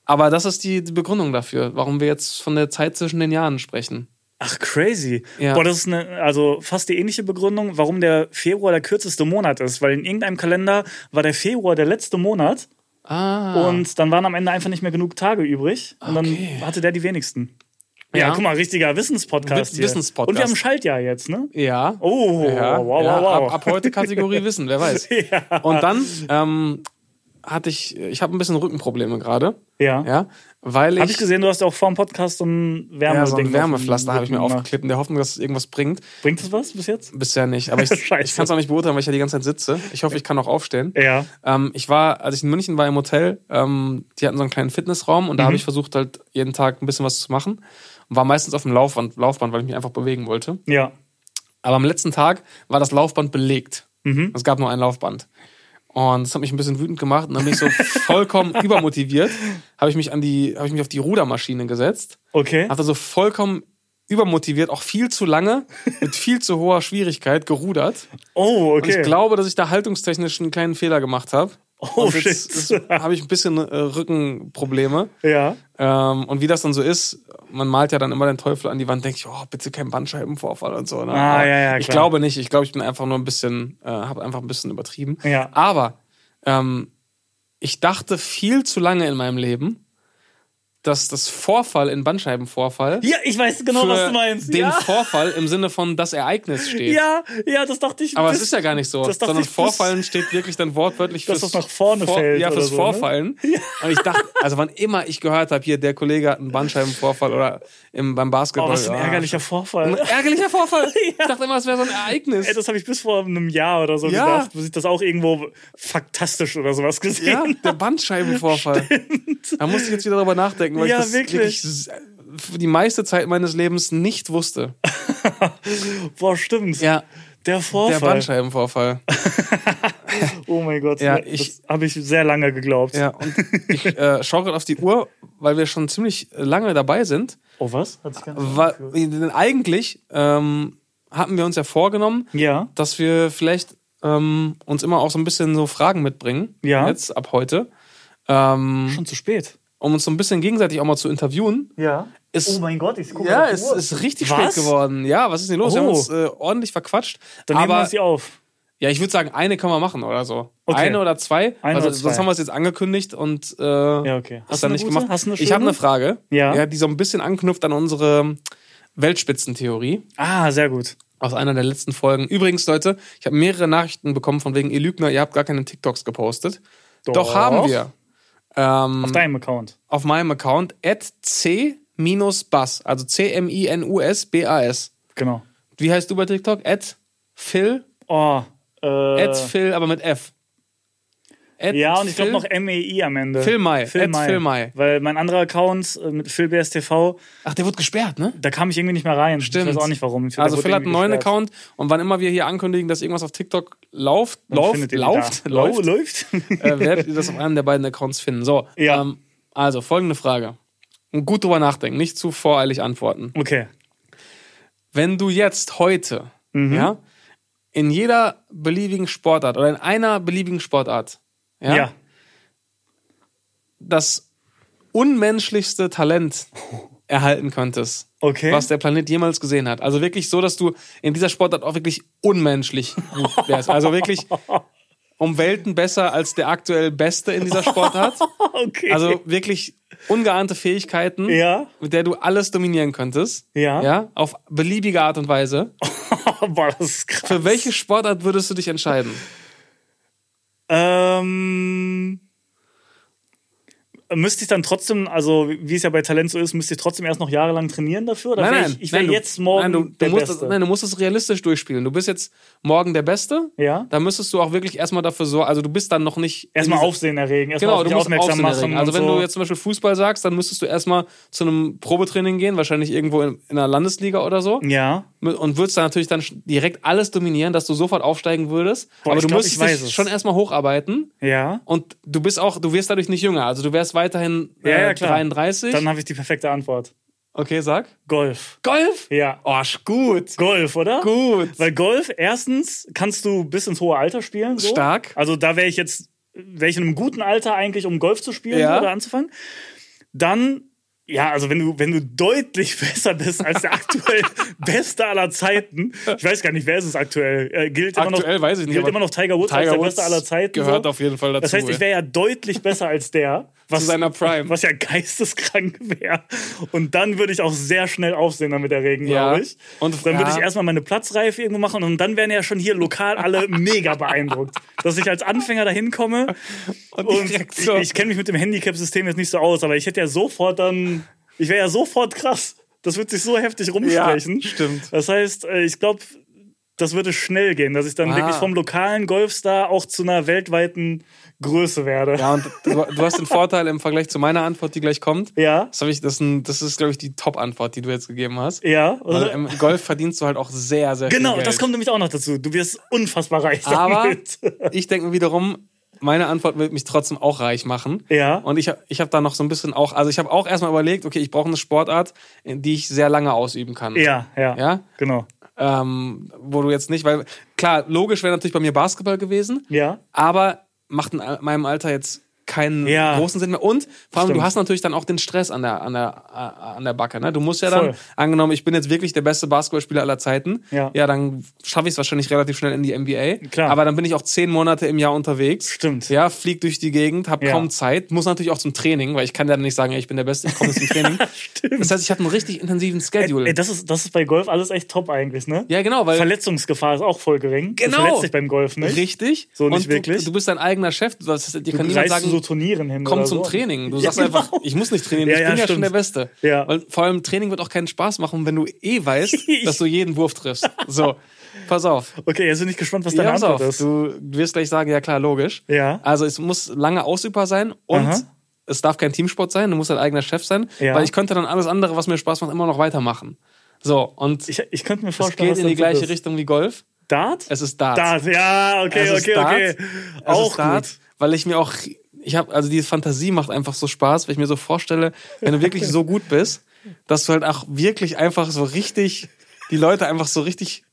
S2: Aber das ist die, die Begründung dafür, warum wir jetzt von der Zeit zwischen den Jahren sprechen.
S1: Ach, crazy.
S2: Ja.
S1: Boah, das ist eine, also fast die ähnliche Begründung, warum der Februar der kürzeste Monat ist. Weil in irgendeinem Kalender war der Februar der letzte Monat
S2: Ah.
S1: und dann waren am Ende einfach nicht mehr genug Tage übrig. Und
S2: Okay.
S1: dann hatte der die wenigsten. Ja,
S2: Ja.
S1: guck mal, richtiger Wissenspodcast
S2: Wis-
S1: hier.
S2: Wissenspodcast.
S1: Und wir haben ein Schaltjahr jetzt, ne?
S2: ja.
S1: Oh,
S2: ja.
S1: wow, wow,
S2: ja.
S1: wow.
S2: Ab, ab heute Kategorie Wissen, wer weiß.
S1: Ja.
S2: Und dann ähm, hatte ich, ich habe ein bisschen Rückenprobleme gerade.
S1: Ja.
S2: Ja. Weil
S1: Habe ich gesehen, du hast auch vor dem Podcast so ein Wärme
S2: ja, so
S1: Ding
S2: ein
S1: auf
S2: Wärmepflaster
S1: dem
S2: habe ich mir
S1: Rücken gemacht.
S2: aufgeklebt in der Hoffnung, dass es irgendwas bringt.
S1: Bringt das was bis jetzt?
S2: Bisher nicht. Aber ich,
S1: Scheiße.
S2: ich kann es auch nicht beurteilen, weil ich ja die ganze Zeit sitze. Ich hoffe, ich kann auch aufstehen.
S1: Ja.
S2: Ähm, ich war, als ich in München war im Hotel, ähm, die hatten so einen kleinen Fitnessraum und da habe ich versucht, halt jeden Tag ein bisschen was zu machen. Und war meistens auf dem Laufband, Laufband, weil ich mich einfach bewegen wollte.
S1: Ja.
S2: Aber am letzten Tag war das Laufband belegt. Es gab nur ein Laufband. Und das hat mich ein bisschen wütend gemacht und dann bin ich so vollkommen übermotiviert, habe ich mich an die, habe ich mich auf die Rudermaschine gesetzt,
S1: Okay.
S2: habe so vollkommen übermotiviert, auch viel zu lange, mit viel zu hoher Schwierigkeit gerudert.
S1: Oh,
S2: Und
S1: okay.
S2: ich glaube, dass ich da haltungstechnisch einen kleinen Fehler gemacht habe.
S1: Oh,
S2: und jetzt
S1: shit.
S2: ist- habe ich ein bisschen äh, Rückenprobleme.
S1: ja.
S2: Ähm, und wie das dann so ist, man malt ja dann immer den Teufel an die Wand, denke ich, oh, bitte kein Bandscheibenvorfall und so. Ne?
S1: Ah,
S2: Aber
S1: ja, ja,
S2: ich
S1: klar.
S2: glaube nicht. Ich glaube, ich bin einfach nur ein bisschen, äh, habe einfach ein bisschen übertrieben.
S1: Ja.
S2: Aber ähm, ich dachte viel zu lange in meinem Leben, dass das Vorfall in Bandscheibenvorfall
S1: Ja, ich weiß genau, was
S2: für
S1: du meinst.
S2: den
S1: Ja.
S2: Vorfall im Sinne von das Ereignis steht.
S1: ja, ja, das dachte ich.
S2: Aber
S1: bis-
S2: es ist ja gar nicht so,
S1: das dachte
S2: sondern
S1: ich bis-
S2: Vorfallen steht wirklich dann wortwörtlich
S1: Dass
S2: fürs
S1: das nach vorne fällt
S2: Ja, fürs
S1: oder so, ne?
S2: Vorfallen. Und ich dachte, also wann immer ich gehört habe, hier der Kollege hat einen Bandscheibenvorfall oder im, beim
S1: Oh,
S2: Basketball.
S1: was für ein
S2: ah,
S1: ärgerlicher
S2: Ein
S1: Vorfall.
S2: ärgerlicher Vorfall. Ich dachte immer, es wäre so ein Ereignis.
S1: Ey, das habe ich bis vor einem Jahr oder so
S2: Ja.
S1: gedacht, bis ich das auch irgendwo faktastisch oder sowas
S2: ja,
S1: gesehen
S2: der Bandscheibenvorfall. Da musste ich jetzt wieder drüber nachdenken, weil
S1: Ja,
S2: ich das
S1: wirklich.
S2: wirklich s- die meiste Zeit meines Lebens nicht wusste.
S1: habe. Boah, stimmt.
S2: Ja,
S1: Der
S2: der
S1: Vorfall.
S2: Bandscheibenvorfall.
S1: oh mein Gott.
S2: Ja, ich-
S1: das habe ich sehr lange geglaubt.
S2: Ja, und ich äh, schaue gerade auf die Uhr, weil wir schon ziemlich lange dabei sind.
S1: Oh, was? Hat sich gar nicht
S2: Wa- denn eigentlich ähm, hatten wir uns ja vorgenommen,
S1: ja.
S2: dass wir vielleicht ähm, uns immer auch so ein bisschen so Fragen mitbringen,
S1: Ja.
S2: jetzt ab heute, ähm,
S1: Schon zu spät.
S2: um uns so ein bisschen gegenseitig auch mal zu interviewen.
S1: Ja.
S2: Ist,
S1: Oh mein Gott, ich gucke
S2: ja,
S1: auf die
S2: es
S1: Uhr.
S2: ist richtig
S1: Was?
S2: spät geworden. Ja, was ist denn los? Wir haben
S1: Oh.
S2: uns äh, ordentlich verquerquatscht.
S1: Dann nehmen wir
S2: aber
S1: uns die auf.
S2: ja, ich würde sagen, eine können wir machen oder so.
S1: Okay.
S2: Eine oder zwei.
S1: Eine
S2: also,
S1: oder zwei.
S2: Sonst haben wir es jetzt angekündigt und äh,
S1: Ja, okay.
S2: hast
S1: du eine
S2: dann nicht
S1: gute?
S2: gemacht.
S1: Hast du eine
S2: ich habe
S1: schöne?
S2: eine Frage,
S1: Ja.
S2: die so ein bisschen anknüpft an unsere Weltspitzentheorie
S1: Ah, sehr gut.
S2: aus einer der letzten Folgen. Übrigens, Leute, ich habe mehrere Nachrichten bekommen von wegen, ihr Lügner, ihr habt gar keine TikToks gepostet. Doch,
S1: Doch.
S2: haben wir. Ähm,
S1: Auf
S2: auf,
S1: deinem Account.
S2: meinem Account at c-bus, also c-m-i-n-u-s-b-a-s.
S1: Genau.
S2: Wie heißt du bei TikTok? At phil,
S1: Oh. Äh,
S2: at phil, aber mit f. At
S1: Ja, und ich glaube
S2: Phil-
S1: noch MEI am Ende.
S2: Phil Mai, at Phil Mai.
S1: Weil mein anderer Account äh, mit Phil BSTV,
S2: Ach, der wird gesperrt, ne?
S1: da kam ich irgendwie nicht mehr rein.
S2: Stimmt.
S1: Ich weiß auch nicht warum. Ich- da
S2: Also
S1: wurde
S2: Phil hat einen
S1: irgendwie
S2: neuen
S1: gesperrt.
S2: Account und wann immer wir hier ankündigen, dass irgendwas auf TikTok läuft,
S1: Dann
S2: läuft,
S1: findet ihr die
S2: läuft,
S1: da.
S2: läuft,
S1: Oh, läuft.
S2: äh, werdet ihr das auf einem der beiden Accounts finden. So,
S1: Ja.
S2: ähm, also folgende Frage. Und gut drüber nachdenken, nicht zu voreilig antworten.
S1: okay.
S2: Wenn du jetzt heute,
S1: Mhm.
S2: ja, in jeder beliebigen Sportart oder in einer beliebigen Sportart, ja,
S1: Ja.
S2: das unmenschlichste Talent erhalten könntest,
S1: Okay.
S2: was der Planet jemals gesehen hat. Also wirklich so, dass du in dieser Sportart auch wirklich unmenschlich gut wärst. Also wirklich um Welten besser als der aktuell Beste in dieser Sportart.
S1: Okay.
S2: Also wirklich ungeahnte Fähigkeiten,
S1: Ja.
S2: mit der du alles dominieren könntest.
S1: Ja.
S2: ja. Auf beliebige Art und Weise.
S1: Boah, das ist krass.
S2: Für welche Sportart würdest du dich entscheiden?
S1: Ähm, müsste ich dann trotzdem, also wie es ja bei Talent so ist, müsste ich trotzdem erst noch jahrelang trainieren dafür? Oder wär ich, ich wäre
S2: du-
S1: jetzt morgen
S2: nein, du, du
S1: der
S2: musst
S1: Beste.
S2: Das, nein, du musst es realistisch durchspielen. Du bist jetzt morgen der Beste.
S1: Ja.
S2: Da müsstest du auch wirklich erstmal dafür sorgen. Also du bist dann noch nicht. in
S1: erstmal
S2: dieser-
S1: Aufsehen erregen, erstmal
S2: Genau,
S1: auf
S2: du
S1: dich
S2: musst
S1: aufmerksam
S2: aufmerksam
S1: machen.
S2: machen. Also
S1: und
S2: wenn
S1: so.
S2: du jetzt zum Beispiel Fußball sagst, dann müsstest du erstmal zu einem Probetraining gehen, wahrscheinlich irgendwo in, in einer Landesliga oder so.
S1: Ja.
S2: Und würdest dann natürlich dann sch- direkt alles dominieren, dass du sofort aufsteigen würdest.
S1: Boah,
S2: Aber
S1: ich
S2: du
S1: glaub, ich
S2: müsstest
S1: weiß
S2: dich
S1: es.
S2: schon erstmal hocharbeiten.
S1: Ja.
S2: Und du bist auch, du wirst dadurch nicht jünger. Also du wärst weiterhin äh,
S1: Ja, ja, klar.
S2: 33.
S1: Dann habe ich die perfekte Antwort.
S2: okay, sag.
S1: Golf.
S2: Golf?
S1: Ja.
S2: Oh, gut.
S1: Golf, oder?
S2: Gut.
S1: Weil Golf, erstens kannst du bis ins hohe Alter spielen. So.
S2: Stark.
S1: Also da wäre ich jetzt, wäre ich in einem guten Alter eigentlich, um Golf zu spielen
S2: Ja.
S1: oder anzufangen. Dann, ja, also wenn du, wenn du deutlich besser bist als der aktuell Beste aller Zeiten. Ich weiß gar nicht, wer ist es aktuell? Äh, gilt immer
S2: Aktuell
S1: noch,
S2: weiß ich nicht,
S1: Gilt
S2: aber
S1: immer noch Tiger Woods als
S2: Tiger
S1: der
S2: Woods
S1: Beste aller Zeiten.
S2: gehört
S1: so.
S2: auf jeden Fall dazu.
S1: Das heißt, ich
S2: ey.
S1: wäre ja deutlich besser als der. Was,
S2: Zu seiner Prime.
S1: Was ja geisteskrank wäre. Und dann würde ich auch sehr schnell aufsehen damit erregen,
S2: Ja.
S1: glaube ich. Und
S2: Und-
S1: dann würde
S2: ja.
S1: ich erstmal meine Platzreife irgendwo machen und dann wären ja schon hier lokal alle mega beeindruckt, dass ich als Anfänger da hinkomme. Und,
S2: direkt
S1: ich,
S2: so.
S1: ich kenne mich mit dem Handicap-System jetzt nicht so aus, aber ich hätte ja sofort dann, ich wäre ja sofort krass. Das wird sich so heftig rumsprechen.
S2: Ja, stimmt.
S1: Das heißt, äh, ich glaube, das würde schnell gehen, dass ich dann
S2: Ah.
S1: wirklich vom lokalen Golfstar auch zu einer weltweiten Größe werde.
S2: ja, und du, du hast den Vorteil im Vergleich zu meiner Antwort, die gleich kommt.
S1: Ja.
S2: Das, hab ich, das, ist ein, das ist, glaube ich, die Top-Antwort, die du jetzt gegeben hast.
S1: Ja, oder?
S2: Weil im Golf verdienst du halt auch sehr, sehr
S1: genau,
S2: viel Geld.
S1: das kommt nämlich auch noch dazu. Du wirst unfassbar reich.
S2: Aber
S1: damit.
S2: ich denke mir wiederum, meine Antwort wird mich trotzdem auch reich machen.
S1: Ja.
S2: Und ich, hab- ich habe da noch so ein bisschen auch, also ich habe auch erstmal überlegt, okay, ich brauche eine Sportart, die ich sehr lange ausüben kann.
S1: ja, ja,
S2: Ja?
S1: Genau.
S2: ähm, wo du jetzt nicht, weil klar, logisch wäre natürlich bei mir Basketball gewesen,
S1: Ja.
S2: aber macht in al- meinem Alter jetzt keinen
S1: Ja.
S2: großen Sinn mehr. Und vor allem,
S1: Stimmt.
S2: du hast natürlich dann auch den Stress an der, an der, äh, an der Backe. Ne? Du musst ja
S1: Voll.
S2: dann, angenommen, ich bin jetzt wirklich der beste Basketballspieler aller Zeiten,
S1: Ja.
S2: ja dann schaffe ich es wahrscheinlich relativ schnell in die NBA.
S1: Klar.
S2: Aber dann bin ich auch zehn Monate im Jahr unterwegs.
S1: Stimmt.
S2: Ja, flieg durch die Gegend, habe
S1: Ja.
S2: kaum Zeit, muss natürlich auch zum Training, weil ich kann ja dann nicht sagen, ey, ich bin der Beste, ich komme jetzt zum Training.
S1: Stimmt.
S2: Das heißt, ich habe einen richtig intensiven Schedule.
S1: Ey, das, ist, das ist bei Golf alles echt top eigentlich, ne?
S2: ja, genau, weil
S1: Verletzungsgefahr ist auch voll gering. Du
S2: Genau.
S1: verletzt dich beim Golf nicht.
S2: Richtig.
S1: So nicht
S2: und
S1: wirklich.
S2: Du, du bist dein eigener Chef. Du, das, dir kann
S1: Du
S2: niemand
S1: reist
S2: sagen,
S1: zu so Turnieren hin.
S2: komm
S1: oder
S2: zum
S1: so.
S2: Training. Du
S1: Ja,
S2: sagst einfach,
S1: genau.
S2: ich muss nicht trainieren,
S1: Ja,
S2: ich
S1: ja,
S2: bin ja schon
S1: stimmt.
S2: der Beste.
S1: Ja.
S2: Weil vor allem Training wird auch keinen Spaß machen, wenn du eh weißt, dass du jeden Wurf triffst. So, pass auf.
S1: Okay, jetzt bin ich gespannt, was
S2: Ja,
S1: deine
S2: pass
S1: Antwort
S2: auf.
S1: ist.
S2: Du wirst gleich sagen, ja klar, logisch.
S1: Ja.
S2: Also es muss lange ausübbar sein und
S1: Aha.
S2: es darf kein Teamsport sein, du musst dein eigener Chef sein,
S1: Ja.
S2: weil ich könnte dann alles andere, was mir Spaß macht, immer noch weitermachen. So, und
S1: Ich, ich könnte mir
S2: es
S1: vorstellen,
S2: geht
S1: was
S2: in die
S1: dein Tipp
S2: gleiche
S1: ist.
S2: Richtung wie Golf.
S1: Dart?
S2: Es ist Darts.
S1: Dart, ja, okay,
S2: Es ist
S1: okay, okay.
S2: Dart. Also Es
S1: Auch
S2: ist Dart,
S1: gut.
S2: weil ich mir auch, ich habe, also diese Fantasie macht einfach so Spaß, weil ich mir so vorstelle, wenn du wirklich so gut bist, dass du halt auch wirklich einfach so richtig, die Leute einfach so richtig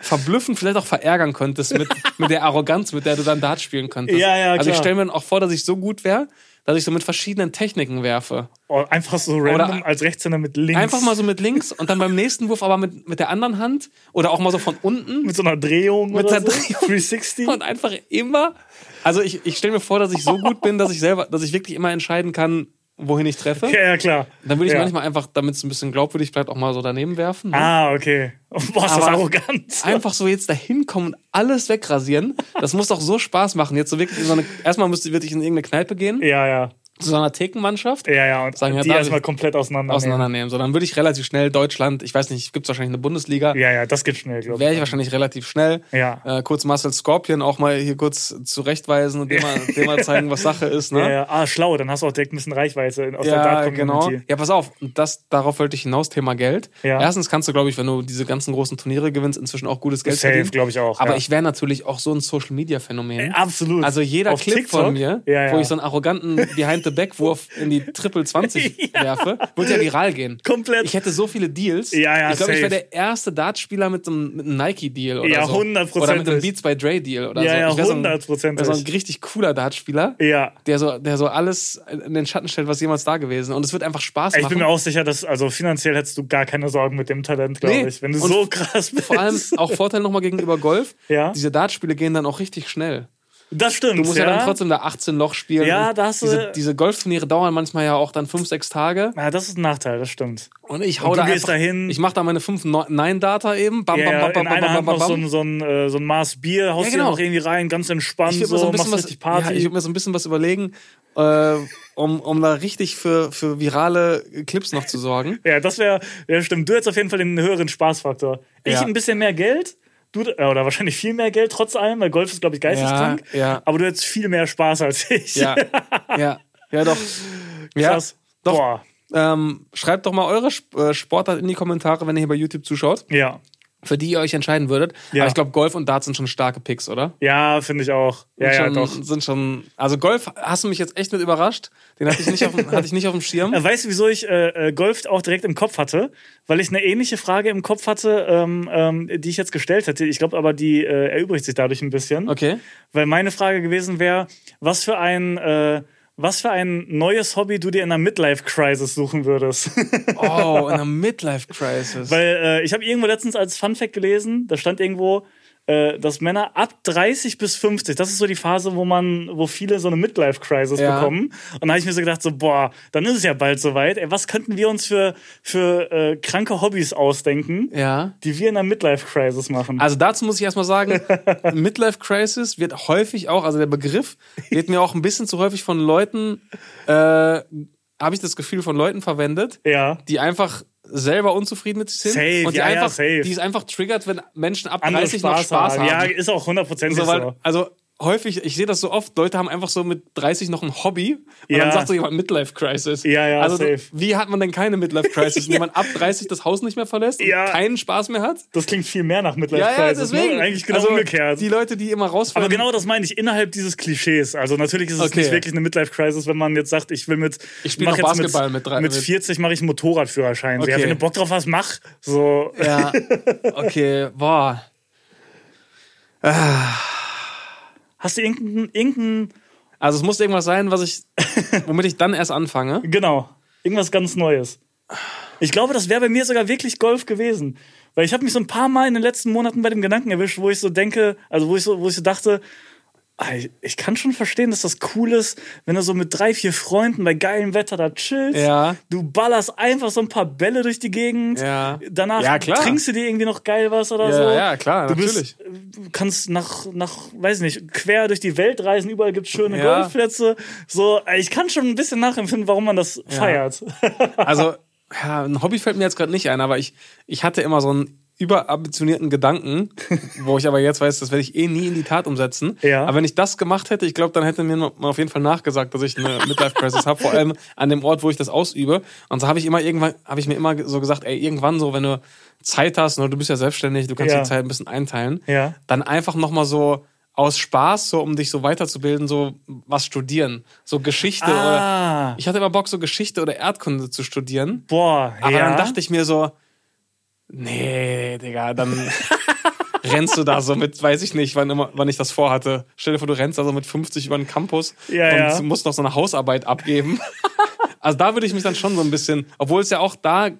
S2: verblüffen, vielleicht auch verärgern könntest mit, mit der Arroganz, mit der du dann Dart spielen könntest.
S1: Ja, ja,
S2: Also ich
S1: klar.
S2: stelle mir dann auch vor, dass ich so gut wäre, dass ich so mit verschiedenen Techniken werfe.
S1: Oh, einfach so random als Rechtshänder mit links.
S2: Einfach mal so mit links und dann beim nächsten Wurf aber mit, mit der anderen Hand oder auch mal so von unten.
S1: mit so einer Drehung
S2: Mit
S1: oder
S2: einer
S1: so.
S2: Drehung.
S1: 360.
S2: und einfach immer. Also ich, ich stelle mir vor, dass ich so gut bin, dass ich selber, dass ich wirklich immer entscheiden kann, wohin ich treffe.
S1: Ja, ja, klar.
S2: Dann würde ich
S1: ja.
S2: manchmal einfach, damit es ein bisschen glaubwürdig bleibt, auch mal so daneben werfen. ne?
S1: Ah, okay. Boah, ist das
S2: Aber-
S1: arrogant.
S2: Einfach so jetzt dahin kommen und alles wegrasieren. Das muss doch so Spaß machen. Jetzt so wirklich in so eine, erstmal müsste würde ich in irgendeine Kneipe gehen,
S1: Ja, ja.
S2: zu so einer Thekenmannschaft.
S1: Ja, ja. Und
S2: Sagen, ja,
S1: die
S2: darf
S1: erstmal
S2: ich-
S1: komplett auseinander.
S2: Auseinandernehmen. So, dann würde ich relativ schnell Deutschland, ich weiß nicht, gibt es wahrscheinlich eine Bundesliga,
S1: Ja, ja, das geht schnell, glaube ich.
S2: wäre ich wahrscheinlich relativ schnell.
S1: Ja.
S2: Äh, kurz Marcel Scorpion auch mal hier kurz zurechtweisen und dem mal, dem mal zeigen, was Sache ist. Ne?
S1: Ja, ja. Ah, schlau, dann hast du auch direkt ein bisschen Reichweite in- aus der
S2: Ja, genau.
S1: Dart-Community.
S2: Ja, pass auf, und das, darauf wollte ich hinaus, Thema Geld.
S1: Ja.
S2: Erstens kannst du, glaube ich, wenn du diese ganzen großen Turniere gewinnst, inzwischen auch gutes Geld
S1: Safe,
S2: verdienen.
S1: glaube ich auch.
S2: Aber
S1: ja. Äh,
S2: ich wäre natürlich auch so ein Social-Media-Phänomen.
S1: Absolut.
S2: Also jeder
S1: Auf
S2: Clip
S1: TikTok?
S2: von mir,
S1: Ja, ja.
S2: wo ich so einen arroganten Behind-the-Back-Wurf in die Triple 20 werfe, wird ja viral gehen.
S1: Komplett.
S2: Ich hätte so viele Deals.
S1: Ja, ja,
S2: ich glaube, ich wäre
S1: safe.
S2: der erste Dartspieler mit einem, mit einem Nike-Deal oder
S1: Ja,
S2: so. Oder mit
S1: hundertprozentig.
S2: einem Beats by Dre-Deal oder
S1: Ja,
S2: so.
S1: ja,
S2: Ich wär so ein-
S1: hundertprozentig.
S2: wär So ein richtig cooler Dartspieler
S1: ja.
S2: der so, der so alles in den Schatten stellt, was jemals da gewesen. Und es wird einfach Spaß machen.
S1: Ich bin mir auch sicher, dass, also finanziell hättest du gar keine Sorgen mit dem Talent, glaube
S2: Nee.
S1: ich. Wenn du
S2: Und
S1: so krass bist.
S2: Vor allem auch Vorteil nochmal gegenüber Golf.
S1: Ja.
S2: Diese Dartspiele gehen dann auch richtig schnell.
S1: Das stimmt.
S2: Du musst ja,
S1: ja
S2: dann trotzdem da 18 Loch spielen.
S1: Ja,
S2: Und
S1: da hast du-
S2: Diese, diese Golfturniere dauern manchmal ja auch dann 5, 6 Tage.
S1: Ja, das ist ein Nachteil, das stimmt.
S2: Und ich hau
S1: Und du
S2: da
S1: gehst
S2: einfach,
S1: dahin.
S2: Ich mach da meine 5 Nein-Data eben. Bam,
S1: Ja, ja,
S2: bam, bam,
S1: in
S2: bam,
S1: einer
S2: bam,
S1: Hand
S2: bam, bam,
S1: noch so
S2: bam.
S1: ein, so ein, äh, so ein Maß Bier, haust
S2: Ja,
S1: dir
S2: genau.
S1: noch irgendwie rein, ganz entspannt,
S2: Ich
S1: so,
S2: würde mir so ein bisschen
S1: machst
S2: was,
S1: richtig Party.
S2: ja, ich würd mir so ein bisschen was überlegen, äh, um, um da richtig für, für virale Clips noch zu sorgen.
S1: Ja, das wäre, ja, stimmt. Du hättest auf jeden Fall den höheren Spaßfaktor. Ich
S2: Ja.
S1: ein bisschen mehr Geld, du, äh, oder wahrscheinlich viel mehr Geld trotz allem, weil Golf ist, glaube ich, geisteskrank.
S2: Ja, ja.
S1: Aber du hättest viel mehr Spaß als ich.
S2: Ja, ja, ja, doch. Ja,
S1: Krass.
S2: doch.
S1: Boah.
S2: Ähm, schreibt doch mal eure Sp- äh, Sportart in die Kommentare, wenn ihr hier bei YouTube zuschaut,
S1: Ja.
S2: für die ihr euch entscheiden würdet.
S1: Ja.
S2: Aber ich glaube, Golf und Dart sind schon starke Picks, oder?
S1: Ja, finde ich auch. Ja,
S2: sind
S1: ja,
S2: schon,
S1: doch.
S2: Sind schon, also Golf hast du mich jetzt echt mit überrascht. Den hatte ich nicht auf, dem- hatte ich nicht auf dem Schirm.
S1: Äh, Weißt du, wieso ich äh, äh, Golf auch direkt im Kopf hatte? Weil ich eine ähnliche Frage im Kopf hatte, ähm, ähm, die ich jetzt gestellt hätte. Ich glaube aber, die äh, erübrigt sich dadurch ein bisschen.
S2: Okay.
S1: Weil meine Frage gewesen wäre, was für ein... Äh, was für ein neues Hobby du dir in einer Midlife-Crisis suchen würdest.
S2: Oh, in einer Midlife-Crisis.
S1: Weil äh, ich habe irgendwo letztens als Funfact gelesen, da stand irgendwo, äh, dass Männer ab 30 bis 50, das ist so die Phase, wo man, wo viele so eine Midlife-Crisis
S2: Ja.
S1: bekommen. Und da habe ich mir so gedacht, so, boah, dann ist es ja bald soweit. Ey, was könnten wir uns für, für äh, kranke Hobbys ausdenken,
S2: Ja.
S1: die wir in einer Midlife-Crisis machen?
S2: Also dazu muss ich erstmal sagen, Midlife Crisis wird häufig auch, also der Begriff wird mir auch ein bisschen zu häufig von Leuten, äh, habe ich das Gefühl, von Leuten verwendet,
S1: ja.
S2: die einfach selber unzufrieden mit sich sind
S1: Safe,
S2: und die
S1: ja, ja,
S2: einfach,
S1: safe.
S2: die es einfach triggert, wenn Menschen ab
S1: Andere
S2: 30 noch Spaß haben.
S1: Ja, ist auch hundertprozentig
S2: so,
S1: so.
S2: weil, also häufig, ich sehe das so oft, Leute haben einfach so mit 30 noch ein Hobby und
S1: Ja.
S2: dann sagt so jemand Midlife Crisis.
S1: Ja, ja,
S2: also
S1: safe.
S2: wie hat man denn keine Midlife Crisis, wenn man ab 30 das Haus nicht mehr verlässt und
S1: Ja.
S2: keinen Spaß mehr hat?
S1: Das klingt viel mehr nach
S2: Ja, ja,
S1: Midlife-Crisis.
S2: deswegen.
S1: Ne? Eigentlich genau
S2: also,
S1: umgekehrt.
S2: Die Leute, die immer rausfallen.
S1: Aber genau das meine ich, innerhalb dieses Klischees. Also natürlich ist es
S2: Okay.
S1: nicht wirklich eine Midlife-Crisis, wenn man jetzt sagt, ich will mit
S2: Ich spiel
S1: mach
S2: noch
S1: jetzt
S2: Basketball
S1: mit,
S2: mit drei-
S1: mit
S2: mit-
S1: 40 mache ich einen Motorradführerschein. So, ja,
S2: Okay.
S1: wenn du Bock drauf hast, mach. So,
S2: Ja, okay, boah.
S1: hast du irgendeinen, irgendein,
S2: Also es muss irgendwas sein, was ich, womit ich dann erst anfange.
S1: genau, irgendwas ganz Neues. Ich glaube, das wäre bei mir sogar wirklich Golf gewesen. Weil ich habe mich so ein paar Mal in den letzten Monaten bei dem Gedanken erwischt, wo ich so denke, also wo ich so, wo ich so dachte, ah, ich- ich kann schon verstehen, dass das cool ist, wenn du so mit drei, vier Freunden bei geilem Wetter da chillst.
S2: Ja.
S1: Du ballerst einfach so ein paar Bälle durch die Gegend.
S2: Ja.
S1: Danach
S2: Ja, klar.
S1: trinkst du dir irgendwie noch geil was oder
S2: Ja,
S1: so.
S2: ja, klar,
S1: du
S2: natürlich.
S1: Bist, du kannst nach, nach, weiß nicht, quer durch die Welt reisen. Überall gibt es schöne
S2: Ja.
S1: Golfplätze. So, äh, ich kann schon ein bisschen nachempfinden, warum man das feiert.
S2: Also, ja, ein Hobby fällt mir jetzt gerade nicht ein, aber ich, ich hatte immer so einen überambitionierten Gedanken, wo ich aber jetzt weiß, das werde ich eh nie in die Tat umsetzen.
S1: Ja.
S2: Aber wenn ich das gemacht hätte, ich glaube, dann hätte mir man auf jeden Fall nachgesagt, dass ich eine Midlife Crisis habe, vor allem an dem Ort, wo ich das ausübe. Und so habe ich immer irgendwann, habe ich mir immer so gesagt, ey, irgendwann so, wenn du Zeit hast, ne, du bist ja selbstständig, du kannst
S1: Ja.
S2: die Zeit ein bisschen einteilen,
S1: Ja.
S2: dann einfach nochmal so aus Spaß, so um dich so weiterzubilden, so was studieren, so Geschichte
S1: Ah.
S2: oder ich hatte immer Bock so Geschichte oder Erdkunde zu studieren.
S1: Boah,
S2: Aber
S1: ja.
S2: dann dachte ich mir so, nee, Digga, dann rennst du da so mit, weiß ich nicht, wann, immer, wann ich das vorhatte. Stell dir vor, du rennst da so mit 50 über den Campus
S1: Ja,
S2: und
S1: ja.
S2: musst noch so eine Hausarbeit abgeben. also da würde ich mich dann schon so ein bisschen, obwohl es ja auch da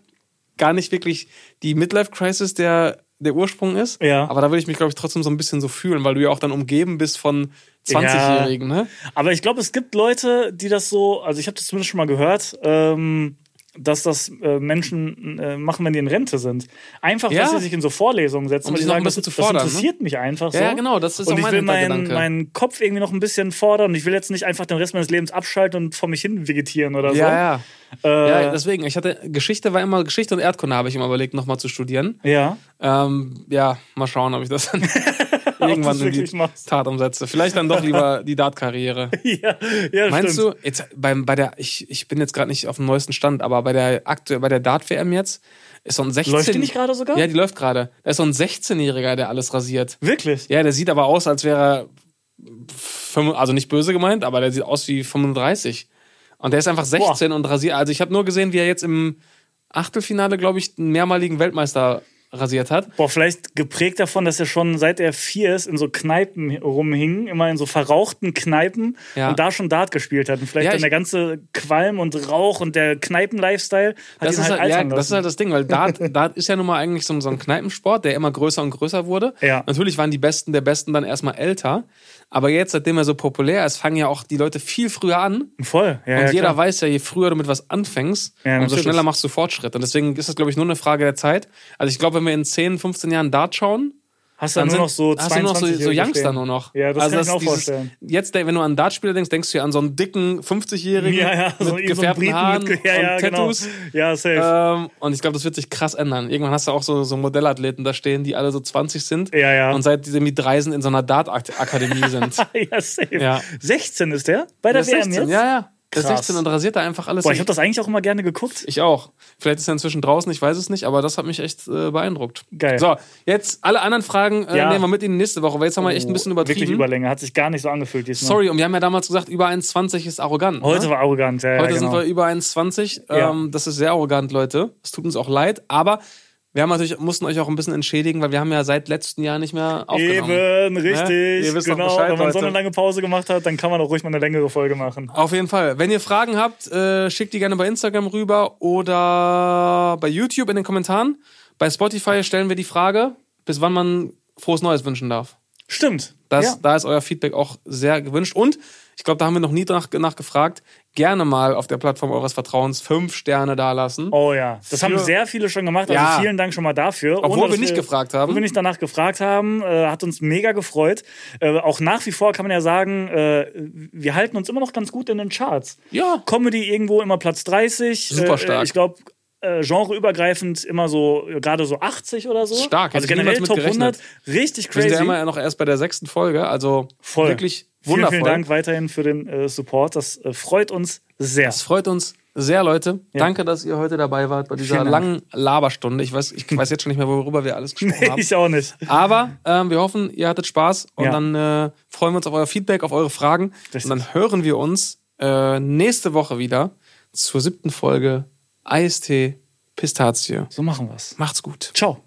S2: gar nicht wirklich die Midlife-Crisis der, der Ursprung ist,
S1: Ja.
S2: aber da würde ich mich, glaube ich, trotzdem so ein bisschen so fühlen, weil du ja auch dann umgeben bist von 20-Jährigen, ne?
S1: Aber ich glaube, es gibt Leute, die das so, also ich habe das zumindest schon mal gehört, ähm, dass das äh, Menschen äh, machen, wenn die in Rente sind. Einfach,
S2: Ja.
S1: dass sie sich in so Vorlesungen setzen
S2: Um
S1: und
S2: sich
S1: die
S2: noch
S1: sagen,
S2: ein
S1: das,
S2: bisschen zu fordern,
S1: das interessiert mich einfach
S2: Ja,
S1: so.
S2: ja, genau, das ist
S1: und
S2: auch
S1: ich
S2: mein
S1: will meinen,
S2: Hintergedanke.
S1: meinen Kopf irgendwie noch ein bisschen fordern und ich will jetzt nicht einfach den Rest meines Lebens abschalten und vor mich hin vegetieren oder so.
S2: Ja, ja.
S1: Äh,
S2: Ja, deswegen, ich hatte Geschichte war immer Geschichte und Erdkunde habe ich immer überlegt, nochmal zu studieren.
S1: ja.
S2: Ähm, ja, mal schauen, ob ich das dann irgendwann in die
S1: wirklich machst.
S2: Tat umsetze. Vielleicht dann doch lieber die Dart-Karriere.
S1: ja, ja,
S2: Meinst
S1: stimmt.
S2: du, jetzt beim, bei der, ich, ich bin jetzt gerade nicht auf dem neuesten Stand, aber bei der aktuell, bei der Dart-WM jetzt ist so ein 16.
S1: Läuft die nicht gerade sogar?
S2: Ja, die läuft gerade. Da ist so ein 16-Jähriger, der alles rasiert.
S1: Wirklich?
S2: Ja, der sieht aber aus, als wäre er, fünf- also nicht böse gemeint, aber der sieht aus wie 35. Und der ist einfach 16 und rasiert. Also ich habe nur gesehen, wie er jetzt im Achtelfinale, glaube ich, einen mehrmaligen Weltmeister rasiert hat.
S1: Boah, vielleicht geprägt davon, dass er schon seit er vier ist in so Kneipen rumhing, immer in so verrauchten Kneipen
S2: Ja.
S1: und da schon Dart gespielt hat. Und vielleicht
S2: Ja,
S1: dann
S2: ich-
S1: der ganze Qualm und Rauch und der Kneipen-Lifestyle hat
S2: Das
S1: ihn
S2: ist,
S1: halt
S2: halt, ja,
S1: altern
S2: das ist
S1: lassen.
S2: halt das Ding, weil Dart, Dart ist ja nun mal eigentlich so, ein- so ein Kneipensport, der immer größer und größer wurde.
S1: Ja.
S2: Natürlich waren die Besten der Besten dann erstmal älter. Aber jetzt, seitdem er so populär ist, fangen ja auch die Leute viel früher an.
S1: Voll. Ja,
S2: halt Und
S1: ja,
S2: jeder
S1: klar.
S2: weiß ja, je früher du mit was anfängst,
S1: Ja,
S2: umso
S1: natürlich.
S2: schneller machst du Fortschritt. Und deswegen ist das, glaube ich, nur eine Frage der Zeit. Also ich glaube, wenn wir in 10, 15 Jahren Dart schauen,
S1: Hast du
S2: dann
S1: dann nur
S2: sind,
S1: noch so
S2: hast du nur noch so,
S1: 22
S2: so Youngster nur noch. Also
S1: Ja, das kann ich mir auch
S2: dieses-
S1: vorstellen.
S2: Jetzt, wenn du an Dartspieler denkst, denkst du ja an so einen dicken 50-Jährigen
S1: Ja, ja, so,
S2: mit
S1: so einen
S2: gefärbten
S1: Briten
S2: Haaren
S1: mit, ja,
S2: und
S1: ja,
S2: Tattoos.
S1: Genau. Ja, safe.
S2: Ähm, und ich glaube, das wird sich krass ändern. Irgendwann hast du auch so, so Modellathleten da stehen, die alle so 20 sind
S1: Ja, ja.
S2: und seit die irgendwie drei sind in so einer Dart-Akademie sind.
S1: ja, safe.
S2: Äh, ja.
S1: 16 ist der bei
S2: Der
S1: der,
S2: ist
S1: WM
S2: 16,
S1: jetzt?
S2: ja, ja. Der ist
S1: Krass.
S2: 16 und rasiert da einfach alles.
S1: Boah, ich habe das eigentlich auch immer gerne geguckt.
S2: Ich auch. Vielleicht ist er inzwischen draußen, ich weiß es nicht, aber das hat mich echt äh, beeindruckt.
S1: Geil.
S2: So, jetzt alle anderen Fragen äh,
S1: Ja.
S2: nehmen wir mit in die nächste Woche, weil jetzt haben wir echt ein bisschen
S1: Oh, Wirklich
S2: übertrieben.
S1: Überlänge, hat sich gar nicht so angefühlt diesmal.
S2: Sorry, und wir haben ja damals gesagt, über 1,20 ist arrogant.
S1: Heute
S2: ne?
S1: war arrogant, ja,
S2: Heute
S1: ja, genau.
S2: sind wir über 1,20.
S1: Ja.
S2: Ähm, das ist sehr arrogant, Leute. Es tut uns auch leid, aber wir haben natürlich, mussten euch auch ein bisschen entschädigen, weil wir haben ja seit letztem Jahr nicht mehr aufgenommen.
S1: Eben,
S2: Ne? Ihr
S1: richtig.
S2: wisst doch
S1: Genau,
S2: Bescheid,
S1: wenn man so eine
S2: Leute.
S1: lange Pause gemacht hat, dann kann man auch ruhig mal eine längere Folge machen.
S2: Auf jeden Fall. Wenn ihr Fragen habt, äh, schickt die gerne bei Instagram rüber oder bei YouTube in den Kommentaren. Bei Spotify stellen wir die Frage, bis wann man frohes Neues wünschen darf.
S1: Stimmt.
S2: Das,
S1: ja.
S2: Da ist euer Feedback auch sehr gewünscht. Und ich glaube, da haben wir noch nie nach, nachgefragt. Gerne mal auf der Plattform eures Vertrauens fünf Sterne dalassen.
S1: Oh ja, das haben
S2: Für-
S1: sehr viele schon gemacht. Also
S2: Ja.
S1: vielen Dank schon mal dafür.
S2: Obwohl wir
S1: dass
S2: nicht gefragt haben.
S1: Obwohl wir nicht danach gefragt haben, äh, hat uns mega gefreut. Äh, auch nach wie vor kann man ja sagen, äh, wir halten uns immer noch ganz gut in den Charts.
S2: Ja.
S1: Comedy irgendwo immer Platz 30.
S2: Super
S1: äh,
S2: stark.
S1: Ich glaube, äh, genreübergreifend immer so, äh, gerade so 80 oder so.
S2: Stark,
S1: also
S2: hätte ich
S1: generell
S2: niemals mit
S1: Top 100.
S2: gerechnet.
S1: Richtig
S2: Wir
S1: crazy.
S2: sind ja immer noch erst bei der sechsten Folge. Also
S1: Voll.
S2: wirklich
S1: Vielen,
S2: wundervoll.
S1: vielen Dank weiterhin für den äh, Support. Das äh, freut uns sehr.
S2: Es freut uns sehr, Leute. Danke, dass ihr heute dabei wart bei dieser
S1: Vielen Dank.
S2: langen Laberstunde. Ich weiß, ich weiß jetzt schon nicht mehr, worüber wir alles gesprochen haben.
S1: ich auch nicht.
S2: Aber ähm, wir hoffen, ihr hattet Spaß und
S1: Ja.
S2: dann äh, freuen wir uns auf euer Feedback, auf eure Fragen.
S1: Richtig.
S2: Und dann hören wir uns äh, nächste Woche wieder zur siebten Folge IST Pistazie.
S1: So machen wir's.
S2: Macht's gut.
S1: Ciao.